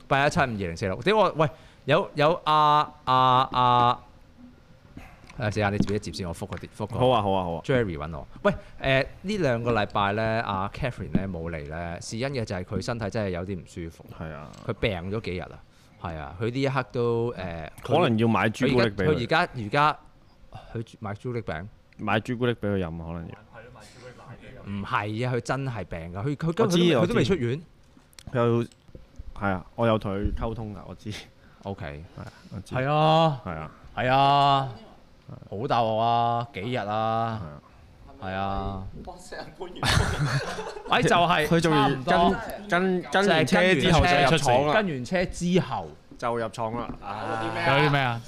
[SPEAKER 1] 八一七五二零四六，屌我喂有有阿阿阿誒四眼你接一接先，我覆嗰啲覆個
[SPEAKER 5] 好啊，好啊，好啊。
[SPEAKER 1] Jerry 揾我，喂誒呢、兩個禮拜咧，阿、Catherine 咧冇嚟咧，是因嘅就係佢身體真係有啲唔舒服，
[SPEAKER 5] 係啊，
[SPEAKER 1] 佢病咗幾日啊，係啊，佢呢一刻都誒，
[SPEAKER 5] 可能要買朱
[SPEAKER 1] 佢
[SPEAKER 5] 古
[SPEAKER 1] 而
[SPEAKER 5] 力
[SPEAKER 1] 家
[SPEAKER 5] 俾
[SPEAKER 1] 佢而
[SPEAKER 5] 佢，
[SPEAKER 1] 家而家佢買朱古力餅，
[SPEAKER 5] 買朱古力俾佢飲，
[SPEAKER 1] 啊
[SPEAKER 5] 可能要。
[SPEAKER 1] 唔係啊，佢真係病㗎，佢佢
[SPEAKER 5] 我知
[SPEAKER 1] 今日
[SPEAKER 5] 我
[SPEAKER 1] 佢
[SPEAKER 5] 知
[SPEAKER 1] 都未出院
[SPEAKER 5] 有係啊，我有同佢溝通㗎，啊我知，
[SPEAKER 1] ，OK，
[SPEAKER 5] 係啊我知，
[SPEAKER 1] 係啊
[SPEAKER 5] 係啊，
[SPEAKER 1] 係啊，好大鑊啊，幾日啊，
[SPEAKER 5] 係啊。
[SPEAKER 1] 係啊，
[SPEAKER 3] 幫成日搬完
[SPEAKER 1] [laughs] 哎就係
[SPEAKER 5] 佢仲
[SPEAKER 1] 差
[SPEAKER 5] 要
[SPEAKER 1] 唔多
[SPEAKER 5] 跟跟跟
[SPEAKER 1] 就係
[SPEAKER 5] 完車之後就
[SPEAKER 1] 跟完
[SPEAKER 5] 入
[SPEAKER 1] 車
[SPEAKER 5] 廠啦，
[SPEAKER 1] 跟完車之後。
[SPEAKER 5] 就入廠啦。
[SPEAKER 3] 啲咩
[SPEAKER 4] 有啲咩啊？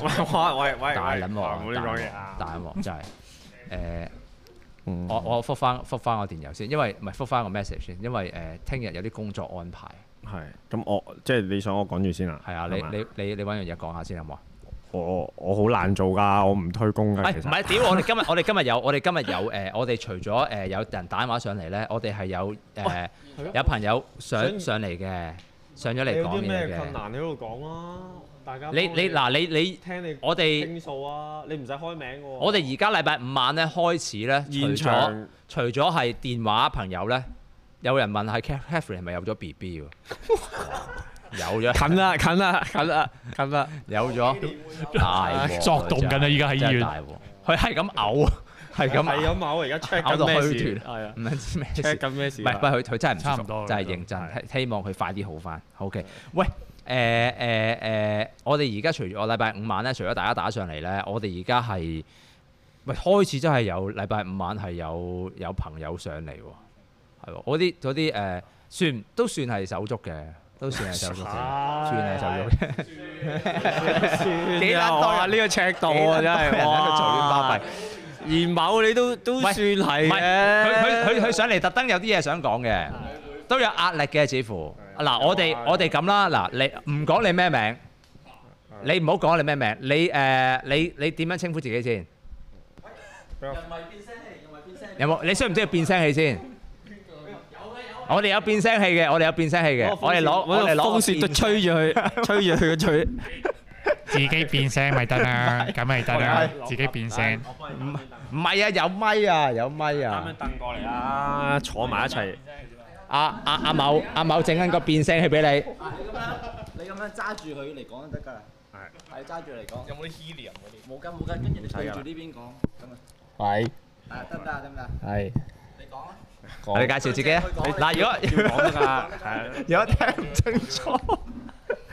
[SPEAKER 5] 喂喂喂，
[SPEAKER 1] 大撚鑊
[SPEAKER 5] 唔
[SPEAKER 1] 啊
[SPEAKER 5] 好！呢
[SPEAKER 1] 大
[SPEAKER 5] 講
[SPEAKER 1] 鑊
[SPEAKER 5] 嘢啊！
[SPEAKER 1] 大鑊真係誒，
[SPEAKER 5] 嗯
[SPEAKER 1] 我我覆翻覆翻我電郵先，因為唔係覆翻個 message 先，因為誒聽日有啲工作安排，
[SPEAKER 5] 係咁，我即係你想我講住先啊？
[SPEAKER 1] 係啊，
[SPEAKER 5] 係嘛
[SPEAKER 1] 你你你你揾樣嘢講下先好唔好啊？
[SPEAKER 5] 我我好難做㗎，我唔推工㗎。
[SPEAKER 1] 誒
[SPEAKER 5] 其
[SPEAKER 1] 哎唔
[SPEAKER 5] 實
[SPEAKER 1] 係屌！我哋今日 [laughs] 我哋今日有我哋今日有誒，我哋除咗誒有人打電話上嚟咧，我哋係有誒有朋友上
[SPEAKER 5] 啊想
[SPEAKER 1] 上嚟嘅，上咗嚟
[SPEAKER 5] 有
[SPEAKER 1] 講
[SPEAKER 5] 啲
[SPEAKER 1] 嘢
[SPEAKER 5] 咩困
[SPEAKER 1] 嘅。
[SPEAKER 5] 難你喺度講啊？大家
[SPEAKER 1] 你你嗱你你
[SPEAKER 5] 聽你
[SPEAKER 1] 我哋
[SPEAKER 5] 傾訴啊！你唔使開名喎。
[SPEAKER 1] 我哋而家禮拜五晚咧開始咧，除
[SPEAKER 5] 現
[SPEAKER 1] 咗
[SPEAKER 5] 場
[SPEAKER 1] 除咗係電話朋友咧，有人問係 Catherine 係咪有咗 B B 喎？ [laughs] 有咗。
[SPEAKER 5] 近啦，近啦，近啦，近啦。
[SPEAKER 1] 有咗大鑊
[SPEAKER 4] [laughs] 作動緊啊依家喺醫院
[SPEAKER 1] 真係大鑊佢係咁嘔，啊係咁
[SPEAKER 5] [laughs] 係
[SPEAKER 1] 嘔
[SPEAKER 5] 咁啊！我而家 check
[SPEAKER 1] 嘔
[SPEAKER 5] 緊
[SPEAKER 1] 到
[SPEAKER 5] 咩
[SPEAKER 1] 虛
[SPEAKER 5] 事？
[SPEAKER 1] 脱，
[SPEAKER 5] 係啊
[SPEAKER 1] 唔知咩
[SPEAKER 5] ，check
[SPEAKER 1] 事。
[SPEAKER 5] 緊咩事
[SPEAKER 1] 唔
[SPEAKER 5] 啊？
[SPEAKER 1] 係，喂，佢佢真係唔
[SPEAKER 4] 差
[SPEAKER 1] 舒
[SPEAKER 4] 唔
[SPEAKER 1] 服，
[SPEAKER 4] 多
[SPEAKER 1] 真係
[SPEAKER 4] 去到
[SPEAKER 1] 認真，
[SPEAKER 5] 係
[SPEAKER 1] 希希望佢快啲好翻。OK，喂，誒誒誒，我哋而家除咗我禮拜五晚咧，除咗大家打上嚟咧，我哋而家係喂開始真係有禮拜五晚係有有朋友上嚟喎，係喎，我啲嗰啲誒算都算係手足嘅，都算係手足嘅，算係手足嘅。[laughs]
[SPEAKER 5] 幾
[SPEAKER 1] 幾
[SPEAKER 5] 撚
[SPEAKER 1] 撚
[SPEAKER 5] 多
[SPEAKER 1] 多
[SPEAKER 5] 啊？
[SPEAKER 1] 人
[SPEAKER 5] 呢個尺度啊，真係
[SPEAKER 1] 人喺度嘈冤巴閉。
[SPEAKER 5] 嚴某你都都
[SPEAKER 1] 喂
[SPEAKER 5] 算係
[SPEAKER 1] 唔係佢佢
[SPEAKER 5] 嘅
[SPEAKER 1] 佢佢上嚟特登有啲嘢想講嘅，都有壓力嘅似乎。嗱，我哋我哋咁啦，嗱，你唔講你咩名，你唔好講你咩名，你誒你你點樣稱呼自己先？
[SPEAKER 3] 人咪變聲器，人咪變聲器。
[SPEAKER 1] 有冇？你需唔需要變聲器先？我哋有變聲器嘅，我哋有變聲器嘅，我哋攞我哋攞個
[SPEAKER 5] 風扇
[SPEAKER 1] 變
[SPEAKER 5] 都吹住佢，吹住佢個嘴。
[SPEAKER 4] 自己變聲咪
[SPEAKER 1] [laughs]
[SPEAKER 4] 得啦，咁咪得啦，自己變聲。
[SPEAKER 1] 唔係啊，有咪啊，有咪啊！
[SPEAKER 5] 凳過嚟啊，坐埋一齊。
[SPEAKER 1] 阿阿阿某阿某整緊個變聲器俾你。
[SPEAKER 3] 你咁樣，你咁樣揸住佢嚟講就得㗎啦。係。係揸住嚟講。有冇啲 helium 嗰啲？冇㗎冇㗎，跟住你對住呢邊講，咁啊。
[SPEAKER 7] 係
[SPEAKER 3] 啊得唔得啊？得唔得啊？
[SPEAKER 7] 係
[SPEAKER 3] 你講啊。
[SPEAKER 1] 我哋介紹自己啊！嗱，如果
[SPEAKER 5] 講
[SPEAKER 1] [laughs]
[SPEAKER 5] 得㗎，係啊
[SPEAKER 1] 有得聽唔清楚，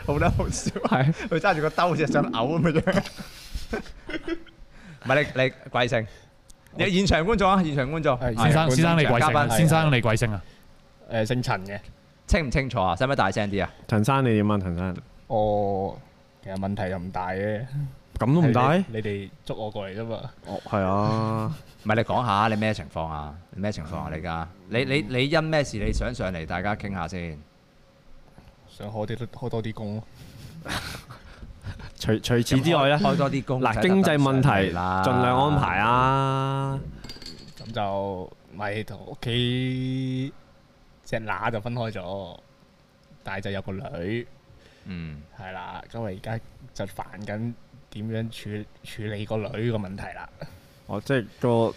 [SPEAKER 1] 好得好笑。係佢揸住個兜，好似想嘔咁嘅樣。唔係你你貴姓？你現場觀眾啊，現場觀眾，
[SPEAKER 7] 係
[SPEAKER 4] 先生先生你貴姓
[SPEAKER 1] 嘉
[SPEAKER 4] 啊？
[SPEAKER 1] 賓
[SPEAKER 4] 先生你貴姓啊？
[SPEAKER 7] 誒姓陳嘅，
[SPEAKER 1] 清唔清楚啊？使唔使大聲啲啊？
[SPEAKER 5] 陳生你點啊？陳生
[SPEAKER 7] 我其實問題又唔大嘅，
[SPEAKER 5] 咁都唔帶？
[SPEAKER 8] 你哋捉我過嚟啫嘛。
[SPEAKER 5] 哦，係啊，
[SPEAKER 1] 唔係你講下你咩情況啊？你咩情況啊？你而家你你你因咩事你想上嚟？大家傾下先。
[SPEAKER 8] 想開啲開多啲工咯，
[SPEAKER 5] [laughs] 除除此之外咧，
[SPEAKER 1] 開多啲工。
[SPEAKER 5] 嗱經濟問題
[SPEAKER 1] 啦，
[SPEAKER 5] 盡量安排啊。
[SPEAKER 8] 咁就咪同屋企只乸就分開咗，但係就有個女
[SPEAKER 1] 嗯。
[SPEAKER 8] 係啦。咁我而家就煩緊點樣處處理個女個問題啦。
[SPEAKER 5] 哦，即係個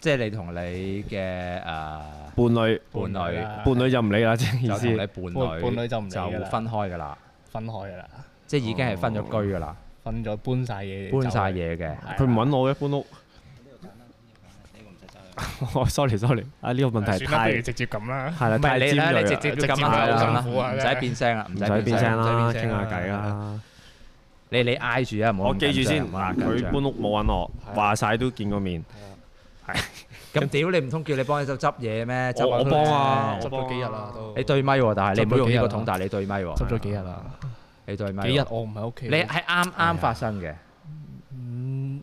[SPEAKER 1] 即係你同你嘅誒伴
[SPEAKER 5] 伴侶，
[SPEAKER 1] 侶，
[SPEAKER 8] 啊
[SPEAKER 5] 伴侶就唔理啦，即係
[SPEAKER 1] 就
[SPEAKER 5] 意
[SPEAKER 1] 同你
[SPEAKER 5] 思。
[SPEAKER 1] 伴侶
[SPEAKER 8] 伴伴侶就唔理㗎啦
[SPEAKER 1] 就分開㗎啦，
[SPEAKER 8] 分開噶啦，
[SPEAKER 1] 即係已經係分咗居㗎啦，
[SPEAKER 8] 分咗搬晒嘢，
[SPEAKER 1] 搬晒。嘢嘅。
[SPEAKER 8] 係啊
[SPEAKER 5] 佢唔揾我嘅搬屋。 [laughs] 哦，sorry sorry，啊呢個問題
[SPEAKER 4] 算啦，不
[SPEAKER 5] 太
[SPEAKER 4] 如直接咁啦。
[SPEAKER 5] 係啦，
[SPEAKER 1] 唔係
[SPEAKER 5] 太
[SPEAKER 1] 你
[SPEAKER 5] 尖
[SPEAKER 1] 咧，你直
[SPEAKER 5] 鋭啦
[SPEAKER 1] 接
[SPEAKER 4] 直接
[SPEAKER 1] 咁
[SPEAKER 4] 係
[SPEAKER 1] 啦，
[SPEAKER 4] 好
[SPEAKER 1] 咁
[SPEAKER 4] 辛苦
[SPEAKER 1] 啦，
[SPEAKER 4] 啊
[SPEAKER 1] 唔
[SPEAKER 4] 真
[SPEAKER 1] 使
[SPEAKER 4] 係
[SPEAKER 1] 變聲啦，唔
[SPEAKER 5] 唔
[SPEAKER 1] 使
[SPEAKER 5] 使
[SPEAKER 1] 變
[SPEAKER 5] 變
[SPEAKER 1] 聲
[SPEAKER 5] 聲
[SPEAKER 1] 啦。
[SPEAKER 5] 啦，
[SPEAKER 4] 唔使
[SPEAKER 5] 傾
[SPEAKER 4] 變聲
[SPEAKER 5] 下
[SPEAKER 4] 啦
[SPEAKER 5] 偈啦。
[SPEAKER 1] 你你挨住啊，唔好
[SPEAKER 5] 我
[SPEAKER 1] 咁
[SPEAKER 5] 記住
[SPEAKER 1] 緊張
[SPEAKER 5] 先，
[SPEAKER 1] 唔好咁
[SPEAKER 5] 嗱
[SPEAKER 1] 緊
[SPEAKER 5] 佢
[SPEAKER 1] 張
[SPEAKER 5] 搬屋冇揾我，話晒都見過面，
[SPEAKER 1] 咁屌你唔通叫你幫佢執嘢咩？執下
[SPEAKER 5] 我
[SPEAKER 1] 佢
[SPEAKER 5] 幫啊
[SPEAKER 1] 啫
[SPEAKER 8] 執咗幾日啦都。
[SPEAKER 1] 你對咪喎，但係你唔好用呢個桶，
[SPEAKER 8] 執咗幾日啦
[SPEAKER 1] 但係你對咪喎，
[SPEAKER 8] 執咗幾日啦？
[SPEAKER 1] 你對咪喎
[SPEAKER 8] 幾日我唔喺屋企。
[SPEAKER 1] 你係啱啱發生嘅，
[SPEAKER 8] 嗯，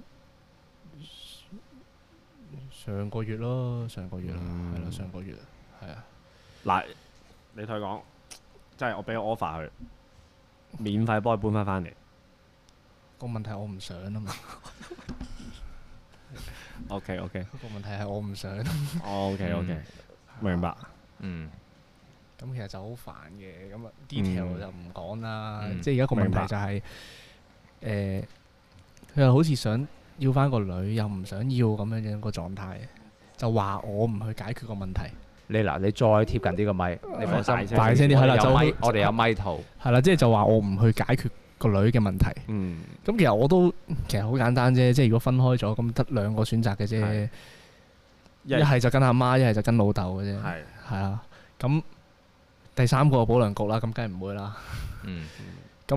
[SPEAKER 8] 上個月咯，上個月啦，係咯，上個月係啊，
[SPEAKER 5] 嗱你同佢講，即係我俾個 offer 佢，免費幫佢搬翻翻嚟。
[SPEAKER 8] 個問題我唔想啊嘛，
[SPEAKER 1] [laughs]
[SPEAKER 5] OK OK
[SPEAKER 8] 個問題係我唔想，咁啊
[SPEAKER 5] OK OK，明白。
[SPEAKER 1] 嗯，
[SPEAKER 8] 其實就好煩嘅，咁啊 detail 就唔講啦
[SPEAKER 1] 嗯，
[SPEAKER 8] 即係而家個問
[SPEAKER 5] 明白
[SPEAKER 8] 題就係誒，佢又好似想要翻個女，又唔想要咁樣樣個狀態，就話我唔去解決個問題，
[SPEAKER 1] 你嗱你再貼近啲個咪，你放
[SPEAKER 5] 大
[SPEAKER 1] 心，
[SPEAKER 5] 聲大
[SPEAKER 8] 聲啲係啦
[SPEAKER 1] 我哋有
[SPEAKER 8] 就
[SPEAKER 1] 咪我哋有咪圖，
[SPEAKER 8] 係啦，即係就話我唔去解決個女嘅問題。
[SPEAKER 5] 嗯，
[SPEAKER 8] 咁其實我都其實好簡單啫，即係如果分開咗，咁得兩個選擇嘅啫
[SPEAKER 5] 係。
[SPEAKER 8] 一係就跟阿媽，一係就跟老豆嘅啫。
[SPEAKER 5] 係
[SPEAKER 8] 係啊，咁第三個就保良局啦，咁梗係唔會啦。
[SPEAKER 1] 嗯，
[SPEAKER 8] 咁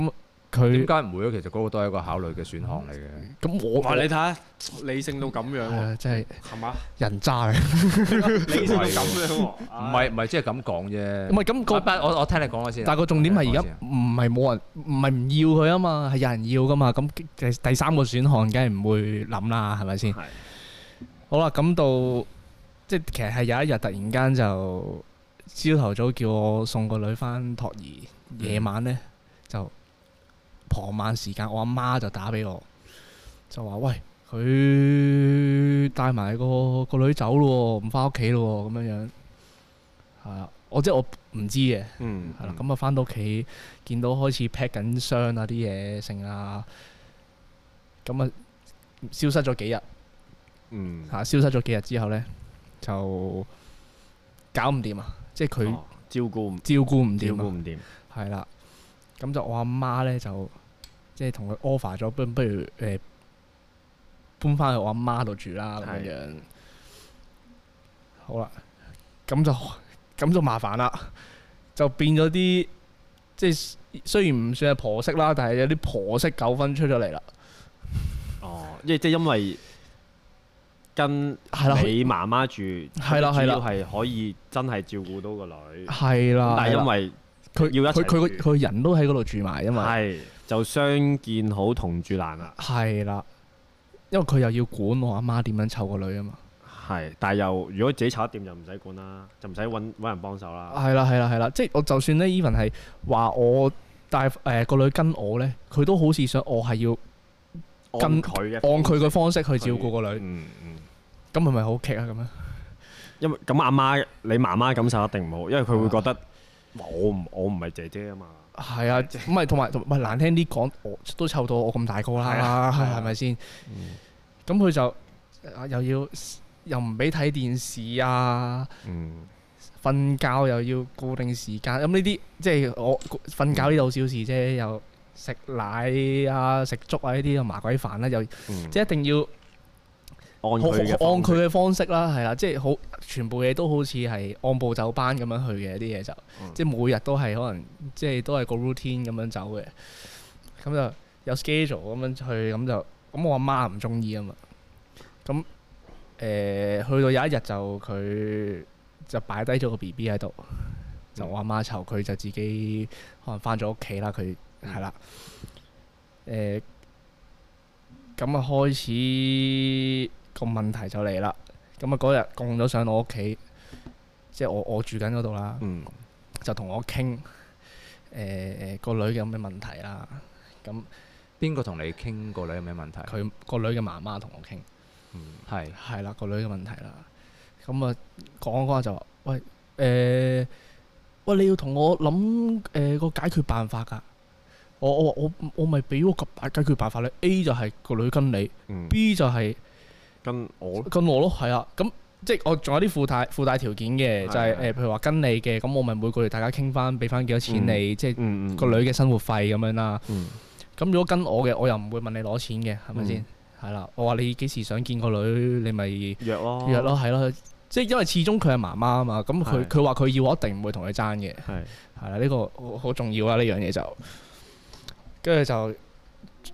[SPEAKER 1] 點
[SPEAKER 8] 佢
[SPEAKER 1] 解唔會咧？其實嗰個都係一個考慮嘅選項嚟嘅。
[SPEAKER 8] 咁我
[SPEAKER 5] 哇！你睇下理性到咁樣
[SPEAKER 8] 係
[SPEAKER 5] 喎，
[SPEAKER 8] 啊真係
[SPEAKER 5] 係嘛？
[SPEAKER 8] 人渣嚟。
[SPEAKER 5] 理性到咁樣喎，
[SPEAKER 1] 唔
[SPEAKER 5] 啊唔
[SPEAKER 1] 係唔係，即係咁講啫。
[SPEAKER 8] 唔係咁
[SPEAKER 1] 嗰
[SPEAKER 8] 個，
[SPEAKER 1] 筆我我聽你講咗先。啊
[SPEAKER 8] 但係個重點係而家
[SPEAKER 1] 我聽你講
[SPEAKER 8] 唔係冇人，唔係唔要佢啊嘛，係有人要噶嘛。咁第第三個選項梗係唔會諗啦，係咪先？
[SPEAKER 5] 係
[SPEAKER 8] 好啦，咁到即係其實係有一日突然間就朝頭早叫我送個女翻托兒，
[SPEAKER 1] 嗯
[SPEAKER 8] 夜晚呢，就傍晚時間，我阿媽就打俾我，就話喂佢帶埋個個女走咯喎，唔翻屋企咯喎，咁樣樣係啊，我即係我唔知嘅，
[SPEAKER 5] 嗯
[SPEAKER 8] 係啦，咁啊翻到屋企見到開始 pack 緊箱啊啲嘢剩啊，咁啊消失咗幾日。
[SPEAKER 5] 嗯
[SPEAKER 8] 嚇、消失咗幾日之後呢，就搞唔掂啊！即係佢
[SPEAKER 5] 哦照顧唔
[SPEAKER 8] 照顧唔
[SPEAKER 5] 照顧
[SPEAKER 8] 掂啊，
[SPEAKER 5] 唔掂，
[SPEAKER 8] 係啦、咁就我阿媽呢，就即係同佢 offer 咗，不不如誒、呃搬翻去我阿媽度住啦咁樣樣。好啦，咁就咁 [laughs] 就麻煩啦，就變咗啲即係雖然唔算係婆媳啦，但係有啲婆媳糾紛出咗嚟啦。
[SPEAKER 5] 哦，即即因為跟
[SPEAKER 8] 係啦
[SPEAKER 5] 你媽媽住，
[SPEAKER 8] 係啦
[SPEAKER 5] 主
[SPEAKER 8] 係啦
[SPEAKER 5] 要係可以真係照顧到個女，
[SPEAKER 8] 係啦，
[SPEAKER 5] 但係因
[SPEAKER 8] 係啦
[SPEAKER 5] 為
[SPEAKER 8] 佢
[SPEAKER 5] 要一齊
[SPEAKER 8] 佢佢
[SPEAKER 5] 住
[SPEAKER 8] 個佢人都喺嗰度住埋，因為。
[SPEAKER 5] 係啊就相見好同住難啊啦，
[SPEAKER 8] 係啦，因為佢又要管我阿媽點樣湊個女啊嘛。
[SPEAKER 5] 係，但係又如果自己炒得掂就唔使管啦，就唔使揾揾人幫手啦，
[SPEAKER 8] 係啦，係啦，係啦，即係我就算咧，even 係話我帶誒個女跟我咧，佢都好似想我係要
[SPEAKER 5] 按佢嘅
[SPEAKER 8] 按佢嘅方式去照顧個女，
[SPEAKER 5] 嗯嗯，
[SPEAKER 8] 咁係咪好劇啊？咁樣
[SPEAKER 5] 因為咁阿媽你媽媽感受一定唔好，因為佢會覺
[SPEAKER 8] 啊
[SPEAKER 5] 得哇我唔我唔係姐姐啊嘛，
[SPEAKER 8] 係啊，唔係同埋同埋難聽啲講，我都湊到我咁大個啦，係啊嗯咪先？咁佢就啊又要又唔俾睇電視啊，
[SPEAKER 5] 嗯
[SPEAKER 8] 瞓覺又要固定時間，咁呢啲即係我瞓覺呢度小事啫，又食奶啊、食粥啊呢啲麻鬼煩啦，又即
[SPEAKER 5] 嗯，
[SPEAKER 8] 係一定要
[SPEAKER 5] 按
[SPEAKER 8] 好
[SPEAKER 5] 佢嘅
[SPEAKER 8] 好按
[SPEAKER 5] 方式
[SPEAKER 8] 佢嘅方式啦，係啦，即係好全部嘢都好似係按部就班咁樣去嘅啲嘢就，
[SPEAKER 5] 嗯
[SPEAKER 8] 即係每日都係可能即係都係個 routine 咁樣走嘅，咁就有 schedule 咁樣去，咁就咁我阿媽唔中意啊嘛，咁誒、呃去到有一日就佢就擺低咗個 B B 喺度，就我阿媽湊佢就自己可能翻咗屋企啦，佢係啦，誒、咁啊開始個問題就嚟啦。咁啊嗰日供咗上我屋企，即係我我住緊嗰度啦，
[SPEAKER 7] 嗯，
[SPEAKER 8] 就同我傾誒誒個女有咩問題啦。咁
[SPEAKER 1] 邊個同你傾過你有咩問題？
[SPEAKER 8] 佢個女嘅媽媽同我傾。
[SPEAKER 1] 係
[SPEAKER 8] 係啦，個女嘅問題啦。咁啊，講嗰下就話：喂，誒、呃喂，你要同我諗誒個解決辦法㗎。我我我我咪俾個解解決辦法你 A 就係個女跟你、
[SPEAKER 5] 嗯
[SPEAKER 8] b 就係
[SPEAKER 5] 跟我咯，
[SPEAKER 8] 跟我咯，係啊。咁即係我仲有啲附帶附帶條件嘅，就係、誒、
[SPEAKER 5] 係係
[SPEAKER 8] 譬如話跟你嘅，咁我咪每個月大家傾翻，俾翻幾多
[SPEAKER 5] 嗯
[SPEAKER 8] 錢你，即係
[SPEAKER 5] 嗯嗯，
[SPEAKER 8] 個女嘅生活費咁樣啦。
[SPEAKER 5] 嗯
[SPEAKER 8] 咁如果跟我嘅，我又唔會問你攞錢嘅，係咪先？係啦，我話你幾時想見個女，你咪。
[SPEAKER 5] 約咯，
[SPEAKER 8] 約咯，係咯，即係因為始終佢係媽媽啊嘛，咁
[SPEAKER 5] 係
[SPEAKER 8] 佢佢話佢要我一定唔會同佢爭嘅，
[SPEAKER 5] 係，
[SPEAKER 8] 係啦，呢個好好重要啊，呢樣嘢就，跟住就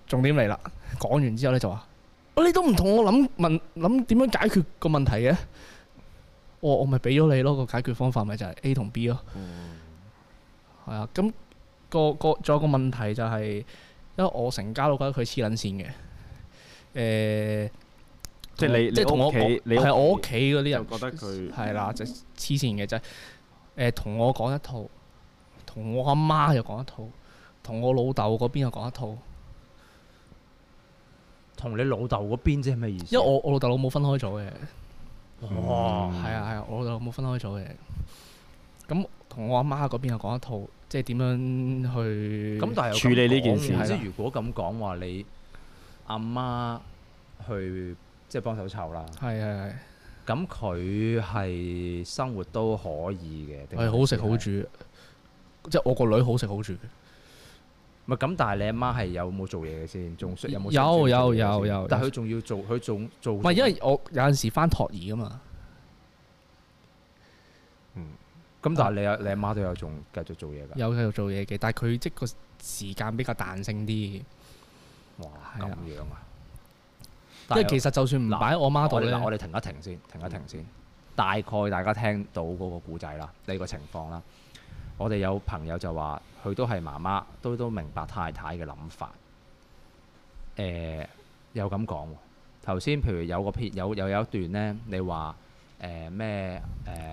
[SPEAKER 8] 重點嚟啦，講完之後咧就話，喂你都唔同我諗問諗點樣解決個問題嘅，我我咪俾咗你咯，個解決方法咪就係 A 同 B 咯，係啊，咁個個仲有個問題就係、因為我成家都覺得佢黐撚線嘅，誒、
[SPEAKER 5] 即係你
[SPEAKER 8] 即係同我
[SPEAKER 5] 屋企，你
[SPEAKER 8] 係我屋
[SPEAKER 5] 企
[SPEAKER 8] 企嗰啲
[SPEAKER 5] 就
[SPEAKER 8] 人
[SPEAKER 5] 覺得佢
[SPEAKER 8] 係啦，就黐線嘅啫。誒，同我講一套，同我阿媽又講一套，同我老豆嗰邊又講一套，
[SPEAKER 1] 同你老豆嗰邊即係咩意思？
[SPEAKER 8] 因為我我老豆老母分開咗嘅，
[SPEAKER 1] 哇
[SPEAKER 8] 係啊係啊，我老豆老母分開咗嘅。咁同我阿媽嗰邊又講一套，即係點樣去
[SPEAKER 1] 咁但係又咁
[SPEAKER 5] 處理呢件事
[SPEAKER 1] 講喎
[SPEAKER 5] 係
[SPEAKER 1] 即
[SPEAKER 5] 啦
[SPEAKER 1] 係如果咁講話，你阿媽去即係幫手湊啦，
[SPEAKER 8] 係係
[SPEAKER 1] 咁佢係生活都可以嘅，定
[SPEAKER 8] 係，係好食好
[SPEAKER 1] 係
[SPEAKER 8] 住，即係我個女好食好住。
[SPEAKER 1] 唔係咁，但係你阿媽係有冇做嘢嘅先？仲需有冇需
[SPEAKER 8] 有
[SPEAKER 1] 要做嘢
[SPEAKER 8] 有
[SPEAKER 1] 嘅
[SPEAKER 8] 有
[SPEAKER 1] 先
[SPEAKER 8] 有
[SPEAKER 1] 但係佢
[SPEAKER 8] 有
[SPEAKER 1] 仲要做，佢仲做
[SPEAKER 8] 唔係因為我有陣時翻托兒噶嘛，
[SPEAKER 5] 嗯
[SPEAKER 1] 咁，但係
[SPEAKER 8] 啊
[SPEAKER 1] 你阿你阿媽都有仲繼續做嘢㗎。
[SPEAKER 8] 有繼續做嘢嘅，但係佢即係個時間比較彈性啲。
[SPEAKER 1] 哇，
[SPEAKER 8] 係
[SPEAKER 1] 咁
[SPEAKER 8] 啊
[SPEAKER 1] 樣啊！
[SPEAKER 8] 因為其實就算唔
[SPEAKER 1] 嗱
[SPEAKER 8] 擺我媽度
[SPEAKER 1] 我哋嗯
[SPEAKER 8] 咧，
[SPEAKER 1] 嗱，我哋停一停先，停一停先。大概大家聽到嗰個故仔啦，呢個情況啦。我哋有朋友就話，佢都係媽媽，都都明白太太嘅諗法。誒、又咁講喎。頭先譬如有個片有有有一段呢，你話誒咩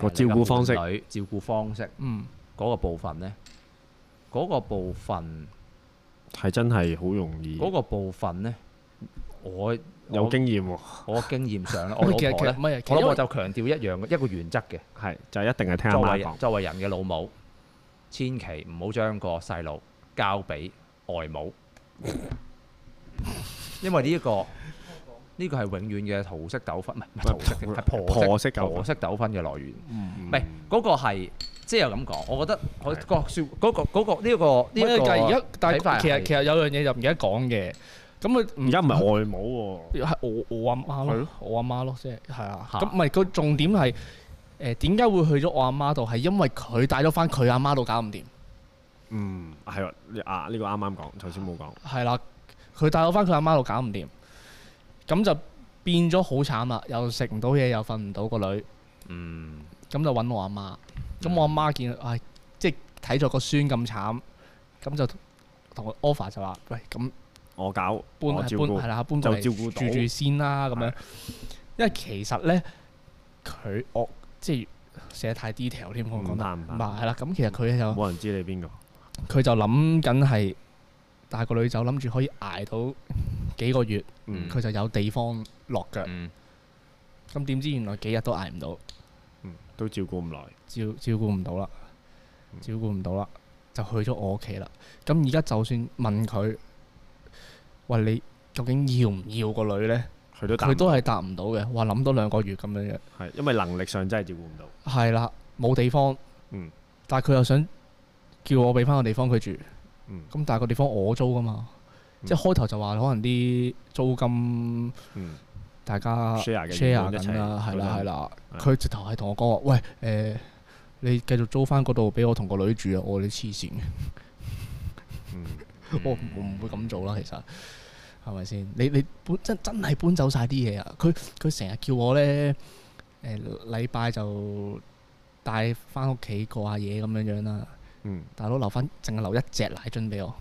[SPEAKER 1] 誒
[SPEAKER 5] 個照顧方式
[SPEAKER 1] 你嘅伴侶照顧方式
[SPEAKER 8] 嗯，
[SPEAKER 1] 嗰個部分呢，嗰、個部分
[SPEAKER 5] 係真係好容易，
[SPEAKER 1] 嗰、個部分呢，我
[SPEAKER 5] 有
[SPEAKER 1] 我
[SPEAKER 5] 經驗喎，
[SPEAKER 1] 我經驗上
[SPEAKER 8] [laughs]
[SPEAKER 1] 咧，我
[SPEAKER 8] 唔
[SPEAKER 1] 老
[SPEAKER 8] 係其實其
[SPEAKER 1] 婆
[SPEAKER 8] 實
[SPEAKER 1] 呢
[SPEAKER 8] 唔。係，其
[SPEAKER 1] 我老
[SPEAKER 8] 實因
[SPEAKER 1] 婆
[SPEAKER 8] 為
[SPEAKER 1] 就強調一樣嘅一個原則嘅，
[SPEAKER 5] 係就一定係聽阿
[SPEAKER 1] 作
[SPEAKER 5] 媽
[SPEAKER 1] 為
[SPEAKER 5] 講，
[SPEAKER 1] 作為人嘅老母，千祈唔好將個細路交俾外母，因為呢、一個 [laughs] 呢個係永遠嘅桃色糾紛，唔係唔係桃色嘅，係婆
[SPEAKER 5] 婆
[SPEAKER 1] 媳
[SPEAKER 5] 媳糾紛
[SPEAKER 1] 婆媳糾紛嗯嘅來源。
[SPEAKER 5] 唔
[SPEAKER 1] 唔係嗰個係即係又咁講，我覺得我個説嗰個嗰個呢一個
[SPEAKER 8] 因為
[SPEAKER 1] 呢一個
[SPEAKER 8] 而家，但
[SPEAKER 1] 啊睇法
[SPEAKER 8] 係其
[SPEAKER 1] 係
[SPEAKER 8] 實其實有樣嘢就唔記得講嘅，咁佢
[SPEAKER 5] 而家唔係外母喎。
[SPEAKER 8] 係我我阿媽
[SPEAKER 5] 係
[SPEAKER 8] 咯
[SPEAKER 5] 咯，
[SPEAKER 8] 我阿媽咯，即係係啊，
[SPEAKER 1] 嚇
[SPEAKER 8] 咁唔係個重點係誒點解會去咗我阿媽度？係因為佢帶咗翻佢阿媽度搞唔掂，
[SPEAKER 5] 嗯，係喎，你啊呢個啱啱講，頭先冇講，
[SPEAKER 8] 係啦，佢帶咗翻佢阿媽度搞唔掂，咁就變咗好慘啦，又食唔到嘢，又瞓唔到個女。
[SPEAKER 1] 嗯
[SPEAKER 8] 咁就揾我阿媽。咁
[SPEAKER 5] 嗯
[SPEAKER 8] 我阿媽見，唉，即係睇咗個孫咁慘，咁就同佢 offer 就話：喂，咁
[SPEAKER 5] 我搞，
[SPEAKER 8] 搬
[SPEAKER 5] 我
[SPEAKER 8] 搬
[SPEAKER 5] 哦照顧
[SPEAKER 8] 係，啦，搬過嚟
[SPEAKER 5] 就照顧到
[SPEAKER 8] 住住先啦，咁樣
[SPEAKER 5] 係。
[SPEAKER 8] 因為其實咧，佢我即係寫得太 detail 添，我
[SPEAKER 5] 唔
[SPEAKER 8] 講得
[SPEAKER 5] 怕唔
[SPEAKER 8] 唔
[SPEAKER 5] 怕，
[SPEAKER 8] 係啦。咁其實佢就
[SPEAKER 5] 冇人知你邊個，
[SPEAKER 8] 佢就諗緊係，但係個女就諗住可以捱到幾個月，
[SPEAKER 1] 嗯
[SPEAKER 8] 佢就有地方落腳。
[SPEAKER 1] 嗯，
[SPEAKER 8] 咁點知原來幾日都捱唔到。
[SPEAKER 5] 嗯，都照顧唔耐，
[SPEAKER 8] 照照顧唔到啦，
[SPEAKER 5] 嗯
[SPEAKER 8] 照顧唔到啦，就去咗我屋企啦。咁而家就算問佢，喂你究竟要唔要個女呢？
[SPEAKER 5] 佢都答
[SPEAKER 8] 佢都係答唔到嘅。話諗多兩個月咁樣樣，
[SPEAKER 5] 係因為能力上真係照顧唔到，
[SPEAKER 8] 係啦，冇地方。
[SPEAKER 5] 嗯
[SPEAKER 8] 但係佢又想叫我俾翻個地方佢住，
[SPEAKER 5] 嗯
[SPEAKER 8] 咁但係個地方我租噶嘛，
[SPEAKER 5] 嗯
[SPEAKER 8] 即係開頭就話可能啲租金
[SPEAKER 5] 嗯，
[SPEAKER 8] 大家
[SPEAKER 5] Share 嘅
[SPEAKER 8] share
[SPEAKER 5] 一齊
[SPEAKER 8] 緊啦，係啦
[SPEAKER 5] 咁樣
[SPEAKER 8] 係啦。
[SPEAKER 5] 係
[SPEAKER 8] 佢直頭係同我講話，喂誒，你繼續租翻嗰度俾我同個女住啊！我哋黐線嘅，
[SPEAKER 5] 嗯
[SPEAKER 8] [laughs] 我唔我唔會咁做啦，其實係咪先？你你搬真真係搬走晒啲嘢啊！佢佢成日叫我咧誒禮拜就帶翻屋企過下嘢咁樣樣啦，
[SPEAKER 5] 嗯，
[SPEAKER 8] 大佬留翻淨係留一隻奶樽俾我。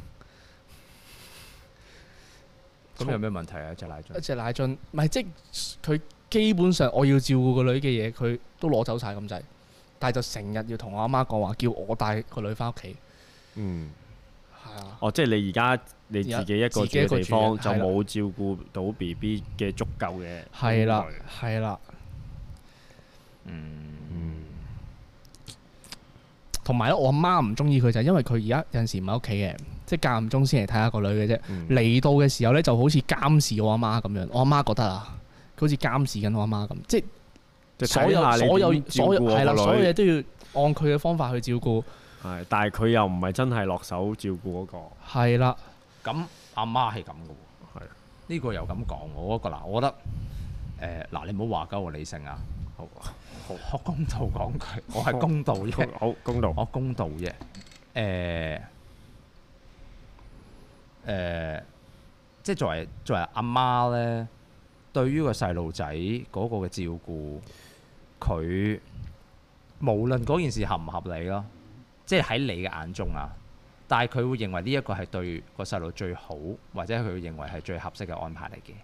[SPEAKER 1] 咁有咩問題啊？只奶
[SPEAKER 8] 一
[SPEAKER 1] 樽
[SPEAKER 8] 隻奶樽，唔係即係佢基本上我要照顧個女嘅嘢，佢都攞走晒咁滯，但係就成日要同我阿媽講話，叫我帶個女翻屋企。
[SPEAKER 5] 嗯，
[SPEAKER 8] 係啊，
[SPEAKER 5] 哦，即係你而家你自己一個住
[SPEAKER 8] 自己一
[SPEAKER 5] 嘅
[SPEAKER 8] 個
[SPEAKER 5] 地方
[SPEAKER 8] 住嘅
[SPEAKER 5] 就
[SPEAKER 8] 係啦
[SPEAKER 5] 冇照顧到 B B 嘅足夠嘅，
[SPEAKER 8] 係啦，係啦。
[SPEAKER 5] 嗯，
[SPEAKER 8] 同埋咧，我阿媽唔中意佢就係因為佢而家有陣時唔喺屋企嘅，即係間唔中先嚟睇下個女嘅啫。
[SPEAKER 5] 嗯
[SPEAKER 8] 嚟到嘅時候咧，就好似監視我阿媽咁樣。我阿媽覺得啊，佢好似監視緊我阿媽咁，即
[SPEAKER 5] 即係
[SPEAKER 8] 係所
[SPEAKER 5] 睇下
[SPEAKER 8] 有
[SPEAKER 5] 你
[SPEAKER 8] 所有
[SPEAKER 5] 點照
[SPEAKER 8] 所有
[SPEAKER 5] 顧我
[SPEAKER 8] 係啦，
[SPEAKER 5] 個
[SPEAKER 8] 所有
[SPEAKER 5] 女
[SPEAKER 8] 嘢都要按佢嘅方法去照顧。
[SPEAKER 5] 係，但係佢又唔係真係落手照顧嗰
[SPEAKER 8] [laughs]
[SPEAKER 5] 個，
[SPEAKER 8] 係啦，
[SPEAKER 1] 咁阿媽係咁嘅喎，
[SPEAKER 5] 係
[SPEAKER 1] 呢個又咁講，我覺得嗱，我覺得誒嗱，你唔好話鳩我理性啊，好，我公道講句，我係公道啫。
[SPEAKER 5] 好公道，
[SPEAKER 1] 我公道啫。誒、誒、即係作為作為阿媽咧，對於個細路仔嗰個嘅照顧，佢無論嗰件事合唔合理咯，即係喺你嘅眼中啊，但係佢會認為呢一個係對個細路最好，或者佢會認為係最合適嘅安排嚟嘅。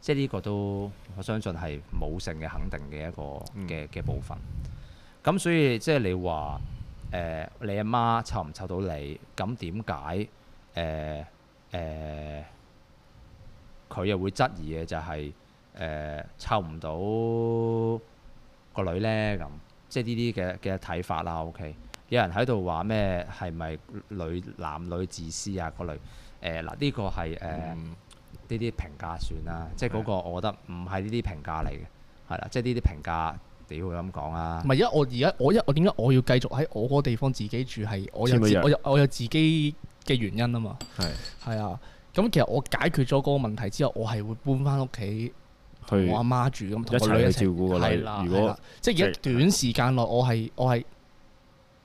[SPEAKER 1] 即係呢個都我相信係母性嘅肯定嘅一個嘅嘅部分。咁所以即係你話誒、你阿媽湊唔湊到你？咁點解誒誒佢又會質疑嘅就係誒湊唔到個女咧咁？即係呢啲嘅嘅睇法啦。OK，有人喺度話咩係咪女男女自私啊？個女誒嗱呢個係誒。呢啲評價算啦，即
[SPEAKER 5] 嗯
[SPEAKER 1] 係嗰個我覺得唔係呢啲評價嚟嘅，係啦，即係呢啲評價，屌咁講啊
[SPEAKER 8] 唔，係，因為我而家我一我點解我要繼續喺我嗰個地方自己住係我有
[SPEAKER 5] 簽咗
[SPEAKER 8] 自
[SPEAKER 5] 約
[SPEAKER 8] 我有我有自己嘅原因啊嘛。
[SPEAKER 5] 係
[SPEAKER 8] 係啊，咁其實我解決咗嗰個問題之後，我係會搬翻屋企同
[SPEAKER 5] 去
[SPEAKER 8] 我阿媽住，咁同
[SPEAKER 5] 一
[SPEAKER 8] 個
[SPEAKER 5] 齊
[SPEAKER 8] 女一
[SPEAKER 5] 去
[SPEAKER 8] 齊
[SPEAKER 5] 照顧個女
[SPEAKER 8] 係啦，
[SPEAKER 5] 如果
[SPEAKER 8] 係啦即係而家
[SPEAKER 5] 即係
[SPEAKER 8] 短時間內，我係我係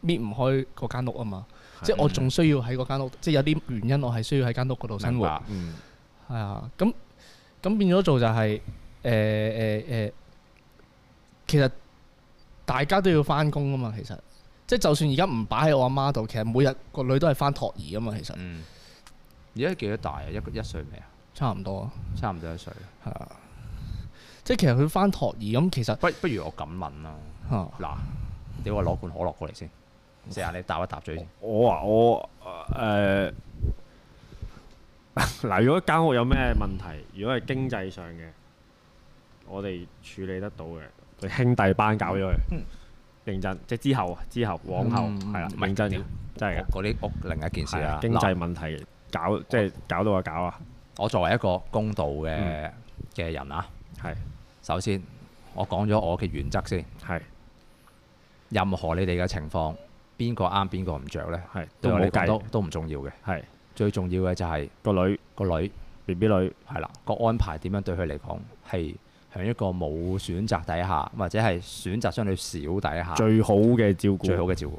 [SPEAKER 8] 搣唔開嗰間屋啊嘛，即係我仲需要喺嗰間屋，即係有啲原因我係需要喺間屋嗰度生活。
[SPEAKER 1] 明白
[SPEAKER 5] 嗯
[SPEAKER 8] 係啊，咁咁變咗做就係誒誒誒，其實大家都要翻工噶嘛，其實即係就算而家唔擺喺我阿媽度，其實每日個女都係翻托兒噶啊嘛，其實
[SPEAKER 1] 嗯，而家幾多大啊？一個一歲未啊？
[SPEAKER 8] 差唔多
[SPEAKER 1] 差唔多一歲。
[SPEAKER 8] 係啊。即係其實佢翻托兒咁，其實啊
[SPEAKER 1] 不不如我咁問啦，
[SPEAKER 8] 嚇
[SPEAKER 1] 嗱，你話攞罐可樂過嚟先，成日你搭一搭嘴先。
[SPEAKER 5] 我啊，我誒 [laughs] 嗱，如果間屋有咩問題，如果係經濟上嘅，我哋處理得到嘅，佢兄弟班搞咗佢，
[SPEAKER 1] 嗯
[SPEAKER 5] 認真，即係之後啊，之後往後係啦，
[SPEAKER 1] 唔係
[SPEAKER 5] 認真
[SPEAKER 1] 屌
[SPEAKER 5] 嘅，真係嘅，啊
[SPEAKER 1] 嗰啲屋另一件事
[SPEAKER 5] 係啊
[SPEAKER 1] 啦。，
[SPEAKER 5] 經濟問題搞即係搞到啊搞啊，
[SPEAKER 1] 我作為一個公道嘅嘅人啊，
[SPEAKER 5] 嗯係
[SPEAKER 1] 首先我講咗我嘅原則先，
[SPEAKER 5] 係
[SPEAKER 1] 任何你哋嘅情況，邊個啱邊個唔着呢？
[SPEAKER 5] 係
[SPEAKER 1] 對
[SPEAKER 5] 都
[SPEAKER 1] 我嚟
[SPEAKER 5] 冇
[SPEAKER 1] 講都
[SPEAKER 5] 計，
[SPEAKER 1] 都唔重要嘅，
[SPEAKER 5] 係
[SPEAKER 1] 最重要嘅就係
[SPEAKER 5] 個女
[SPEAKER 1] 個女
[SPEAKER 5] B B 女
[SPEAKER 1] 係啦，個安排點樣對佢嚟講係喺一個冇選擇底下，或者係選擇相對少底下。
[SPEAKER 5] 最好嘅照顧，
[SPEAKER 1] 啊最好嘅照顧。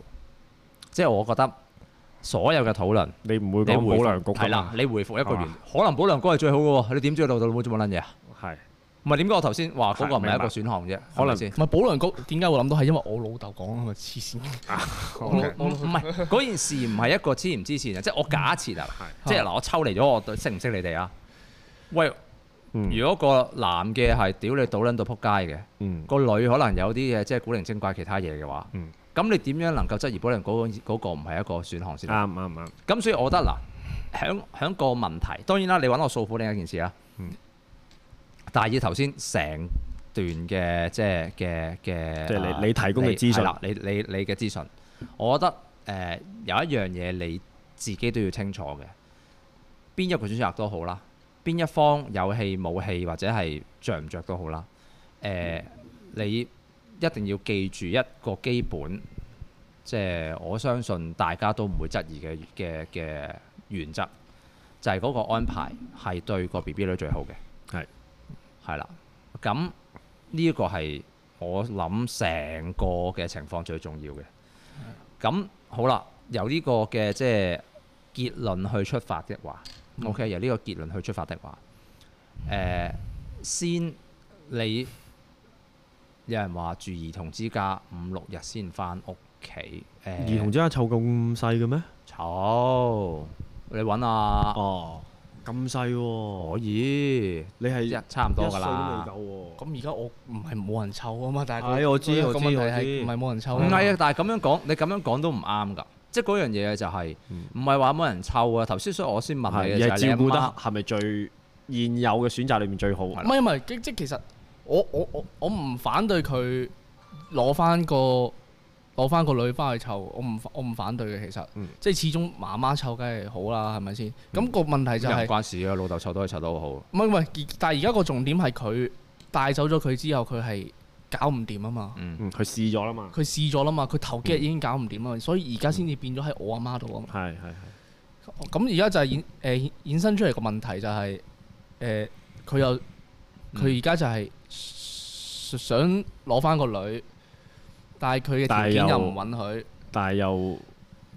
[SPEAKER 1] 即係我覺得所有嘅討論，
[SPEAKER 5] 你唔會
[SPEAKER 1] 你
[SPEAKER 5] 講
[SPEAKER 1] 回
[SPEAKER 5] 保良局㗎啊
[SPEAKER 1] 係啦
[SPEAKER 5] 嘛，，
[SPEAKER 1] 你回覆一個
[SPEAKER 5] 係嘛
[SPEAKER 1] 原，可能保良哥係最好嘅喎，你點知佢老豆老母做乜撚嘢啊？
[SPEAKER 5] 係
[SPEAKER 1] 唔係點解我頭先話嗰個唔係一
[SPEAKER 5] 明
[SPEAKER 1] 個
[SPEAKER 5] 白
[SPEAKER 1] 選項啫？
[SPEAKER 5] 可能
[SPEAKER 1] 係咪先
[SPEAKER 8] 唔係保良局點解會諗到係因為我老豆講啊嘛，黐線。
[SPEAKER 1] 我我唔係嗰件事唔係一個黐唔黐線啊，即係我假設啊，即係嗱，我抽離咗我對識唔識你哋啊？喂，
[SPEAKER 5] 嗯
[SPEAKER 1] 如果個男嘅係屌你倒撚到撲街嘅，
[SPEAKER 5] 嗯
[SPEAKER 1] 個女可能有啲嘢即係古靈精怪其他嘢嘅話
[SPEAKER 5] 嗯，
[SPEAKER 1] 咁你點樣能夠質疑保良嗰個嗰個唔係一個選項先
[SPEAKER 5] 啱？啱啱
[SPEAKER 1] 咁所以我覺得嗱，響響個問題，當然啦，你揾我訴苦另一件事啦。
[SPEAKER 5] 嗯
[SPEAKER 1] 但係以頭先成段嘅即係嘅嘅，
[SPEAKER 5] 即係你
[SPEAKER 1] 啊
[SPEAKER 5] 你提供嘅資訊
[SPEAKER 1] 係啦，你你你嘅資訊，我覺得誒、呃有一樣嘢你自己都要清楚嘅，邊一個選擇都好啦，邊一方有氣冇氣或者係着唔着都好啦，誒、
[SPEAKER 5] 嗯
[SPEAKER 1] 你一定要記住一個基本。即係我相信大家都唔會質疑嘅嘅嘅原則，就係、嗰個安排係對個 B B 女最好嘅。
[SPEAKER 5] 係
[SPEAKER 1] 係啦，咁呢一個係我諗成個嘅情況最重要嘅。咁好啦，由呢個嘅即係結論去出發的話、o k 由呢個結論去出發的話，誒、先你有人話住兒童之家五六日先翻屋企，誒、
[SPEAKER 5] 兒童之間湊咁細嘅咩？
[SPEAKER 1] 嘈，你揾啊
[SPEAKER 5] 哦，咁細喎，
[SPEAKER 1] 可以，
[SPEAKER 5] 你係
[SPEAKER 1] 一差唔多㗎
[SPEAKER 5] 一歲
[SPEAKER 1] 啦
[SPEAKER 5] 都。未夠喎。
[SPEAKER 8] 咁而家我唔係冇人湊啊嘛，但係
[SPEAKER 5] 係我知
[SPEAKER 8] 個
[SPEAKER 5] 我知
[SPEAKER 8] 個問題
[SPEAKER 5] 我
[SPEAKER 8] 係
[SPEAKER 5] 知
[SPEAKER 8] 唔係冇人湊
[SPEAKER 1] 唔係啊，但係咁樣講，你咁樣講都唔啱㗎。即係嗰樣嘢就係唔係話冇人湊啊？頭先所以我先問你嘅就嗯
[SPEAKER 5] 係
[SPEAKER 1] 係
[SPEAKER 5] 照顧
[SPEAKER 1] 你
[SPEAKER 5] 得
[SPEAKER 1] 阿媽
[SPEAKER 5] 係咪最現有嘅選擇裏面最好？
[SPEAKER 8] 唔係唔係，即即其實我我我我唔反對佢攞翻個攞翻個女翻去湊，我唔我唔反對嘅其實，
[SPEAKER 5] 嗯
[SPEAKER 8] 即係始終媽媽湊梗係好啦，係咪先？咁、個問題就
[SPEAKER 1] 又
[SPEAKER 8] 係
[SPEAKER 1] 唔關事嘅，老豆湊都可以湊得好好。
[SPEAKER 8] 唔係唔係，而但係而家個重點係佢帶走咗佢之後，佢係搞唔掂啊嘛。
[SPEAKER 1] 嗯，
[SPEAKER 5] 嗯，佢試咗啦嘛。
[SPEAKER 8] 佢試咗啦嘛，佢頭幾日已經搞唔掂啦，所以而家先至變咗喺我阿媽度啊嘛。
[SPEAKER 5] 係係係。
[SPEAKER 8] 咁而家就係衍誒衍生出嚟個問題就係、誒，佢、又佢而家就係想攞翻個女，但係佢嘅條件
[SPEAKER 5] 但係
[SPEAKER 8] 又
[SPEAKER 5] 又
[SPEAKER 8] 唔允許，
[SPEAKER 5] 但係又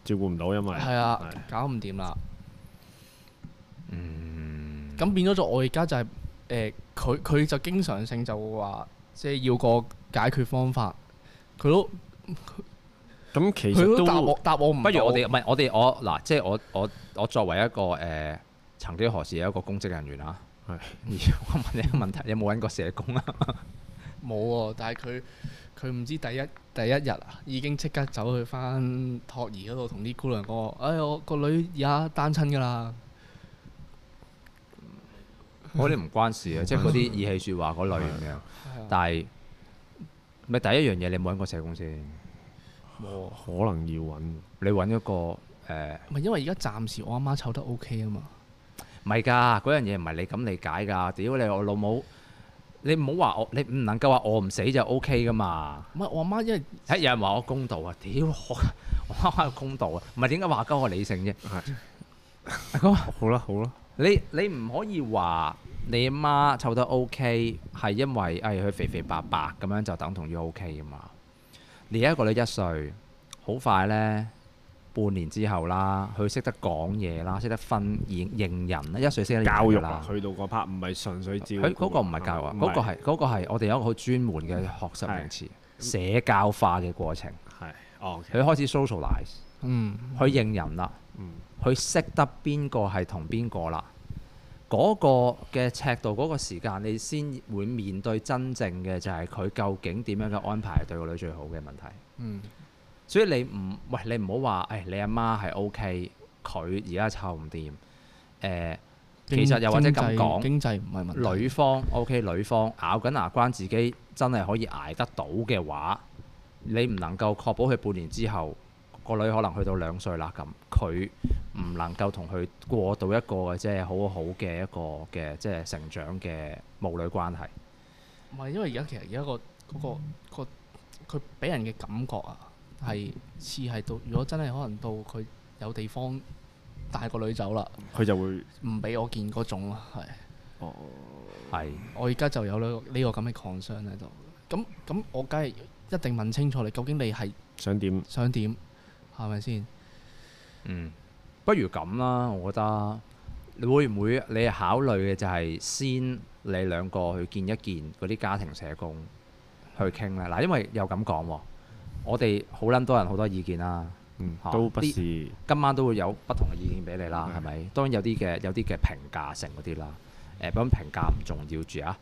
[SPEAKER 5] 照顧唔到，因為
[SPEAKER 8] 係啊，搞唔掂啦。嗯，咁變咗就我而家就係、誒，佢、佢就經常性就會話，即係要個解決方法，佢都
[SPEAKER 5] 咁其
[SPEAKER 8] 佢
[SPEAKER 5] 實
[SPEAKER 8] 都
[SPEAKER 5] 都
[SPEAKER 8] 答我答我唔
[SPEAKER 1] 不如
[SPEAKER 8] 到啊
[SPEAKER 1] 我哋唔係我哋我嗱，即係我我我作為一個誒、呃、曾幾何時有一個公職人員啊，
[SPEAKER 5] 係
[SPEAKER 1] 而我問你一個問題， [laughs] 有冇揾過社 [laughs] 工啊？
[SPEAKER 8] 冇喎，但係佢佢唔知第一第一日啊，已經即刻走去翻托兒嗰度同啲姑娘講：，唉、我個女而家單親㗎啦。
[SPEAKER 1] 嗰啲唔關事啊，即係嗰啲意氣説話嗰類咁樣。但係咪第一樣嘢你冇揾過社工先？
[SPEAKER 8] 冇，
[SPEAKER 5] 可能要揾。
[SPEAKER 1] 你揾一個誒，呃
[SPEAKER 8] 唔係因為而家暫時我阿媽湊得 OK 啊嘛。
[SPEAKER 1] 唔係㗎，嗰樣嘢唔係你咁理解㗎。屌你我老母，你唔好話我，你唔能夠話我唔死就 O K 㗎嘛。
[SPEAKER 8] 唔係我阿媽，因為
[SPEAKER 1] 誒有人話我公道啊！屌我， [laughs] 我啱啱有公道啊！唔係點解話鳩我理性啫？啊
[SPEAKER 5] 好啦好啦，
[SPEAKER 1] 你你唔可以話你阿媽湊得 OK 係因為誒哎佢肥肥白白咁樣就等同於 OK 噶嘛？你一個女一歲，好快呢，半年之後啦，佢識得講嘢啦，識得分認認人啦，一歲識得認人
[SPEAKER 5] 教育
[SPEAKER 1] 㗎啦
[SPEAKER 5] 啊，。去到嗰 part 唔係純粹照顧。
[SPEAKER 1] 佢嗰個唔係教育啊，
[SPEAKER 5] 唔
[SPEAKER 1] 嗰個係嗰個係我哋有一個好專門嘅學習名詞，社教化嘅過程。
[SPEAKER 5] 係哦，OK，
[SPEAKER 1] 佢開始 socialize，
[SPEAKER 8] 嗯
[SPEAKER 1] 佢認人啦。
[SPEAKER 5] 嗯
[SPEAKER 1] 佢識得邊個係同邊個啦。嗰個嘅尺度，嗰、個時間，你先會面對真正嘅就係佢究竟點樣嘅安排係對個女最好嘅問題。
[SPEAKER 8] 嗯，
[SPEAKER 1] 所以你唔喂你唔好話，誒、哎你阿媽係 OK，佢而家湊唔掂。誒、其實又或者咁
[SPEAKER 8] 經濟
[SPEAKER 1] 講，
[SPEAKER 8] 經濟唔係問題。
[SPEAKER 1] 女方 OK，女方咬緊牙關，自己真係可以捱得到嘅話，你唔能夠確保佢半年之後個女可能去到兩歲啦，咁佢唔能夠同佢過到一個即係好好嘅一個嘅即係成長嘅母女關係。
[SPEAKER 8] 唔係因為而家其實而家個嗰、個個佢俾人嘅感覺啊，係似係到如果真係可能到佢有地方帶個女走啦，
[SPEAKER 5] 佢就會
[SPEAKER 8] 唔俾我見嗰種啊，係。
[SPEAKER 5] 哦
[SPEAKER 1] 係
[SPEAKER 8] 我而家就有呢個呢個咁嘅 concern 喺度。咁咁，我梗係一定問清楚你究竟你係
[SPEAKER 5] 想點？
[SPEAKER 8] 想點，係咪先？
[SPEAKER 1] 嗯，不如咁啦，我覺得你會唔會你考慮嘅就係先你兩個去見一見嗰啲家庭社工去傾咧？嗱，因為又咁講喎，我哋好撚多人好多意見啦，
[SPEAKER 5] 嗯
[SPEAKER 1] 嚇，
[SPEAKER 5] 都不
[SPEAKER 1] 呢
[SPEAKER 5] 是
[SPEAKER 1] 今晚都會有不同嘅意見俾你啦，
[SPEAKER 8] 嗯
[SPEAKER 5] 係
[SPEAKER 1] 係咪？當然有啲嘅有啲嘅評價性嗰啲啦，誒咁評價唔重要住啊。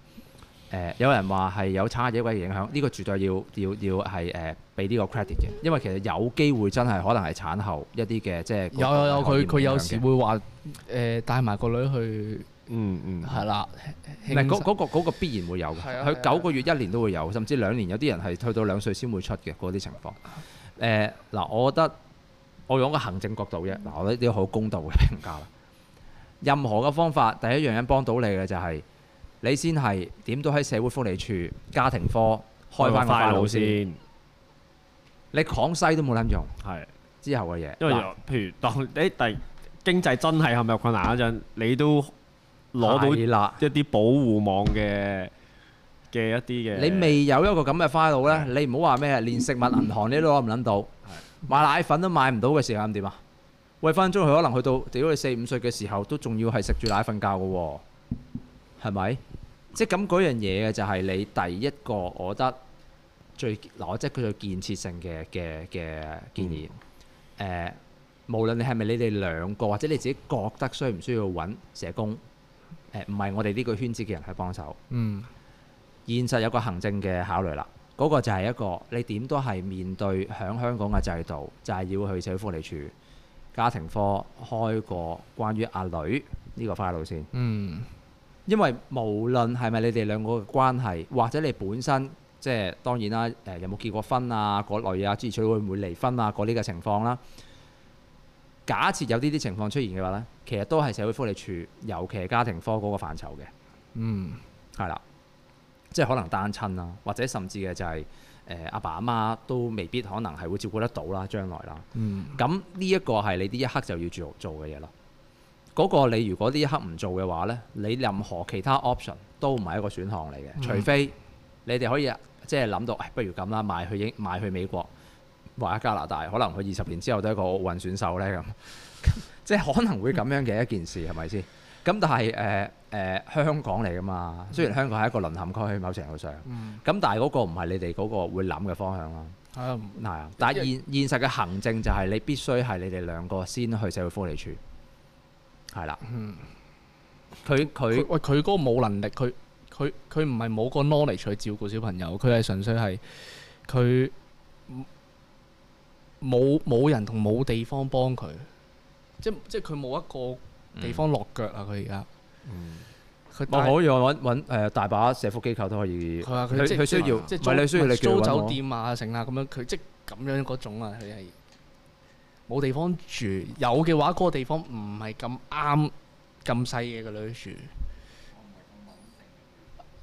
[SPEAKER 1] 誒、有人話係有差嘢鬼嘅影響，呢、個絕對要要要係誒俾呢個 credit 嘅，因為其實有機會真係可能係產後一啲嘅即係
[SPEAKER 8] 有有有，佢佢有時
[SPEAKER 1] 時
[SPEAKER 8] 會話誒、呃、帶埋個女去
[SPEAKER 5] 嗯嗯
[SPEAKER 8] 係啦，
[SPEAKER 1] 唔
[SPEAKER 8] 輕
[SPEAKER 1] 係嗰
[SPEAKER 8] 輕
[SPEAKER 1] 嗰個嗰個必然會有嘅，
[SPEAKER 8] 係啊係
[SPEAKER 1] 佢
[SPEAKER 8] 啊
[SPEAKER 1] 九個月一年都會有，甚至兩年有啲人係去到兩歲先會出嘅嗰啲情況。
[SPEAKER 8] 啊
[SPEAKER 1] 誒嗱，我覺得我用一個行政角度啫，嗱，我呢啲好公道嘅評價啦。任何嘅方法，第一樣嘢幫到你嘅就係你先係點都喺社會福利處家庭科開翻個快
[SPEAKER 5] 路
[SPEAKER 1] 路先。
[SPEAKER 5] 先，
[SPEAKER 1] 你廣西都冇諗用
[SPEAKER 5] 係
[SPEAKER 1] 之後嘅嘢，
[SPEAKER 5] 因為
[SPEAKER 1] 嗱
[SPEAKER 5] 譬如當 [laughs] 你第經濟真係陷入困難嗰陣，你都攞到
[SPEAKER 1] 係啦。
[SPEAKER 5] 一啲保護網嘅嘅一啲嘅。
[SPEAKER 1] 你未有一個咁嘅 file 咧，你唔好話咩，啊連食物銀行你都攞唔撚到，買奶粉都買唔到嘅時候咁點啊？喂，分分鐘佢可能去到屌你四五歲嘅時候，都仲要係食住奶瞓覺嘅喎，係咪？即係咁嗰樣嘢嘅就係你第一個，我覺得最嗱，我即係佢最建設性嘅嘅嘅建議。誒、無論你係咪你哋兩個，或者你自己覺得需唔需要揾社工，誒唔係我哋呢個圈子嘅人去幫手。
[SPEAKER 8] 嗯，
[SPEAKER 1] 現實有個行政嘅考慮啦，嗰、個就係一個你點都係面對響香港嘅制度，就係、要去社會福利處家庭科開個關於阿女呢個花路線。
[SPEAKER 8] 嗯，
[SPEAKER 1] 因為無論係咪你哋兩個嘅關係，或者你本身即係當然啦，誒、有冇結過婚啊嗰類啊，諸如此類會唔會離婚啊嗰啲嘅情況啦。假設有呢啲情況出現嘅話呢，其實都係社會福利處，尤其係家庭科嗰個範疇嘅。
[SPEAKER 8] 嗯，
[SPEAKER 1] 係啦，即係可能單親啦，或者甚至嘅就係誒阿爸阿媽都未必可能係會照顧得到啦，將來啦。
[SPEAKER 8] 嗯，
[SPEAKER 1] 咁呢一個係你呢一刻就要做做嘅嘢咯。嗰、個你如果呢一刻唔做嘅話呢，你任何其他 option 都唔係一個選項嚟嘅，除非你哋可以即係諗到，哎唉不如咁啦，賣去英賣去美國，或者加拿大，可能佢二十年之後都係一個奧運選手呢。咁， [laughs] 即係可能會咁樣嘅一件事係咪先？咁但係誒誒香港嚟噶嘛，雖然香港係一個淪陷區，某程度上，咁、
[SPEAKER 8] 嗯
[SPEAKER 1] 但係嗰個唔係你哋嗰個會諗嘅方向啦。
[SPEAKER 8] 係啊，
[SPEAKER 1] 係啊，但係現現實嘅行政就係你必須係你哋兩個先去社會福利處，係啦。
[SPEAKER 8] 嗯
[SPEAKER 1] 佢
[SPEAKER 8] 佢
[SPEAKER 1] 佢
[SPEAKER 8] 喂佢嗰個冇能力，佢佢佢唔係冇個 knowledge 去照顧小朋友，佢係純粹係佢冇冇人同冇地方幫佢，即即係佢冇一個地方落腳啊！佢而家，佢
[SPEAKER 1] 我
[SPEAKER 8] 但係啊
[SPEAKER 1] 可以揾揾誒呃大把社福機構都可以。
[SPEAKER 8] 佢話
[SPEAKER 1] 佢
[SPEAKER 8] 佢即
[SPEAKER 1] 佢需要
[SPEAKER 8] 即
[SPEAKER 1] 唔係你需要你叫佢
[SPEAKER 8] 租
[SPEAKER 1] 搵我
[SPEAKER 8] 酒店啊，成啊咁樣，佢即咁樣嗰種啊，佢係冇地方住，有嘅話嗰、個地方唔係咁啱咁細嘅個女住，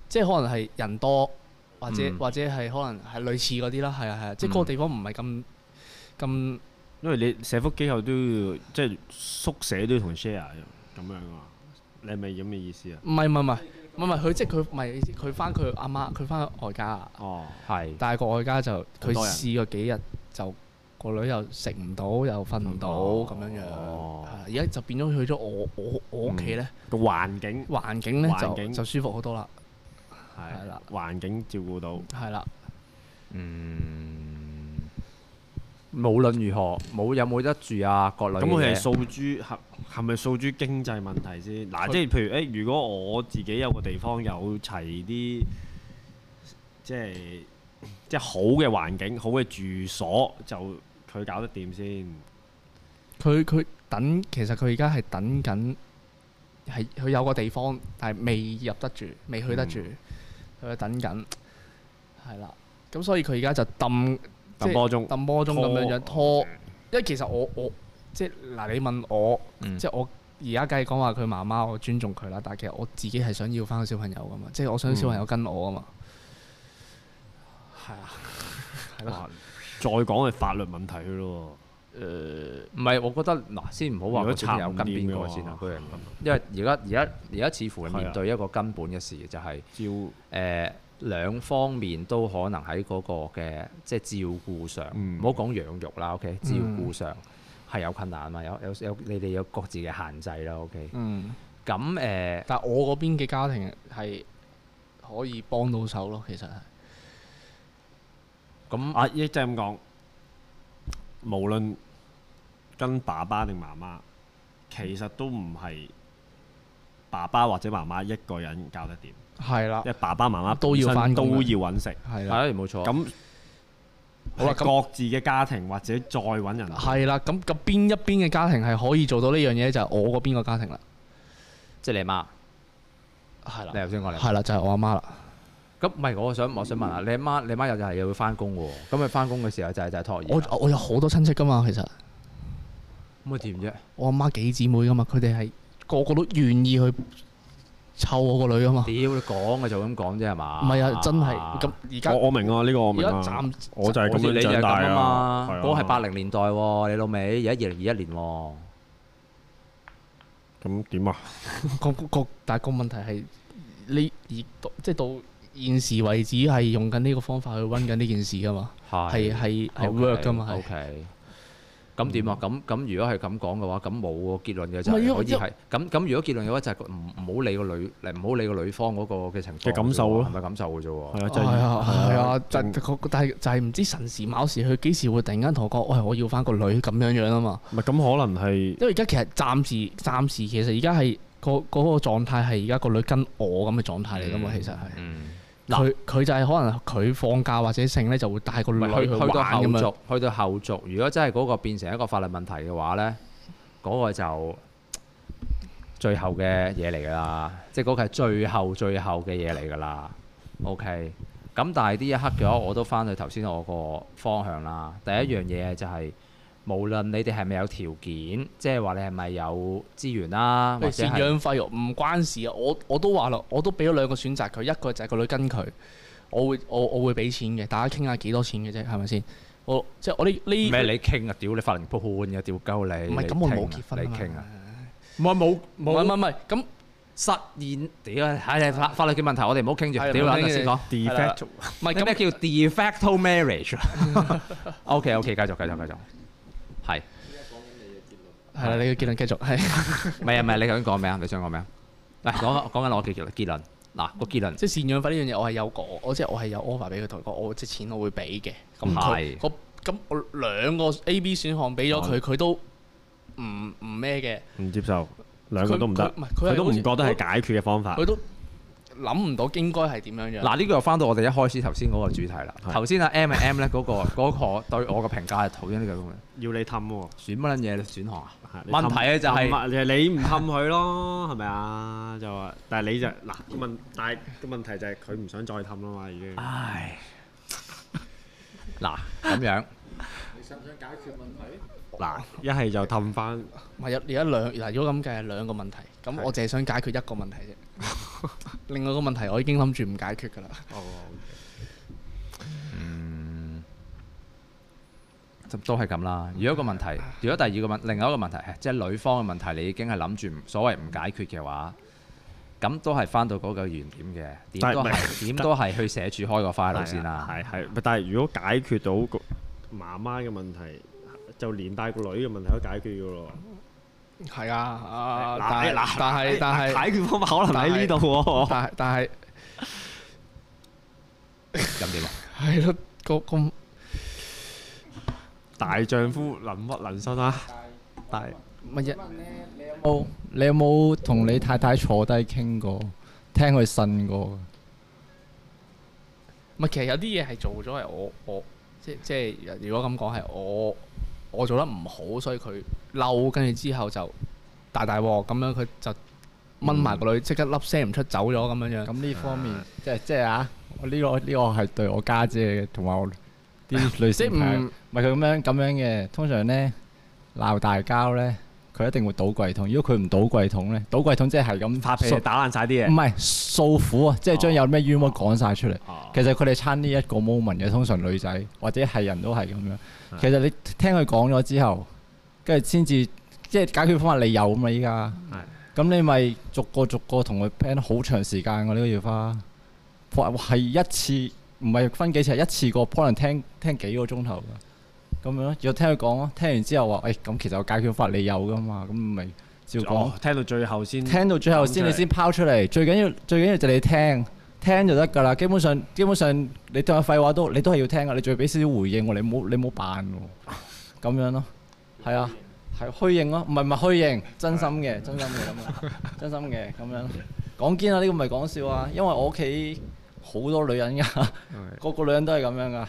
[SPEAKER 8] 即係可能係人多，或者、
[SPEAKER 1] 嗯
[SPEAKER 8] 或者係可能係類似嗰啲啦，係啊係啊，即係嗰個
[SPEAKER 1] 嗯
[SPEAKER 8] 地方唔係咁咁
[SPEAKER 5] 因為你社福機構都要即係宿舍都要同 share 咁樣啊，你係咪咁嘅意思啊？
[SPEAKER 8] 唔係唔係唔係唔係唔係佢即係佢咪佢翻佢阿媽佢翻外家啊。
[SPEAKER 5] 哦，
[SPEAKER 1] 係
[SPEAKER 8] 但係個外家就佢
[SPEAKER 5] 好多人
[SPEAKER 8] 試過幾日就個女又食唔到又瞓唔到
[SPEAKER 5] 哦
[SPEAKER 8] 咁樣樣，
[SPEAKER 5] 哦
[SPEAKER 8] 係啦啊而家就變咗去咗我我我屋企咧
[SPEAKER 5] 個環境
[SPEAKER 8] 環境咧
[SPEAKER 5] 環
[SPEAKER 8] 就
[SPEAKER 5] 境
[SPEAKER 8] 就舒服好多啦，係
[SPEAKER 5] 係
[SPEAKER 8] 啦
[SPEAKER 5] 啦，環境照顧到。
[SPEAKER 8] 係啦，
[SPEAKER 1] 嗯，無論如何，冇有冇得住啊，各類
[SPEAKER 5] 咁佢
[SPEAKER 1] 嘅
[SPEAKER 5] 係
[SPEAKER 1] 嘢
[SPEAKER 5] 訴諸係係咪訴諸經濟問題先？嗱，即係譬如誒、如果我自己有個地方有齊啲，即係即係好嘅環境、好嘅住所，就佢搞得掂先。
[SPEAKER 8] 佢佢等其實佢而家係等緊係佢有個地方，但係未入得住，未去得住，佢係等緊係啦，咁所以佢而家就揼即
[SPEAKER 5] 揼
[SPEAKER 8] 係
[SPEAKER 5] 波鐘，
[SPEAKER 8] 揼波鐘咁樣樣拖
[SPEAKER 5] 拖，
[SPEAKER 8] 因為其實我我即係嗱你問我。
[SPEAKER 1] 嗯
[SPEAKER 8] 即係我而家梗係講話佢媽媽，我尊重佢啦。但係其實我自己係想要翻個小朋友噶嘛，即係我想小朋友跟我啊嘛。係啊，係咯，
[SPEAKER 5] 哇再講係法律問題㗎咯
[SPEAKER 1] 唔係，我覺得嗱，先唔好話
[SPEAKER 5] 如果
[SPEAKER 1] 個小朋友
[SPEAKER 5] 查唔
[SPEAKER 1] 跟
[SPEAKER 5] 掂
[SPEAKER 1] 邊
[SPEAKER 5] 嘅
[SPEAKER 1] 個
[SPEAKER 5] 話
[SPEAKER 1] 先啊，嗰樣嘢因為而家而家而家似乎係
[SPEAKER 5] 係
[SPEAKER 1] 面
[SPEAKER 5] 啊
[SPEAKER 1] 對一個根本嘅事，就係、
[SPEAKER 5] 喎，照
[SPEAKER 1] 誒、兩方面都可能喺嗰個嘅即係照顧上，
[SPEAKER 5] 嗯
[SPEAKER 1] 唔好講養育啦，OK，照顧
[SPEAKER 8] 嗯
[SPEAKER 1] 上係有困難嘛，有有有你哋有各自嘅限制啦，OK，
[SPEAKER 8] 嗯。
[SPEAKER 1] 咁誒、呃
[SPEAKER 8] 但係我嗰邊嘅家庭係可以幫到手咯，其實係。
[SPEAKER 1] 咁
[SPEAKER 5] 啊，亦即係咁講，無論跟爸爸定媽媽，其實都唔係爸爸或者媽媽一個人搞得掂。
[SPEAKER 8] 係啦
[SPEAKER 5] 因，為爸爸媽媽
[SPEAKER 8] 都要
[SPEAKER 5] 本身
[SPEAKER 8] 返工啊
[SPEAKER 5] 都
[SPEAKER 8] 嘅
[SPEAKER 5] 要揾食。
[SPEAKER 8] 係啊啦，
[SPEAKER 1] 係冇錯，
[SPEAKER 5] 咁
[SPEAKER 8] 好啦
[SPEAKER 5] 係各自嘅家庭或者再揾人，
[SPEAKER 8] 係啦。咁咁邊一邊嘅家庭係可以做到呢樣嘢，就係我嗰邊個家庭啦。
[SPEAKER 1] 即係你媽，
[SPEAKER 8] 係
[SPEAKER 1] 你頭先講你媽，
[SPEAKER 8] 係啦，就係我阿媽啦。
[SPEAKER 1] 咁唔係我想我想問下，你阿媽你阿媽又就係又要翻工喎，咁佢翻工嘅時候就係就係托兒
[SPEAKER 8] 我
[SPEAKER 1] 啦，
[SPEAKER 8] 我有好多親戚噶嘛，其實。
[SPEAKER 1] 咁啊點啫？
[SPEAKER 8] 我阿媽幾姊妹噶嘛，佢哋係個個都願意去湊我個女噶嘛。
[SPEAKER 1] 屌你講嘅就咁講啫係嘛？
[SPEAKER 8] 唔係啊，真係咁而家
[SPEAKER 5] 我我明啊，呢個我明
[SPEAKER 8] 而家
[SPEAKER 5] 啊，
[SPEAKER 8] 暫
[SPEAKER 5] 我就係咁
[SPEAKER 1] 好似你
[SPEAKER 5] 樣
[SPEAKER 1] 就係
[SPEAKER 5] 長
[SPEAKER 1] 咁
[SPEAKER 5] 大
[SPEAKER 1] 啊嘛，
[SPEAKER 5] 係啊
[SPEAKER 1] 嗰個係八零年代喎，你老味而家二零二一年喎。
[SPEAKER 5] 咁點啊？
[SPEAKER 8] 個個但係個問題係你而到即係到現時為止係用緊呢個方法去温緊呢件事噶嘛，
[SPEAKER 1] 係
[SPEAKER 8] 係係係
[SPEAKER 1] OK，
[SPEAKER 8] work 噶嘛，係
[SPEAKER 1] OK，咁點啊？咁咁如果係咁講嘅話，咁冇喎結論嘅就
[SPEAKER 8] 唔係
[SPEAKER 1] 係
[SPEAKER 8] 因為
[SPEAKER 1] 可以係咁咁。如果結論嘅話就係唔唔好理個女，唔好理個女方嗰個嘅情況
[SPEAKER 5] 嘅感受咯
[SPEAKER 1] 係咪感受嘅啫喎？
[SPEAKER 5] 係啊，就
[SPEAKER 8] 係啊，係啊，就
[SPEAKER 5] 正
[SPEAKER 8] 但係就係唔知神時卯時，佢幾時會突然間同我講，喂，我要翻個女咁樣樣啊嘛。
[SPEAKER 5] 唔係咁可能係
[SPEAKER 8] 因為而家其實暫時暫時其實而家係個嗰個狀態係而家個女跟我咁嘅狀態嚟噶嘛，其實係
[SPEAKER 1] 嗯。
[SPEAKER 8] 佢佢就係可能佢放假或者剩咧就會帶個
[SPEAKER 1] 唔
[SPEAKER 8] 女
[SPEAKER 1] 係去去
[SPEAKER 8] 去
[SPEAKER 1] 到
[SPEAKER 8] 玩
[SPEAKER 1] 後
[SPEAKER 8] 咁樣
[SPEAKER 1] 續，去到後續，如果真係嗰個變成一個法律問題嘅話咧，嗰、個就最後嘅嘢嚟㗎啦，即係嗰個係最後最後嘅嘢嚟㗎啦。OK，咁但係呢一刻嘅話，我都翻去頭先我個方向啦。第一樣嘢就係、無論你哋係咪有條件，即係話你係咪有資源啦，或
[SPEAKER 8] 喂
[SPEAKER 1] 者
[SPEAKER 8] 贍
[SPEAKER 1] 係
[SPEAKER 8] 養費用唔關事啊！我我都話咯，我都俾咗兩個選擇佢，一個就係個女跟佢，我會我我會俾錢嘅，大家傾下幾多錢嘅啫，係咪先？我即係我呢呢
[SPEAKER 1] 咩你傾啊？屌你法庭判嘅，屌鳩你！
[SPEAKER 8] 唔係咁，
[SPEAKER 1] 你
[SPEAKER 8] 我
[SPEAKER 1] 傾
[SPEAKER 8] 冇
[SPEAKER 1] 啊
[SPEAKER 8] 結婚啊
[SPEAKER 1] 你
[SPEAKER 8] 嘛
[SPEAKER 1] 傾啊！唔係冇
[SPEAKER 8] 唔係唔係唔係咁。
[SPEAKER 1] 實現屌啊！唉，法法律嘅問題，我哋唔好傾住，
[SPEAKER 8] 係
[SPEAKER 1] 屌
[SPEAKER 8] 唔好
[SPEAKER 1] 啦，
[SPEAKER 8] 傾住
[SPEAKER 1] 先講。
[SPEAKER 5] d e
[SPEAKER 8] 係
[SPEAKER 5] f e
[SPEAKER 8] 啦
[SPEAKER 5] c t
[SPEAKER 8] 唔係
[SPEAKER 1] 你咩
[SPEAKER 8] 咁，
[SPEAKER 1] 叫 de facto marriage [laughs] ？O K O K，繼續繼續繼續。係，
[SPEAKER 8] 係啦，你嘅結論繼續 [laughs] 係，
[SPEAKER 1] 唔係啊唔係，你究竟講咩啊？你想講咩啊？嗱，講講緊我嘅結論結論。嗱個結論
[SPEAKER 8] 即係贍養費呢樣嘢，我係有講，我即係我係有 offer 俾佢同佢講，我即係錢我會俾嘅。咁
[SPEAKER 1] 係
[SPEAKER 8] 佢我咁我兩個 A、B 選項俾咗佢，佢都唔唔咩嘅，
[SPEAKER 5] 唔接受，兩個都唔得
[SPEAKER 8] 佢，唔係佢係
[SPEAKER 5] 佢都唔
[SPEAKER 8] 好似
[SPEAKER 5] 覺得係解決嘅方法
[SPEAKER 8] 佢。都諗唔到應該係點樣樣。
[SPEAKER 1] 嗱呢個又翻到我哋一開始頭先嗰個主題啦。
[SPEAKER 5] 係
[SPEAKER 1] 頭先啊 M M 咧嗰個嗰個對我嘅評價係討厭呢個咁嘅。
[SPEAKER 5] 要你氹喎，
[SPEAKER 1] 選乜撚嘢選項啊？
[SPEAKER 5] 係你
[SPEAKER 1] 問題咧就係
[SPEAKER 5] 氹氹你唔氹佢咯， [laughs] 係咪啊？就話，但係你就嗱個問，但係個問題就係佢唔想再氹啦嘛，已經。
[SPEAKER 1] 唉，嗱咁樣
[SPEAKER 5] 嗱，一係就氹翻，
[SPEAKER 8] 唔係有而家兩嗱，如果咁計係兩個問題，咁我淨係想解決一個問題啫。 [laughs] 另外個問題我已經諗住唔解決㗎啦。
[SPEAKER 5] 哦
[SPEAKER 1] 就都係咁啦。如果個問題，如果第二個問，另外一個問題係即係女方嘅問題，你已經係諗住唔所謂唔解決嘅話，咁都係翻到嗰個原點嘅，點
[SPEAKER 5] 但係
[SPEAKER 1] 都
[SPEAKER 5] 唔
[SPEAKER 1] 係點都係去社署開個 file 先啦。
[SPEAKER 5] 係係，但係如果解決到個媽媽嘅問題，就連帶個女嘅問題都解決嘅咯。
[SPEAKER 8] 係啊，啊
[SPEAKER 5] 嗱
[SPEAKER 8] 但係
[SPEAKER 5] 嗱哎
[SPEAKER 8] 但係但係。
[SPEAKER 5] 解決方法可能喺呢度喎。
[SPEAKER 8] 但係但係
[SPEAKER 1] 咁點啊？
[SPEAKER 8] 係咯，個咁
[SPEAKER 5] 大丈夫能屈能伸啊！
[SPEAKER 7] 但
[SPEAKER 8] 乜嘢？
[SPEAKER 7] 冇，你有冇同你太太坐低傾過，聽佢呻過？
[SPEAKER 8] 唔係其實有啲嘢係做咗係我我即即係如果咁講係我我做得唔好，所以佢嬲，跟住之後就大大鑊咁樣，佢就掹埋個女，即刻粒聲唔出走咗咁樣樣。
[SPEAKER 7] 嗯咁呢方面，即係即係啊，我呢、個呢、個係對我家姐嘅，同埋我啲女
[SPEAKER 8] 即係
[SPEAKER 7] 性
[SPEAKER 8] 唔
[SPEAKER 7] 朋友唔係佢咁樣咁樣嘅。通常咧鬧大交咧，佢一定會倒櫃桶。如果佢唔倒櫃桶咧，倒櫃桶即係係咁
[SPEAKER 5] 發脾氣
[SPEAKER 7] 訴
[SPEAKER 5] 打爛晒啲
[SPEAKER 8] 嗯
[SPEAKER 7] 唔
[SPEAKER 5] 嘢。
[SPEAKER 7] 係訴苦啊，即係將有咩冤屈講晒出嚟。
[SPEAKER 5] 哦
[SPEAKER 7] 其實佢哋差呢一個 moment 嘅，通常女仔或者係人都係咁樣。其實你聽佢講咗之後，跟住先至即係解決方法，你有啊嘛依家？咁你咪逐個逐個同佢 plan 好長時間㗎呢個要花，哇係一次唔係分幾次，係一次過可能聽聽幾個鐘頭㗎。咁樣咯，要聽佢講咯，聽完之後話，誒、咁其實我解決法你有㗎嘛，咁咪照講。
[SPEAKER 5] 哦，聽到最後先。
[SPEAKER 7] 聽到最後先，你先拋出嚟。最緊要最緊要就你聽，聽就得㗎啦。基本上基本上你對我廢話都你都係要聽啊㗎，你仲要俾少少回應喎。你冇你冇扮喎，咁樣咯，係啊，係虛應咯，唔係唔係虛應，真心嘅，真心嘅咁啊， [laughs] 真心嘅咁樣。講堅啊，呢個唔係講笑啊，因為我屋企好多女人㗎，個個女人都係咁樣㗎。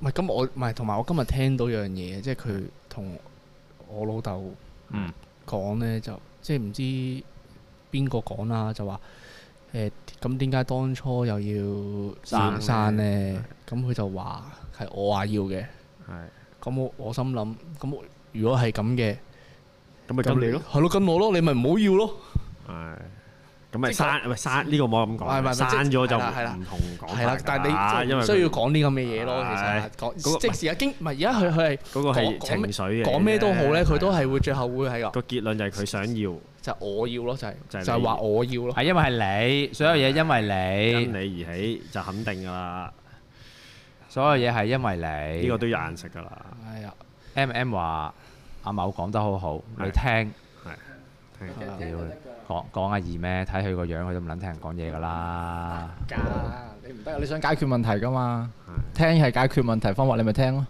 [SPEAKER 8] 唔係咁我唔係同埋我今日聽到樣嘢，即係佢同我老豆
[SPEAKER 1] 嗯
[SPEAKER 8] 講咧，就即係唔知邊個講啦，就話誒咁點解當初又要
[SPEAKER 5] 生
[SPEAKER 8] 生生咧？咁佢就話係我話要嘅，
[SPEAKER 5] 係
[SPEAKER 8] 咁我我心諗咁我如果係咁嘅，
[SPEAKER 5] 咁咪跟你咯。，
[SPEAKER 8] 係咯跟我咯，你咪唔好要咯，
[SPEAKER 5] 係。咁咪
[SPEAKER 8] 即係
[SPEAKER 5] 刪，咪刪呢個冇咁
[SPEAKER 8] 唔係唔
[SPEAKER 5] 講，
[SPEAKER 8] 係
[SPEAKER 5] 刪咗就
[SPEAKER 8] 即係係啦
[SPEAKER 5] 唔同講法
[SPEAKER 8] 係啦，但係
[SPEAKER 5] 㗎
[SPEAKER 8] 你
[SPEAKER 5] 因
[SPEAKER 8] 唔
[SPEAKER 5] 為
[SPEAKER 8] 需要講啲咁嘅嘢咯，其
[SPEAKER 5] 係
[SPEAKER 8] 實
[SPEAKER 5] 嗰個
[SPEAKER 8] 講即係而家經唔係而家佢佢係
[SPEAKER 5] 嗰個係
[SPEAKER 8] 講
[SPEAKER 5] 情緒嘅。
[SPEAKER 8] 講咩都好咧，佢都係會最後會係話
[SPEAKER 5] 個結論就係佢想要
[SPEAKER 8] 就係我要咯，就係
[SPEAKER 5] 就
[SPEAKER 8] 就
[SPEAKER 5] 係你
[SPEAKER 8] 係話我要咯。
[SPEAKER 1] 係因為係你，所有嘢因為
[SPEAKER 5] 因
[SPEAKER 1] 你。
[SPEAKER 5] 你而起，就肯定㗎啦。
[SPEAKER 1] 所有嘢係因為你。
[SPEAKER 5] 呢個都有眼食㗎啦。
[SPEAKER 8] 係啊，
[SPEAKER 1] M M 話阿某講得好好，你聽
[SPEAKER 3] 聽
[SPEAKER 1] 屌
[SPEAKER 3] 就得㗎啦
[SPEAKER 1] 講講阿二咩？睇佢個樣，佢都唔撚聽人講嘢㗎啦。
[SPEAKER 7] 㗎，啊你唔得，你想解決問題㗎嘛？聽係解決問題方法，你咪聽咯。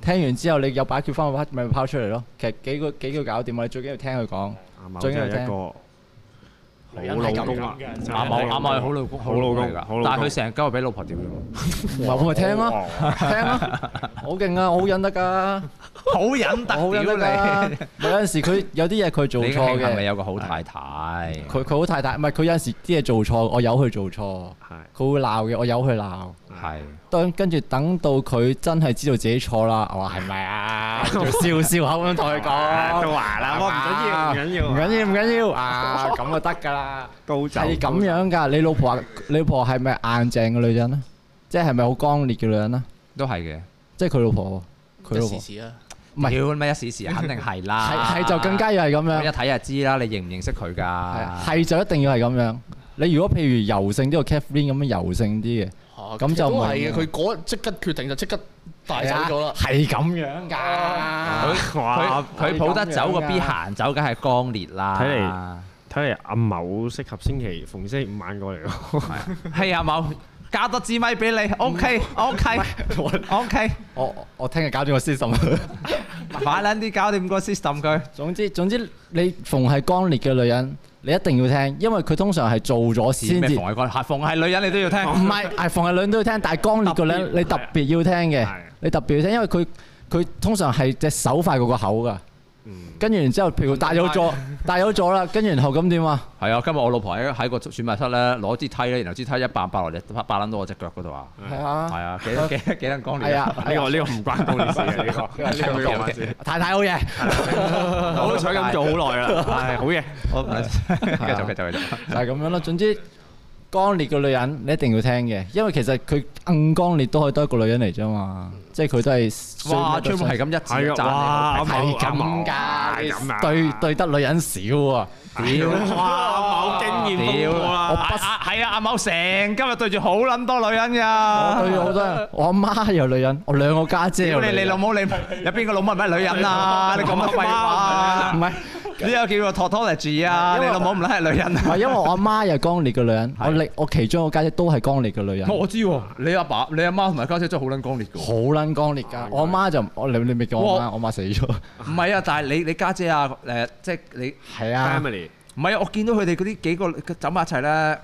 [SPEAKER 7] 聽完之後，你有解決方法，咪拋出嚟咯。其實幾個幾個搞掂啊！你最緊要聽佢講。
[SPEAKER 5] 阿某
[SPEAKER 7] 最
[SPEAKER 5] 真
[SPEAKER 7] 緊要
[SPEAKER 5] 係一
[SPEAKER 7] 聽
[SPEAKER 5] 個好老公啊！
[SPEAKER 1] 阿某阿某係好老公，
[SPEAKER 5] 好老公
[SPEAKER 1] 嚟㗎
[SPEAKER 5] 好老公
[SPEAKER 1] 但係佢成日鳩俾老婆屌㗎嘛。
[SPEAKER 7] 唔係我咪聽咯，聽 [laughs] 咯，好勁啊，我好忍得㗎，
[SPEAKER 1] 好忍
[SPEAKER 7] 我好忍得
[SPEAKER 1] 屌 [laughs]
[SPEAKER 7] 㗎。咪有陣時佢有啲嘢佢做
[SPEAKER 1] 你！你慶
[SPEAKER 7] 錯
[SPEAKER 1] 係咪
[SPEAKER 7] 嘅，
[SPEAKER 1] 有個好太太？
[SPEAKER 7] 佢佢好太大，唔係佢有陣時啲嘢做錯，我由佢做錯，
[SPEAKER 5] 係
[SPEAKER 7] 佢會鬧嘅，我由佢鬧。
[SPEAKER 1] 係
[SPEAKER 7] 當跟住等到佢真係知道自己錯啦，我話係咪啊？仲笑笑口咁同佢
[SPEAKER 5] [laughs]
[SPEAKER 7] 講，
[SPEAKER 5] 都話啦，我唔緊要，唔緊要，
[SPEAKER 7] 唔緊要唔緊要啊，咁就得㗎啦。
[SPEAKER 5] 高就
[SPEAKER 7] 係咁樣㗎，你老婆你老婆係咪硬淨嘅女人啊？即係係咪好剛烈嘅女人啊？
[SPEAKER 1] 都係嘅。
[SPEAKER 7] 即係佢老婆喎，佢老
[SPEAKER 8] 一
[SPEAKER 7] 婆
[SPEAKER 8] 時。時啊，
[SPEAKER 1] 唔
[SPEAKER 7] 唔
[SPEAKER 1] 係
[SPEAKER 7] 係
[SPEAKER 1] 屌咩一時時肯定係啦。
[SPEAKER 7] 係係就更加要係咁
[SPEAKER 1] 一
[SPEAKER 7] 樣，
[SPEAKER 1] 睇就知啦。你認唔認識佢
[SPEAKER 7] 係啊
[SPEAKER 1] 㗎？
[SPEAKER 7] 係就一定要係咁樣。你如果譬如柔性啲個 Catherine 咁樣柔性啲嘅，咁就唔
[SPEAKER 8] 唔
[SPEAKER 7] 係
[SPEAKER 8] 係嘅。佢嗰即刻決定就即刻帶走咗啦。
[SPEAKER 7] 係咁樣㗎。
[SPEAKER 1] 佢佢
[SPEAKER 5] 哇
[SPEAKER 1] 啊佢抱得走個
[SPEAKER 7] 係咁樣㗎
[SPEAKER 1] B 行走，梗係剛烈啦。
[SPEAKER 5] 睇嚟阿某適合星期逢星期五晚過嚟喎。
[SPEAKER 1] 係阿某加多支咪俾你，OK [laughs] OK OK，
[SPEAKER 7] 我我聽日搞掂個 system。
[SPEAKER 1] 快撚啲搞掂個 system 佢。
[SPEAKER 7] [laughs] 總之總之，你逢係剛烈嘅女人，你一定要聽，因為佢通常係做咗先
[SPEAKER 1] 咩
[SPEAKER 7] 至。
[SPEAKER 1] 逢係幹嚇，逢係女人你都要聽。
[SPEAKER 7] 唔 [laughs] 係，係逢係兩都要聽，但係剛烈個咧，你特別要聽嘅
[SPEAKER 5] 係，
[SPEAKER 7] 你特別要聽，因為佢佢通常係隻手快過個口㗎。跟住然之後，譬如帶有 [laughs] 咗，帶有咗啦，跟住然後咁點啊？
[SPEAKER 1] 係啊，今日我老婆喺喺個選物室咧攞支梯咧，然後支梯一扮爆落嚟，爆撚到我只腳嗰度啊！
[SPEAKER 7] 係 [laughs] 啊
[SPEAKER 1] 係啊，幾幾 [laughs] 幾撚光
[SPEAKER 7] 係
[SPEAKER 1] 烈
[SPEAKER 7] 啊
[SPEAKER 1] 啊！，
[SPEAKER 5] 呢個呢個唔關高烈事嘅呢個，呢個講翻先。
[SPEAKER 7] 太太好嘢，
[SPEAKER 1] 啊
[SPEAKER 5] 我都想咁做好耐啦，係好嘢。
[SPEAKER 1] 我繼續繼續繼續。
[SPEAKER 7] 就係咁樣咯。總之，剛烈嘅女人你一定要聽嘅，因為其實佢硬剛烈都可以多一個女人嚟啫嘛，即係佢都係
[SPEAKER 1] 哇！全部係咁一字一
[SPEAKER 5] 係啊，哇！
[SPEAKER 1] 讚
[SPEAKER 5] 阿
[SPEAKER 1] 你，
[SPEAKER 5] 某
[SPEAKER 7] 係
[SPEAKER 5] 阿某
[SPEAKER 7] 咁㗎，
[SPEAKER 5] 咁啊
[SPEAKER 7] 你對對得女人少啊，
[SPEAKER 5] 屌！哇！阿某經驗豐富
[SPEAKER 1] 我
[SPEAKER 5] 啦，
[SPEAKER 1] 不係啊！阿某成今日對住好撚多女人㗎。
[SPEAKER 7] 我對好多人，我阿媽有女人，我兩個家姐有
[SPEAKER 1] 啊屌
[SPEAKER 7] 女
[SPEAKER 1] 你你
[SPEAKER 7] 人
[SPEAKER 1] 老。 [laughs] 母你有邊個老母係咪女人 [laughs] 啊？你講乜廢話？
[SPEAKER 7] 唔係
[SPEAKER 1] 呢個叫做 tautology 啊！你老母唔撚係女人
[SPEAKER 7] 唔
[SPEAKER 1] 啊
[SPEAKER 7] 係，？因為我阿媽又係剛烈嘅女人，我力我其中一個家姐都係剛烈嘅女人，好
[SPEAKER 1] [laughs] 我知喎，你阿爸、你阿媽同埋家姐真係好撚剛烈㗎喎。
[SPEAKER 7] 撚剛烈㗎。我阿媽就我你你未叫我阿媽，
[SPEAKER 1] 哇
[SPEAKER 7] 我阿媽死咗。
[SPEAKER 1] 唔係啊，但係你你家姐啊，誒，即係你
[SPEAKER 7] 係啊，
[SPEAKER 5] family
[SPEAKER 1] 唔係啊，我見到佢哋嗰啲幾個走埋一齊咧，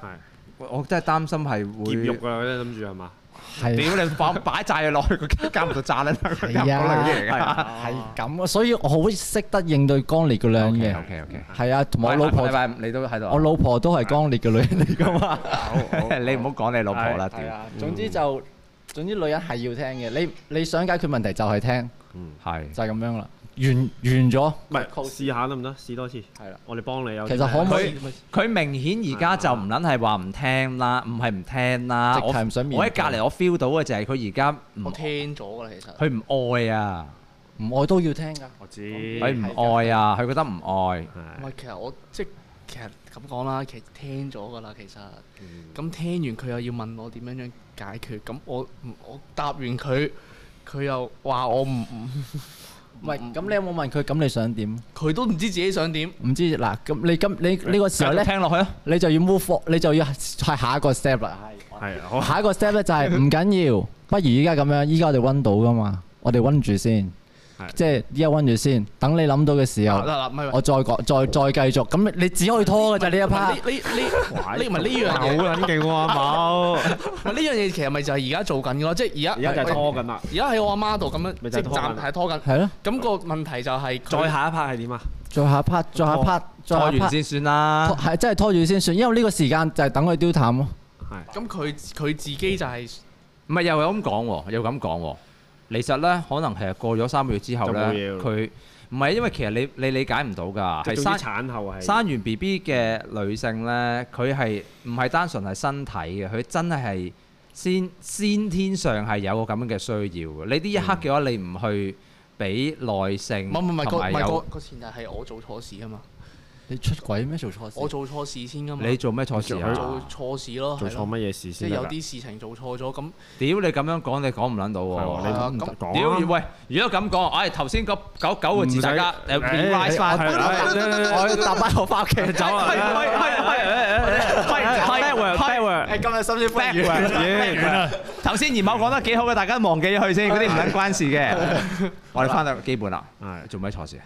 [SPEAKER 1] 我我真係擔心係
[SPEAKER 5] 劫獄
[SPEAKER 1] 會。
[SPEAKER 5] 㗎啦，你諗住係嘛？
[SPEAKER 7] 係
[SPEAKER 1] 屌你擺擺曬佢落去個
[SPEAKER 7] [laughs]
[SPEAKER 1] 監獄度炸啦！
[SPEAKER 7] 係啊，係咁啊，所以我好識得應對剛烈嘅女人嘅。
[SPEAKER 1] OK OK。
[SPEAKER 7] 係啊，同埋我老
[SPEAKER 1] 禮
[SPEAKER 7] 婆，
[SPEAKER 1] 拜五你都喺度啊。
[SPEAKER 7] 我老婆都係剛烈嘅女人嚟㗎嘛。
[SPEAKER 1] [laughs] 你唔好講你老婆啦，屌
[SPEAKER 7] 係。啊，總之就總之女人係要聽嘅，你你想解決問題就係聽，
[SPEAKER 1] 係。
[SPEAKER 7] 就係咁樣啦。完完咗，
[SPEAKER 5] 唔係嗯試下得唔得？試多次。係啦，我哋幫你有。
[SPEAKER 7] 其實可唔可以
[SPEAKER 1] 佢明顯而家就唔撚係話唔聽啦，唔係唔聽啦。
[SPEAKER 7] 直
[SPEAKER 1] 我
[SPEAKER 7] 頭唔想面對
[SPEAKER 1] 我喺隔離，我 feel 到嘅就係佢而家唔
[SPEAKER 8] 我，聽咗㗎啦，其實。
[SPEAKER 1] 佢唔愛啊，
[SPEAKER 7] 唔愛都要聽㗎。
[SPEAKER 5] 我知。
[SPEAKER 1] 佢唔愛啊，佢覺得唔愛。
[SPEAKER 8] 唔係，其實我即係其實咁講啦，其實聽咗㗎啦，其實
[SPEAKER 5] 嗯
[SPEAKER 8] 咁聽完佢又要問我點樣樣解決，咁我唔我答完佢，佢又話我唔唔，
[SPEAKER 7] 唔係，咁你有冇問佢？咁你想點？
[SPEAKER 8] 佢都唔知自己想點。
[SPEAKER 7] 唔知嗱，咁你今你呢個時候
[SPEAKER 1] 繼續
[SPEAKER 7] 咧，
[SPEAKER 1] 聽落去啊！
[SPEAKER 7] 你就要 move on，你就要係下一個 step 啦。
[SPEAKER 5] 係啊好。
[SPEAKER 7] 下一個 step 咧就係唔緊要，不如依家咁樣，依家我哋温到噶嘛，我哋温住先
[SPEAKER 5] 係，
[SPEAKER 7] 即係依家温住先，等你諗到嘅時
[SPEAKER 5] 啊
[SPEAKER 8] 嗱
[SPEAKER 7] 候，
[SPEAKER 8] 嗱，唔係
[SPEAKER 7] 我再講，再再繼續。咁你只可以拖㗎咋呢一 part
[SPEAKER 8] 呢。
[SPEAKER 5] [laughs]
[SPEAKER 8] 呢呢呢唔係呢樣
[SPEAKER 5] 好
[SPEAKER 8] 嘢，
[SPEAKER 5] 撚勁喎，阿某。
[SPEAKER 8] [laughs] 唔係呢樣嘢，其實咪就係而家做緊嘅咯，即係而
[SPEAKER 5] 而
[SPEAKER 8] 家
[SPEAKER 5] 家就係拖緊啦。
[SPEAKER 8] 而家喺我阿媽度咁樣，
[SPEAKER 5] 咪
[SPEAKER 8] 即
[SPEAKER 5] 就係
[SPEAKER 8] 係
[SPEAKER 5] 拖緊
[SPEAKER 8] 暫係拖緊。
[SPEAKER 7] 係咯，
[SPEAKER 8] 咁個問題就係佢
[SPEAKER 5] 再下一 part 係點啊？
[SPEAKER 7] 再下一 part，再下一 part，再
[SPEAKER 1] 拖
[SPEAKER 7] 下一
[SPEAKER 1] 完
[SPEAKER 7] part，
[SPEAKER 1] 先算啦
[SPEAKER 7] 拖。係真係拖住先算，因為呢個時間就係等佢丟淡咯。
[SPEAKER 5] 係。
[SPEAKER 8] 咁佢佢自己就係
[SPEAKER 1] 唔係又有咁講喎，又咁講喎。其實咧，可能係過咗三個月之後
[SPEAKER 5] 就
[SPEAKER 1] 咧
[SPEAKER 5] 冇嘢，啦
[SPEAKER 1] 佢唔係因為其實你你理解唔到㗎，
[SPEAKER 5] 即
[SPEAKER 1] 係
[SPEAKER 5] 係生
[SPEAKER 1] 生
[SPEAKER 5] 產後係
[SPEAKER 1] 生完 B B 嘅女性咧，佢係唔係單純係身體嘅，佢真係係先先天上係有個咁樣嘅需要嘅。你呢一刻嘅話，你唔去俾耐性，
[SPEAKER 8] 唔係唔係唔係個
[SPEAKER 1] 同埋
[SPEAKER 8] 唔係個
[SPEAKER 1] 有
[SPEAKER 8] 個前提係我做錯事啊嘛。
[SPEAKER 7] 你出軌咩做錯事？
[SPEAKER 8] 我做錯事先㗎嘛。
[SPEAKER 1] 你做咩錯事啊？
[SPEAKER 8] 做錯事咯，
[SPEAKER 5] 做
[SPEAKER 8] 係
[SPEAKER 5] 錯
[SPEAKER 8] 咯，
[SPEAKER 5] 乜嘢事
[SPEAKER 8] 即
[SPEAKER 5] 先
[SPEAKER 8] 係
[SPEAKER 5] 得
[SPEAKER 8] 有
[SPEAKER 5] 㗎？
[SPEAKER 8] 啲事情做錯咗，咁
[SPEAKER 1] 屌你咁樣講，你講唔撚到
[SPEAKER 5] 係
[SPEAKER 1] 喎。
[SPEAKER 5] 喎你
[SPEAKER 8] 係
[SPEAKER 5] 都
[SPEAKER 8] 啊
[SPEAKER 5] 唔講
[SPEAKER 1] 屌
[SPEAKER 5] 啊
[SPEAKER 1] 喂，如果咁講，唉頭先嗰九九個字
[SPEAKER 5] 唔使
[SPEAKER 1] 大家誒 revise 翻。
[SPEAKER 5] 係啦係啦
[SPEAKER 8] 我要搭班我翻屋企走
[SPEAKER 1] 啊係係係係係係
[SPEAKER 5] backward，backward，
[SPEAKER 8] 哎誒，今日心思不如。
[SPEAKER 1] 頭先二某講得幾好嘅，大家忘記咗佢先，嗰啲唔撚關事嘅。我哋翻到基本啦，
[SPEAKER 5] 係
[SPEAKER 1] 做咩錯事啊？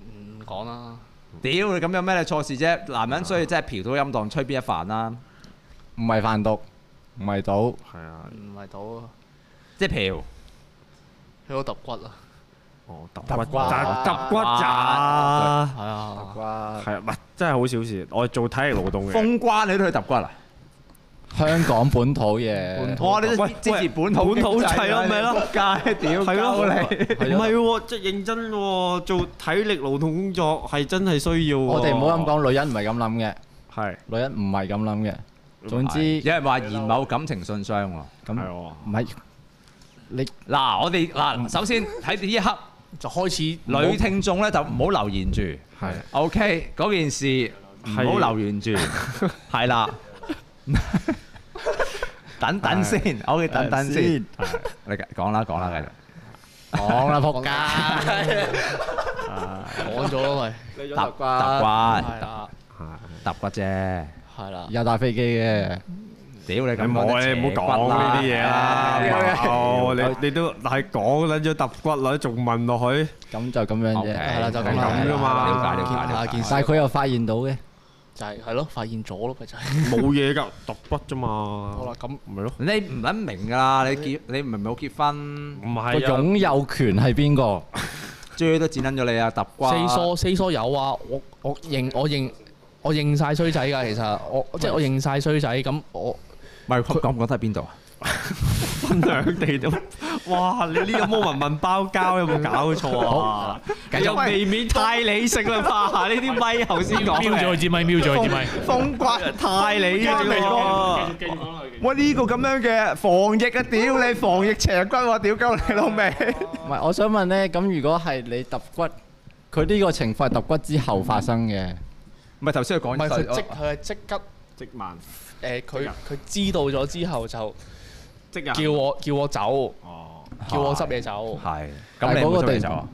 [SPEAKER 8] 唔講啦，
[SPEAKER 1] 屌你咁有咩錯事啫？男人所以真係嫖到陰檔，吹邊一飯啦，
[SPEAKER 7] 唔係販毒，唔係賭，
[SPEAKER 5] 係啊，
[SPEAKER 8] 唔係賭，
[SPEAKER 1] 即係嫖。
[SPEAKER 8] 去我揼骨啊啦。
[SPEAKER 5] 哦，
[SPEAKER 7] 揼
[SPEAKER 5] 揼
[SPEAKER 7] 骨
[SPEAKER 5] 骨
[SPEAKER 7] 啊
[SPEAKER 5] 咋，揼骨咋，
[SPEAKER 8] 係啊，
[SPEAKER 7] 哇！
[SPEAKER 5] 係啊，唔真係好小事，我係做體力勞動嘅。
[SPEAKER 1] 封關你都去揼骨啊！
[SPEAKER 7] 香港本土嘢，
[SPEAKER 1] 我哋都
[SPEAKER 5] 喂
[SPEAKER 1] 支持本土
[SPEAKER 5] 本土
[SPEAKER 1] 經濟
[SPEAKER 5] 係咯
[SPEAKER 1] 啊
[SPEAKER 5] 咪咯
[SPEAKER 1] 仆街屌
[SPEAKER 5] 係咯
[SPEAKER 1] 鳩你！
[SPEAKER 5] 唔係喎，即係認真喎，做體力勞動工作係真係需要喎。
[SPEAKER 7] 我哋唔好咁講，女人唔係咁諗嘅，
[SPEAKER 5] 係，
[SPEAKER 7] 女人唔係咁諗嘅。總之
[SPEAKER 1] [laughs] 有人話現某感情信箱喎。
[SPEAKER 7] 咁
[SPEAKER 5] 係喎。
[SPEAKER 7] 唔係你
[SPEAKER 1] 嗱，我哋嗱，首先喺呢一刻，
[SPEAKER 8] 就開始
[SPEAKER 1] 女聽眾咧就唔好留言住。
[SPEAKER 5] 係
[SPEAKER 1] OK，嗰件事唔好留
[SPEAKER 5] [laughs]
[SPEAKER 1] 言住，係啦。等等先，OK，等等先。你講啦，講啦，繼續。
[SPEAKER 7] 講啦，仆街！
[SPEAKER 5] [laughs]
[SPEAKER 8] 講咗咯，咪
[SPEAKER 5] 啊
[SPEAKER 1] 揼揼
[SPEAKER 8] 係啦，
[SPEAKER 1] 骨，揼骨啫。
[SPEAKER 8] 係啦，
[SPEAKER 7] 有搭飛機嘅，
[SPEAKER 1] 屌你
[SPEAKER 5] 你
[SPEAKER 1] 咁
[SPEAKER 5] 唔好
[SPEAKER 1] 講得
[SPEAKER 5] 你唔
[SPEAKER 1] 邪骨
[SPEAKER 5] 好講呢啲嘢啦，哦，
[SPEAKER 1] 屌
[SPEAKER 5] 你你都係講撚咗揼骨啦，仲問落去，
[SPEAKER 7] 咁就咁樣
[SPEAKER 1] OK，
[SPEAKER 7] 啫。
[SPEAKER 8] 係啦就咁
[SPEAKER 1] 了解
[SPEAKER 5] 咁㗎嘛
[SPEAKER 1] 了解了解了解
[SPEAKER 8] 見下見
[SPEAKER 7] 但係佢又發現到嘅，
[SPEAKER 8] 就係係咯，發現咗咯，咪就係。
[SPEAKER 5] 冇嘢㗎，揼骨啫嘛。
[SPEAKER 8] [laughs] 好啦，咁
[SPEAKER 5] 咪咯，
[SPEAKER 1] 你唔撚明㗎啦，你結你唔係冇結婚
[SPEAKER 5] 唔，
[SPEAKER 7] 個
[SPEAKER 5] 係啊，
[SPEAKER 7] 擁有權係邊個？
[SPEAKER 1] 追都剪撚咗你啊，揼瓜。
[SPEAKER 8] 四疏四疏有啊，我我認我認我認晒衰仔㗎，其實我即係我認晒衰仔，咁我
[SPEAKER 1] 唔係講唔講得係邊度啊？
[SPEAKER 5] 分兩地都，哇！你呢個 moment 問包膠有
[SPEAKER 1] [laughs]
[SPEAKER 5] 冇搞錯啊？又未免太理性啦吧？呢啲咪頭先講
[SPEAKER 4] 瞄咗
[SPEAKER 5] 嘅
[SPEAKER 4] 佢支咪，瞄咗佢支咪。
[SPEAKER 1] 風刮
[SPEAKER 5] 太理性喎，
[SPEAKER 1] 喂，呢個咁樣嘅防疫啊，屌你防疫邪骨喎，屌鳩你老味！
[SPEAKER 7] 唔係，我想問咧，咁如果係你揼骨，佢呢個情況係揼骨之後發生嘅，
[SPEAKER 1] 唔係頭先佢講
[SPEAKER 8] 唔係佢即佢係即刻
[SPEAKER 5] 即慢
[SPEAKER 8] 誒，佢佢知道咗之後就
[SPEAKER 5] 即啊！
[SPEAKER 8] 叫我叫我走，
[SPEAKER 5] 哦，
[SPEAKER 8] 叫我執嘢走。
[SPEAKER 1] 係，
[SPEAKER 7] 但
[SPEAKER 1] 咁
[SPEAKER 7] 係
[SPEAKER 1] 你
[SPEAKER 7] 嗰
[SPEAKER 1] 冇
[SPEAKER 7] 個
[SPEAKER 1] 出嚟
[SPEAKER 7] 地
[SPEAKER 1] 走啊？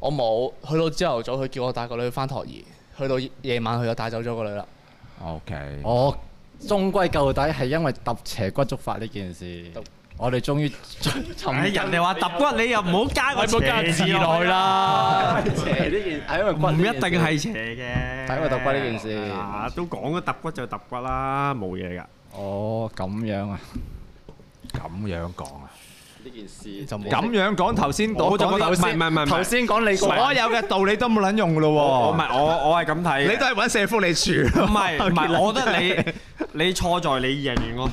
[SPEAKER 8] 我冇，去到朝頭早佢叫我帶個女去翻托兒，去到夜晚佢又帶走咗個女啦。
[SPEAKER 1] O K，
[SPEAKER 7] 我終歸究底係因為揼斜骨觸發呢件事
[SPEAKER 8] 揼，
[SPEAKER 7] 我哋終於
[SPEAKER 5] 唉
[SPEAKER 7] 尋
[SPEAKER 5] 人哋話揼骨，你又唔好加個邪字落去啦，
[SPEAKER 7] 斜呢件，係因為骨
[SPEAKER 5] 唔
[SPEAKER 7] 呢
[SPEAKER 5] 一
[SPEAKER 7] 件事
[SPEAKER 5] 定係邪嘅。
[SPEAKER 7] 睇我揼骨呢件事
[SPEAKER 5] 啊都講咗揼骨就揼骨啦，冇嘢㗎。
[SPEAKER 7] 哦，咁樣啊，
[SPEAKER 1] 咁樣講啊？
[SPEAKER 7] 呢件事
[SPEAKER 8] 就冇
[SPEAKER 1] 咁樣講頭先我
[SPEAKER 5] 我就
[SPEAKER 1] 講
[SPEAKER 5] 覺得
[SPEAKER 1] 頭
[SPEAKER 5] 唔係
[SPEAKER 1] 先
[SPEAKER 5] 唔係唔係唔
[SPEAKER 7] 頭
[SPEAKER 5] 係，
[SPEAKER 7] 先講你
[SPEAKER 1] 所
[SPEAKER 7] 講
[SPEAKER 1] 有嘅道理都冇撚用噶
[SPEAKER 5] 我
[SPEAKER 1] 咯
[SPEAKER 5] 哦唔係我我係咁睇
[SPEAKER 1] 喎，
[SPEAKER 5] 嘅。
[SPEAKER 1] 你都係揾社福你處
[SPEAKER 5] 唔係唔
[SPEAKER 1] [laughs]
[SPEAKER 5] 係，我覺得你你錯在你認我，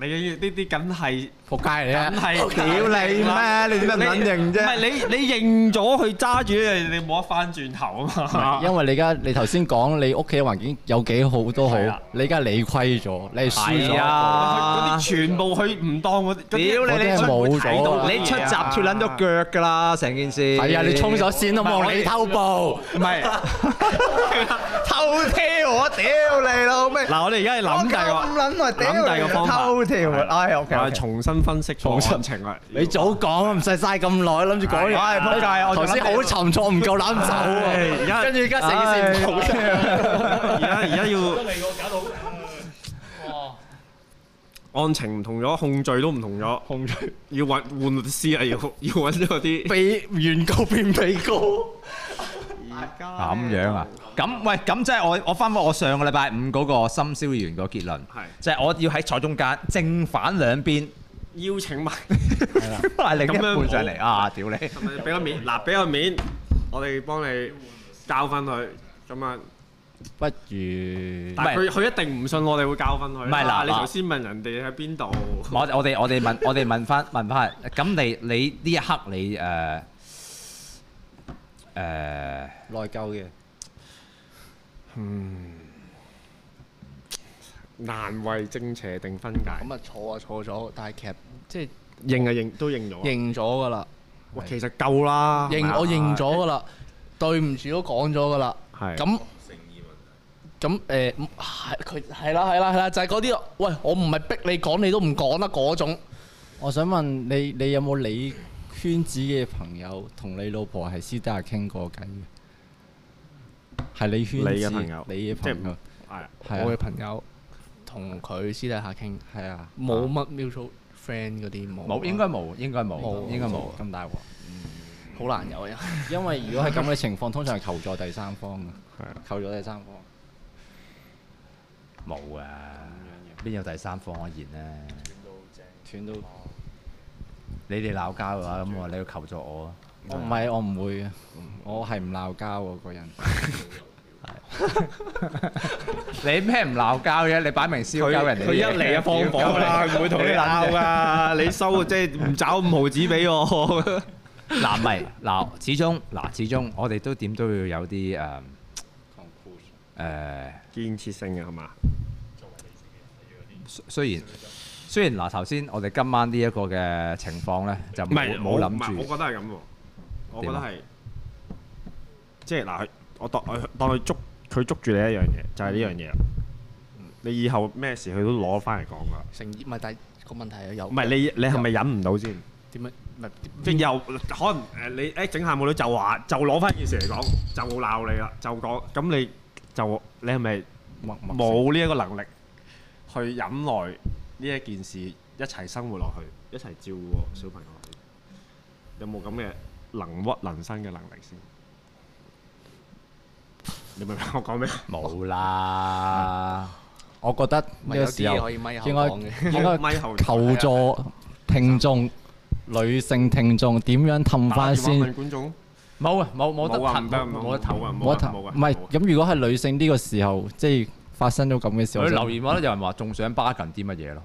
[SPEAKER 5] 你呢啲梗係
[SPEAKER 7] 仆街嚟
[SPEAKER 5] 梗
[SPEAKER 7] 啊！
[SPEAKER 5] 係
[SPEAKER 1] 屌你咩？你點解唔撚認
[SPEAKER 5] 唔係
[SPEAKER 1] 啫？
[SPEAKER 5] 你你認咗佢揸住呢你冇得翻轉頭啊嘛。
[SPEAKER 7] [laughs] 因為你而家你頭先講你屋企嘅環境有幾好都好
[SPEAKER 5] 係啊，
[SPEAKER 7] 你而家理虧咗，你係輸
[SPEAKER 1] 係
[SPEAKER 7] 咗，
[SPEAKER 5] 嗰
[SPEAKER 1] 啊
[SPEAKER 5] 啲！全部佢唔當嗰啲嗰
[SPEAKER 1] 屌
[SPEAKER 5] 啲，
[SPEAKER 1] 你！你
[SPEAKER 7] 嗰啲係冇
[SPEAKER 5] 睇
[SPEAKER 7] 咗
[SPEAKER 5] 到
[SPEAKER 7] 啊，
[SPEAKER 1] 你出閘脱撚咗腳㗎啦，成件事。
[SPEAKER 7] 係啊，你衝咗線都
[SPEAKER 5] 唔係
[SPEAKER 7] 望
[SPEAKER 5] 我
[SPEAKER 7] 你偷步。
[SPEAKER 5] 唔係
[SPEAKER 1] [laughs] 偷跳我，屌你老味！
[SPEAKER 5] 嗱，我哋而家係諗第二
[SPEAKER 1] 咁
[SPEAKER 5] 個，
[SPEAKER 1] 撚我屌你
[SPEAKER 5] 諗第二個方法
[SPEAKER 1] 偷跳
[SPEAKER 5] 係
[SPEAKER 1] 啊！唉，OK
[SPEAKER 5] 我係
[SPEAKER 1] OK。
[SPEAKER 5] 重新分析個案情啊。
[SPEAKER 7] 你早講，唔使嘥咁耐，諗住講
[SPEAKER 1] 唉
[SPEAKER 7] 完。
[SPEAKER 1] 仆街我仲
[SPEAKER 7] 頭先好沉重，唔夠膽走
[SPEAKER 5] 唉而
[SPEAKER 7] 喎。
[SPEAKER 5] 家
[SPEAKER 7] 跟住而家成件事唔好
[SPEAKER 5] 而家而家要案情唔同咗，控罪都唔同咗，控罪要揾換律師啊，要要揾咗啲。
[SPEAKER 7] 俾原告變被告。
[SPEAKER 1] 咁樣啊？咁喂，咁即係我我翻返我上個禮拜五嗰個深宵議員個結論，
[SPEAKER 5] 係
[SPEAKER 1] 即係我要喺坐中間正反兩邊，
[SPEAKER 5] 邀請埋，
[SPEAKER 1] [laughs] 係另一
[SPEAKER 5] 咁樣
[SPEAKER 1] 半上嚟
[SPEAKER 5] 冇
[SPEAKER 1] 啊！屌你，
[SPEAKER 5] 係 [laughs] 咪俾個面？嗱，俾個面，我哋幫你教訓佢咁樣。
[SPEAKER 7] 不如
[SPEAKER 5] 但係佢佢一定唔信我哋會教訓佢。
[SPEAKER 1] 唔係嗱
[SPEAKER 5] 啊你
[SPEAKER 1] 嗱
[SPEAKER 5] 頭先問人哋喺邊度？
[SPEAKER 1] 我我哋我哋問我哋問翻問翻，咁你你呢一刻你誒誒
[SPEAKER 7] 內疚嘅。
[SPEAKER 5] 難為正邪定分界，
[SPEAKER 8] 咁啊錯啊錯咗，但係其實即係
[SPEAKER 5] 認啊認都認咗啊。
[SPEAKER 8] 認咗㗎啦，
[SPEAKER 5] 喂，其實夠啦。係咪
[SPEAKER 8] 認
[SPEAKER 5] 啊
[SPEAKER 8] 我認咗㗎啦，對唔住都講咗㗎啦，
[SPEAKER 5] 係
[SPEAKER 9] 咁咁誒，
[SPEAKER 8] 嗯
[SPEAKER 9] 唔係佢係啦係啦係啦，就係嗰啲喂，我唔係逼你講，你都唔講啦嗰種。
[SPEAKER 7] 我想問你，你有冇你圈子嘅朋友同你老婆係私底下傾過偈嘅？係你圈子
[SPEAKER 5] 你嘅朋友
[SPEAKER 7] 你嘅朋友
[SPEAKER 5] 係
[SPEAKER 7] 係啊
[SPEAKER 8] 我嘅朋友同佢私底下傾，
[SPEAKER 7] 係啊，
[SPEAKER 8] 冇乜 mutual friend 嗰啲冇，
[SPEAKER 1] 冇，應該冇，應該冇，
[SPEAKER 8] 冇
[SPEAKER 1] 應該冇。
[SPEAKER 7] 咁大鑊。
[SPEAKER 8] 好難有啊。
[SPEAKER 7] 因為如果係咁嘅情況，通常係求助第三方
[SPEAKER 5] 係
[SPEAKER 7] 嘅
[SPEAKER 5] 啊，
[SPEAKER 7] 求助第三方。
[SPEAKER 1] 冇啊！邊有第三方可言呢？
[SPEAKER 7] 斷到
[SPEAKER 1] 你哋鬧交嘅話，咁我你要求助我啊！
[SPEAKER 7] 我唔係，我唔會嘅，我係唔鬧交嗰個人。
[SPEAKER 1] 你咩唔鬧交嘅？你擺明燒交人哋啲嘢。
[SPEAKER 5] 佢一嚟就放 [laughs] 火啦，唔會同你鬧噶。你收即係唔找五毫子俾我。
[SPEAKER 1] 嗱，唔係嗱，始終嗱，始終我哋都點都要有啲誒誒，
[SPEAKER 5] 建設性啊嘅係嘛？
[SPEAKER 1] 雖雖然雖然嗱頭先我哋今晚呢一個嘅情況咧，就
[SPEAKER 5] 唔係
[SPEAKER 1] 冇冇諗
[SPEAKER 5] 我唔係我
[SPEAKER 1] 住
[SPEAKER 5] 覺得係咁喎。我覺
[SPEAKER 1] 點
[SPEAKER 5] 得
[SPEAKER 1] 啊
[SPEAKER 5] 係即係嗱，佢我當我當佢捉佢捉住你一樣嘢，就係呢樣嘢啦。你以後咩事佢都攞翻嚟講㗎。
[SPEAKER 8] 成唔係，但係個問題係有
[SPEAKER 5] 唔係你你係咪忍唔到先？
[SPEAKER 8] 點樣唔係
[SPEAKER 5] 即係又可能誒你誒整下冇女就話就攞翻件事嚟講，就鬧你啦，就講咁你就你係咪
[SPEAKER 7] 默默
[SPEAKER 5] 冇呢一個能力去忍耐呢一件事一齊生活落去，一齊照顧小朋友落去？有冇咁嘅能屈能伸嘅能力先？你明唔明我
[SPEAKER 7] [laughs]
[SPEAKER 5] 講咩？
[SPEAKER 1] 冇啦。
[SPEAKER 7] 我覺得呢
[SPEAKER 8] 咪有
[SPEAKER 7] 個
[SPEAKER 8] 啲
[SPEAKER 7] 時
[SPEAKER 8] 嘢
[SPEAKER 7] 候
[SPEAKER 8] 可以咪後
[SPEAKER 7] 應該
[SPEAKER 8] 講嘅。
[SPEAKER 7] [laughs] 應該
[SPEAKER 5] 咪後
[SPEAKER 7] 求助聽眾，女性聽眾點樣氹翻先？
[SPEAKER 5] 問觀眾，
[SPEAKER 1] 冇啊，冇冇得
[SPEAKER 5] 冇啊，唔
[SPEAKER 1] 騰，
[SPEAKER 5] 得，
[SPEAKER 1] 冇得騰。
[SPEAKER 5] 啊，冇
[SPEAKER 7] 冇
[SPEAKER 5] 啊
[SPEAKER 7] 得，
[SPEAKER 5] 冇啊，
[SPEAKER 7] 唔係咁。如果係女性呢個時候，即係發生咗咁嘅時候，
[SPEAKER 1] 佢留言話咧，有人話仲想巴緊啲乜嘢咯？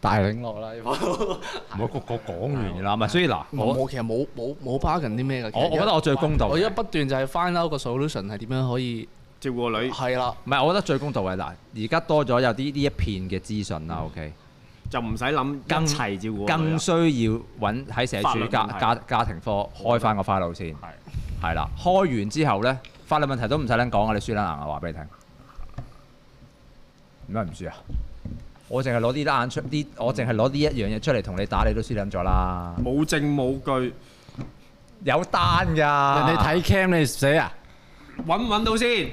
[SPEAKER 7] 大領落啦。呢個
[SPEAKER 1] 唔係個個講完啦，咪所以嗱，啊我
[SPEAKER 8] 我其實冇冇冇 bargain 啲咩嘅。其實
[SPEAKER 1] 我我覺得我最公道嘅
[SPEAKER 8] 我而家不斷就係 find out 個 solution 係點樣可以
[SPEAKER 5] 照顧個女
[SPEAKER 8] 係啦。
[SPEAKER 1] 唔係，我覺得最公道嘅嗱，而家多咗有啲呢一片嘅資訊啦，OK，
[SPEAKER 5] 就唔使諗一齊照顧個女
[SPEAKER 1] 更
[SPEAKER 5] 啦
[SPEAKER 1] 需要揾喺社
[SPEAKER 5] 法律
[SPEAKER 1] 署
[SPEAKER 5] 問
[SPEAKER 1] 家
[SPEAKER 5] 題
[SPEAKER 1] 家家庭科開翻個花路先，
[SPEAKER 5] 係
[SPEAKER 1] 係啦，開完之後呢，法律問題都唔使撚講啊，你輸撚硬啊，話俾你聽，點解唔輸啊？我淨係攞呢單眼出啲，我淨係攞呢一樣嘢出嚟同你打，你都輸撚咗啦，
[SPEAKER 5] 冇證冇據。
[SPEAKER 1] 有單㗎，
[SPEAKER 7] 人哋睇 cam 你死啊！
[SPEAKER 5] 揾唔揾到先？
[SPEAKER 8] [laughs]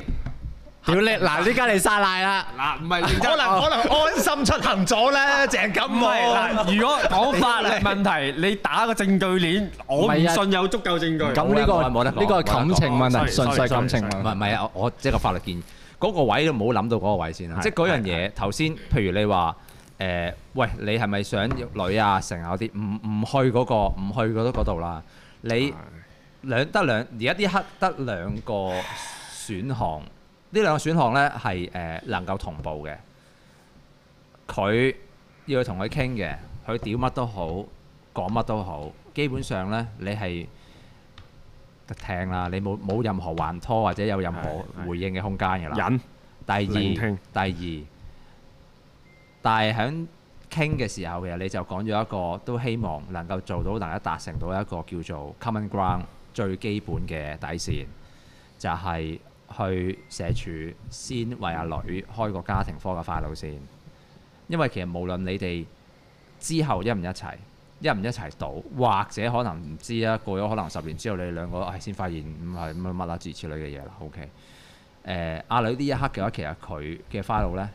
[SPEAKER 7] 屌你！嗱，呢家你撒賴啦。
[SPEAKER 5] 嗱，唔係認真。
[SPEAKER 1] 可能安心出行咗呢，鄭錦
[SPEAKER 5] [laughs] 唔係嗱，如果 [laughs] 講法律問題，你打個證據鏈，我
[SPEAKER 7] 唔
[SPEAKER 5] 唔
[SPEAKER 7] 係啊
[SPEAKER 5] 信有足夠證據。
[SPEAKER 7] 咁呢個
[SPEAKER 1] 冇得講
[SPEAKER 7] 呢個係感情問
[SPEAKER 5] 冇得
[SPEAKER 7] 題，
[SPEAKER 5] 講
[SPEAKER 7] 純粹
[SPEAKER 5] sorry，sorry，
[SPEAKER 7] 係感情問
[SPEAKER 1] 唔係唔
[SPEAKER 7] 題。
[SPEAKER 1] 係啊，我我即係個法律建議，嗰、個位都唔好諗到嗰個位先啦。
[SPEAKER 5] 係
[SPEAKER 1] 即係嗰樣嘢頭先，譬如你話誒、喂，你係咪想要女啊？成啊嗰啲，唔唔去嗰、個，唔去嗰嗰度啦。你兩得兩，而家呢刻得兩個選項，呢兩個選項呢係誒能夠同步嘅。佢要去同佢傾嘅，佢屌乜都好，講乜都好，基本上呢，你係得聽啦，你冇冇任何還拖或者有任何
[SPEAKER 5] 係係
[SPEAKER 1] 回應嘅空間㗎啦。
[SPEAKER 5] 忍
[SPEAKER 1] 第二，
[SPEAKER 5] 聆聽
[SPEAKER 1] 第二，但係喺傾嘅時候，其實你就講咗一個都希望能夠做到大家達成到一個叫做 common ground 最基本嘅底線，就係、去社署先為阿女開個家庭科嘅快路先，因為其實無論你哋之後一唔一齊。一唔一齊到，或者可能唔知啊，過咗可能十年之後，你哋兩個唉先發現唔係乜乜啦，諸如此類嘅嘢啦。OK，誒阿女呢一刻嘅話，其實佢嘅 file 咧，誒、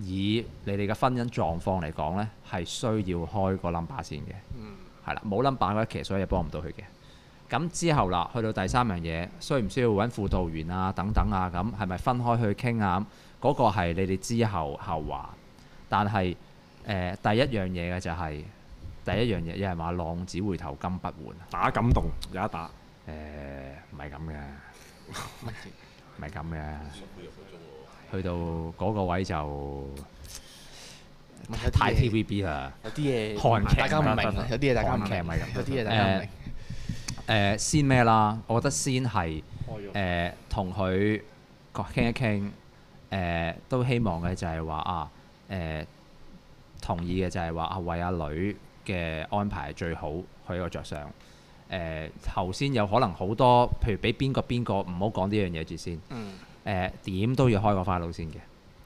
[SPEAKER 1] 以你哋嘅婚姻狀況嚟講咧，係需要開個 number 先嘅，係啦、冇 number 嘅話，其實所有嘢幫唔到佢嘅。咁之後啦，去到第三樣嘢，需唔需要揾輔導員啊、等等啊咁，係咪分開去傾啊？咁嗰、個係你哋之後後話，但係誒、第一樣嘢嘅就係、第一樣嘢，有人話浪子回頭金不換。啊
[SPEAKER 5] 打感動，有得打。
[SPEAKER 1] 誒唔係咁嘅，唔係咁嘅。去到嗰個位就太 TVB 啦。
[SPEAKER 8] 有啲嘢
[SPEAKER 1] 韓劇
[SPEAKER 8] 大家唔明啊，有啲嘢大家唔
[SPEAKER 1] 韓劇咪
[SPEAKER 8] 明
[SPEAKER 1] 咁，
[SPEAKER 8] 有啲嘢大家唔明。啊
[SPEAKER 1] 誒、先咩啦？我覺得先係誒同佢傾一傾，誒、都希望嘅就係話啊誒、同意嘅就係話啊為阿女嘅安排最好，佢個着想。誒、誒頭先有可能好多，譬如俾邊個邊個唔好講呢樣嘢住先。
[SPEAKER 9] 嗯
[SPEAKER 1] 誒呃點都要開個花路先嘅，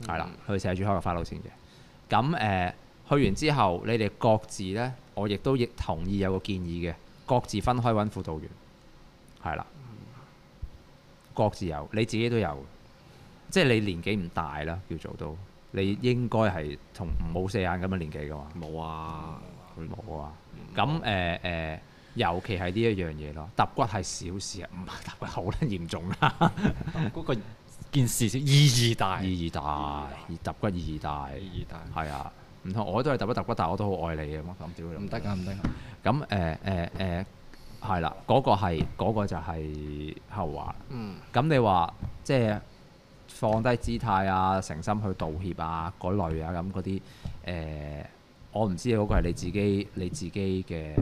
[SPEAKER 1] 係啦，去社署開個花路先嘅。咁誒、呃去完之後，你哋各自呢，我亦都亦同意有個建議嘅，各自分開揾輔導員，係啦，各自有，你自己都有，即係你年紀唔大啦，叫做都，你應該係同冇四眼咁嘅年紀噶嘛。
[SPEAKER 5] 冇啊，
[SPEAKER 1] 冇啊。咁誒誒，尤其係呢一樣嘢咯，揼骨係小事啊，唔係揼骨好撚嚴重啊啦。
[SPEAKER 7] 嗰個件事意義大。
[SPEAKER 1] 意義大，而揼骨意義大，
[SPEAKER 5] 意義大
[SPEAKER 1] 係啊。唔同我都係揼一揼骨，但我都好愛你嘅咁咁屌
[SPEAKER 7] 唔得㗎，唔得㗎。
[SPEAKER 1] 咁誒誒誒，係啦，嗰個係嗰個就係後話。
[SPEAKER 9] 嗯，
[SPEAKER 1] 咁你話即係放低姿態啊，誠心去道歉啊，嗰類啊咁嗰啲誒，我唔知嗰個係你自己你自己嘅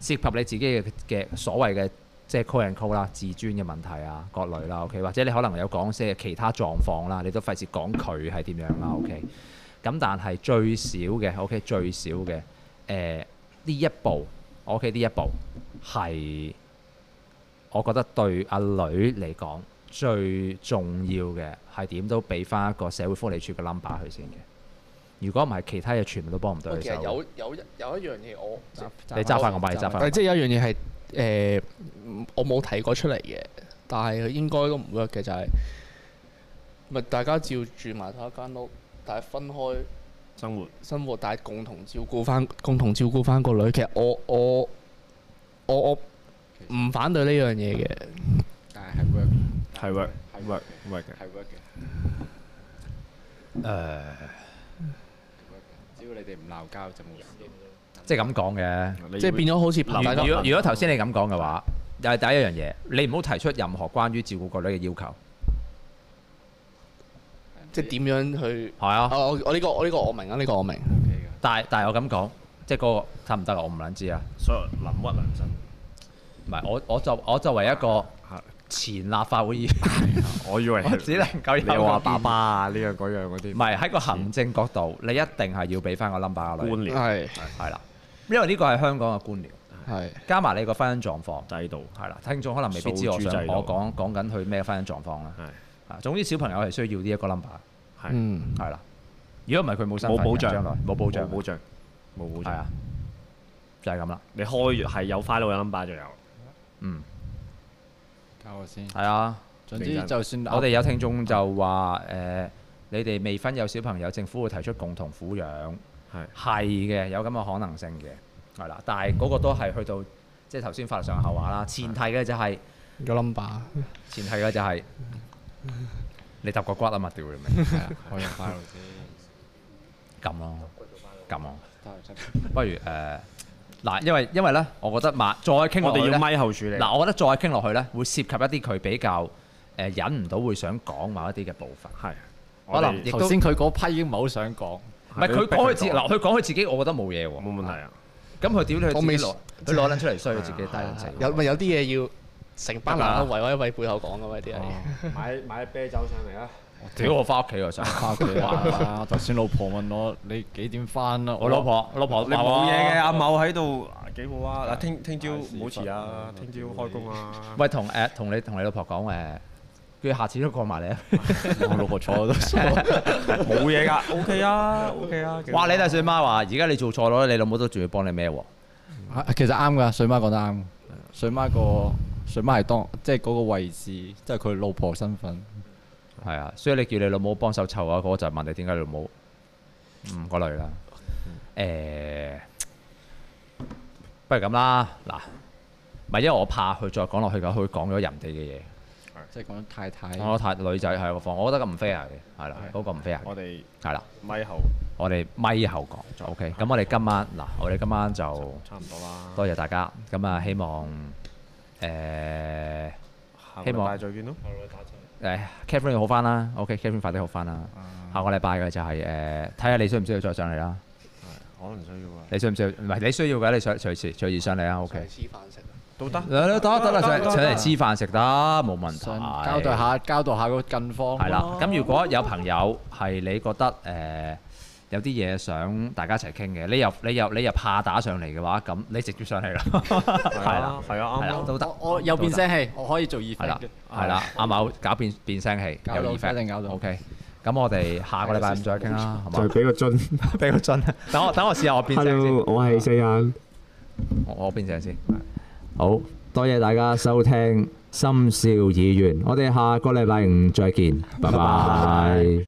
[SPEAKER 1] 涉及你自己嘅嘅所謂嘅即係 call and call 啦，自尊嘅問題啊，各類啦，OK，或者你可能有講些其他狀況啦，你都費事講佢係點樣啦，OK。咁但係最少嘅，OK，最少嘅誒呢一步，OK 呢一步係。我覺得對阿女嚟講最重要嘅係點都俾翻一個社會福利署嘅 number 佢先嘅。如果唔係，其他嘢全部都幫唔到
[SPEAKER 9] 喂
[SPEAKER 1] 佢
[SPEAKER 9] 其實有
[SPEAKER 1] 手。
[SPEAKER 9] 有一有一樣嘢我
[SPEAKER 1] 你揸翻個咪，揸翻個
[SPEAKER 9] 但係
[SPEAKER 1] 咪。
[SPEAKER 9] 即係有一樣嘢係誒，嗯我冇提過出嚟嘅，但係應該都唔 work 嘅就係、咪大家照住埋同一間屋，但係分開
[SPEAKER 5] 生活
[SPEAKER 9] 生活，但係共同照顧翻共同照顧翻個女。其實我我我我唔反對呢樣嘢嘅，
[SPEAKER 7] 但係係 work，
[SPEAKER 5] 係 work work work 嘅。
[SPEAKER 7] 係 work 嘅。只要你哋唔鬧交就冇事。
[SPEAKER 1] 即係咁講嘅。
[SPEAKER 5] 你
[SPEAKER 9] 即係變咗好似
[SPEAKER 1] 如
[SPEAKER 9] 大家
[SPEAKER 1] 如果如果頭先你咁講嘅話，又係第一樣嘢，你唔好提出任何關於照顧個女嘅要求。
[SPEAKER 9] 即係點樣去。
[SPEAKER 1] 係啊。
[SPEAKER 9] 我我我呢個我呢個我明啊，呢個我明。
[SPEAKER 1] 但係但係我咁講，即係嗰個得唔得啊？我唔撚知啊。
[SPEAKER 5] 所以能屈能伸。
[SPEAKER 1] 唔係我我就我作為一個前立法會議員，
[SPEAKER 5] [laughs]
[SPEAKER 1] [laughs]
[SPEAKER 5] 我以為
[SPEAKER 1] 我只能夠有
[SPEAKER 5] 你話
[SPEAKER 1] 個建
[SPEAKER 5] 爸
[SPEAKER 1] 議
[SPEAKER 5] 爸啊，呢樣嗰樣嗰啲
[SPEAKER 1] 唔係喺個行政角度，你一定係要俾翻個 number 阿
[SPEAKER 5] 官
[SPEAKER 1] 女。
[SPEAKER 5] 僚
[SPEAKER 9] 係
[SPEAKER 1] 係啦，因為呢個係香港嘅官僚，
[SPEAKER 9] 係
[SPEAKER 1] 加埋你個婚姻狀況，
[SPEAKER 5] 制度
[SPEAKER 1] 係啦，聽眾可能未必知
[SPEAKER 5] 訴諸
[SPEAKER 1] 我想
[SPEAKER 5] 制度
[SPEAKER 1] 我講講緊佢咩婚姻狀況啦。
[SPEAKER 5] 係
[SPEAKER 1] 啊，總之小朋友係需要呢一個 number，
[SPEAKER 5] 係
[SPEAKER 9] 嗯
[SPEAKER 1] 係啦。如果唔係佢冇身份
[SPEAKER 5] 冇保
[SPEAKER 1] 嘅
[SPEAKER 5] 障
[SPEAKER 1] 將來冇保障，
[SPEAKER 5] 冇保障，冇保
[SPEAKER 1] 係
[SPEAKER 5] 障
[SPEAKER 1] 啊。，就係咁啦。
[SPEAKER 5] 你開係有 file 有 number 就有，
[SPEAKER 1] 嗯，
[SPEAKER 7] 教我先。
[SPEAKER 1] 係啊。
[SPEAKER 7] 總之就算
[SPEAKER 1] 我哋有聽眾就話誒、呃你哋未婚有小朋友，政府會提出共同撫養，
[SPEAKER 5] 係
[SPEAKER 1] 係嘅，有咁嘅可能性嘅，係啦。但係嗰個都係去到即係頭先法律上嘅後話啦。前提嘅就係、
[SPEAKER 9] 有 number。
[SPEAKER 1] 前提嘅就係、你揼個骨啊嘛，屌你咪
[SPEAKER 7] 係啊，我有 file 先。
[SPEAKER 1] 咁咯，咁咯。不如誒呃嗱、因為因為咧，我覺得嘛，再傾
[SPEAKER 5] 我
[SPEAKER 1] 落去
[SPEAKER 5] 哋要
[SPEAKER 1] 咧，
[SPEAKER 5] 咪後處理。
[SPEAKER 1] 嗱，我覺得再傾落去咧，會涉及一啲佢比較誒、呃忍唔到會想講某一啲嘅部分，
[SPEAKER 5] 係，
[SPEAKER 1] 可能亦
[SPEAKER 7] 頭
[SPEAKER 1] 都。
[SPEAKER 7] 先佢嗰批已經唔係好想講， [laughs]
[SPEAKER 1] 唔係佢講佢自嗱，佢講佢自己，我覺得冇嘢喎。
[SPEAKER 5] 冇問題啊。
[SPEAKER 1] 咁佢屌你，佢
[SPEAKER 9] 我
[SPEAKER 1] 自
[SPEAKER 9] 未
[SPEAKER 1] 己攞，佢攞撚出嚟衰，佢自己低撚死。
[SPEAKER 9] 有咪有啲嘢要成班
[SPEAKER 1] 得啊哦
[SPEAKER 9] 男人圍威喂背後講噶嘛啲係。
[SPEAKER 5] 啊買買啤酒上嚟啊！
[SPEAKER 1] 屌我翻屋企我想，[laughs]
[SPEAKER 7] 翻屋企啦。頭先老婆問我你幾點翻啦，
[SPEAKER 1] 我老婆我老婆
[SPEAKER 5] 你
[SPEAKER 1] 話我
[SPEAKER 5] 冇嘢嘅，阿某喺度啊幾好啊！嗱，聽聽朝
[SPEAKER 7] 屎
[SPEAKER 5] 唔好遲啊，
[SPEAKER 7] 忽
[SPEAKER 5] 聽朝開工啊。
[SPEAKER 1] 喂，同誒同你同你老婆講誒，佢下次都過埋 [laughs] 嚟啊。
[SPEAKER 7] 我老婆坐我都傻。
[SPEAKER 5] 冇嘢㗎，OK 啊，OK 啊。幾
[SPEAKER 1] [laughs]
[SPEAKER 5] 好
[SPEAKER 1] 哇！你大水媽話：而家你做錯咗，你老母都仲要幫你孭喎。
[SPEAKER 7] 啊其實啱㗎，水媽講得啱。
[SPEAKER 1] 啊
[SPEAKER 7] 水媽個水媽係當即係嗰個位置，即係佢老婆身份。
[SPEAKER 1] 係啊，所以你叫你老母幫手湊啊，嗰個就係問你點解你老母唔嗰類啦。
[SPEAKER 5] 嗯
[SPEAKER 1] 誒，不如咁啦，嗱，咪因為我怕佢再講落去嘅，佢講咗人哋嘅嘢。
[SPEAKER 7] 即係講太太。
[SPEAKER 1] 我太女仔係個房，我覺得咁唔 fair 嘅，係啦，
[SPEAKER 5] 係
[SPEAKER 1] 嗰個唔 fair 嘅
[SPEAKER 5] 我哋
[SPEAKER 1] 係啦，
[SPEAKER 5] 咪後
[SPEAKER 1] 我哋咪後講，OK，咁我哋今晚嗱，我哋今晚就
[SPEAKER 5] 差唔多啦。
[SPEAKER 1] 多謝大家，咁啊希望誒
[SPEAKER 5] 下個
[SPEAKER 1] 希
[SPEAKER 5] 禮
[SPEAKER 1] 望
[SPEAKER 5] 拜再見咯。
[SPEAKER 1] 誒哎 Catherine 要好翻啦，OK，Catherine 快啲好翻啦，下個禮拜嘅就係誒睇下你需唔需要再上嚟啦，
[SPEAKER 5] 可能需要啊。
[SPEAKER 1] 你需唔需要？唔係你需要嘅，你上隨時隨時上嚟啊，OK，
[SPEAKER 9] 黐飯食。
[SPEAKER 5] 都得。
[SPEAKER 1] 得得啦，上上嚟黐飯食得冇問題，
[SPEAKER 7] 想交代下交代下個近況。
[SPEAKER 1] 係啦，咁如果有朋友係你覺得誒、呃有啲嘢想大家一齊傾嘅，你又你又你又怕打上嚟嘅話，咁你直接上嚟啦， [laughs] 係啦，
[SPEAKER 5] 係啊，
[SPEAKER 1] 係啦，都得，
[SPEAKER 7] 我我有變聲器，我可以做耳
[SPEAKER 1] 係啦
[SPEAKER 7] 嘅。，
[SPEAKER 1] 係啦，阿某搞變變聲器，
[SPEAKER 7] 啊搞
[SPEAKER 1] 有
[SPEAKER 7] 到
[SPEAKER 1] effect
[SPEAKER 7] 一定搞到
[SPEAKER 1] OK，咁我哋下個禮拜五再傾啦，好
[SPEAKER 10] 就
[SPEAKER 1] 嘛？
[SPEAKER 10] 俾個樽。
[SPEAKER 1] [laughs] 俾個樽，等我等我試下我變聲先
[SPEAKER 10] Hello，，我係四啊眼。
[SPEAKER 1] 我我變聲先。
[SPEAKER 10] 好多謝大家收聽《深笑議員》，我哋下個禮拜五再見，拜拜。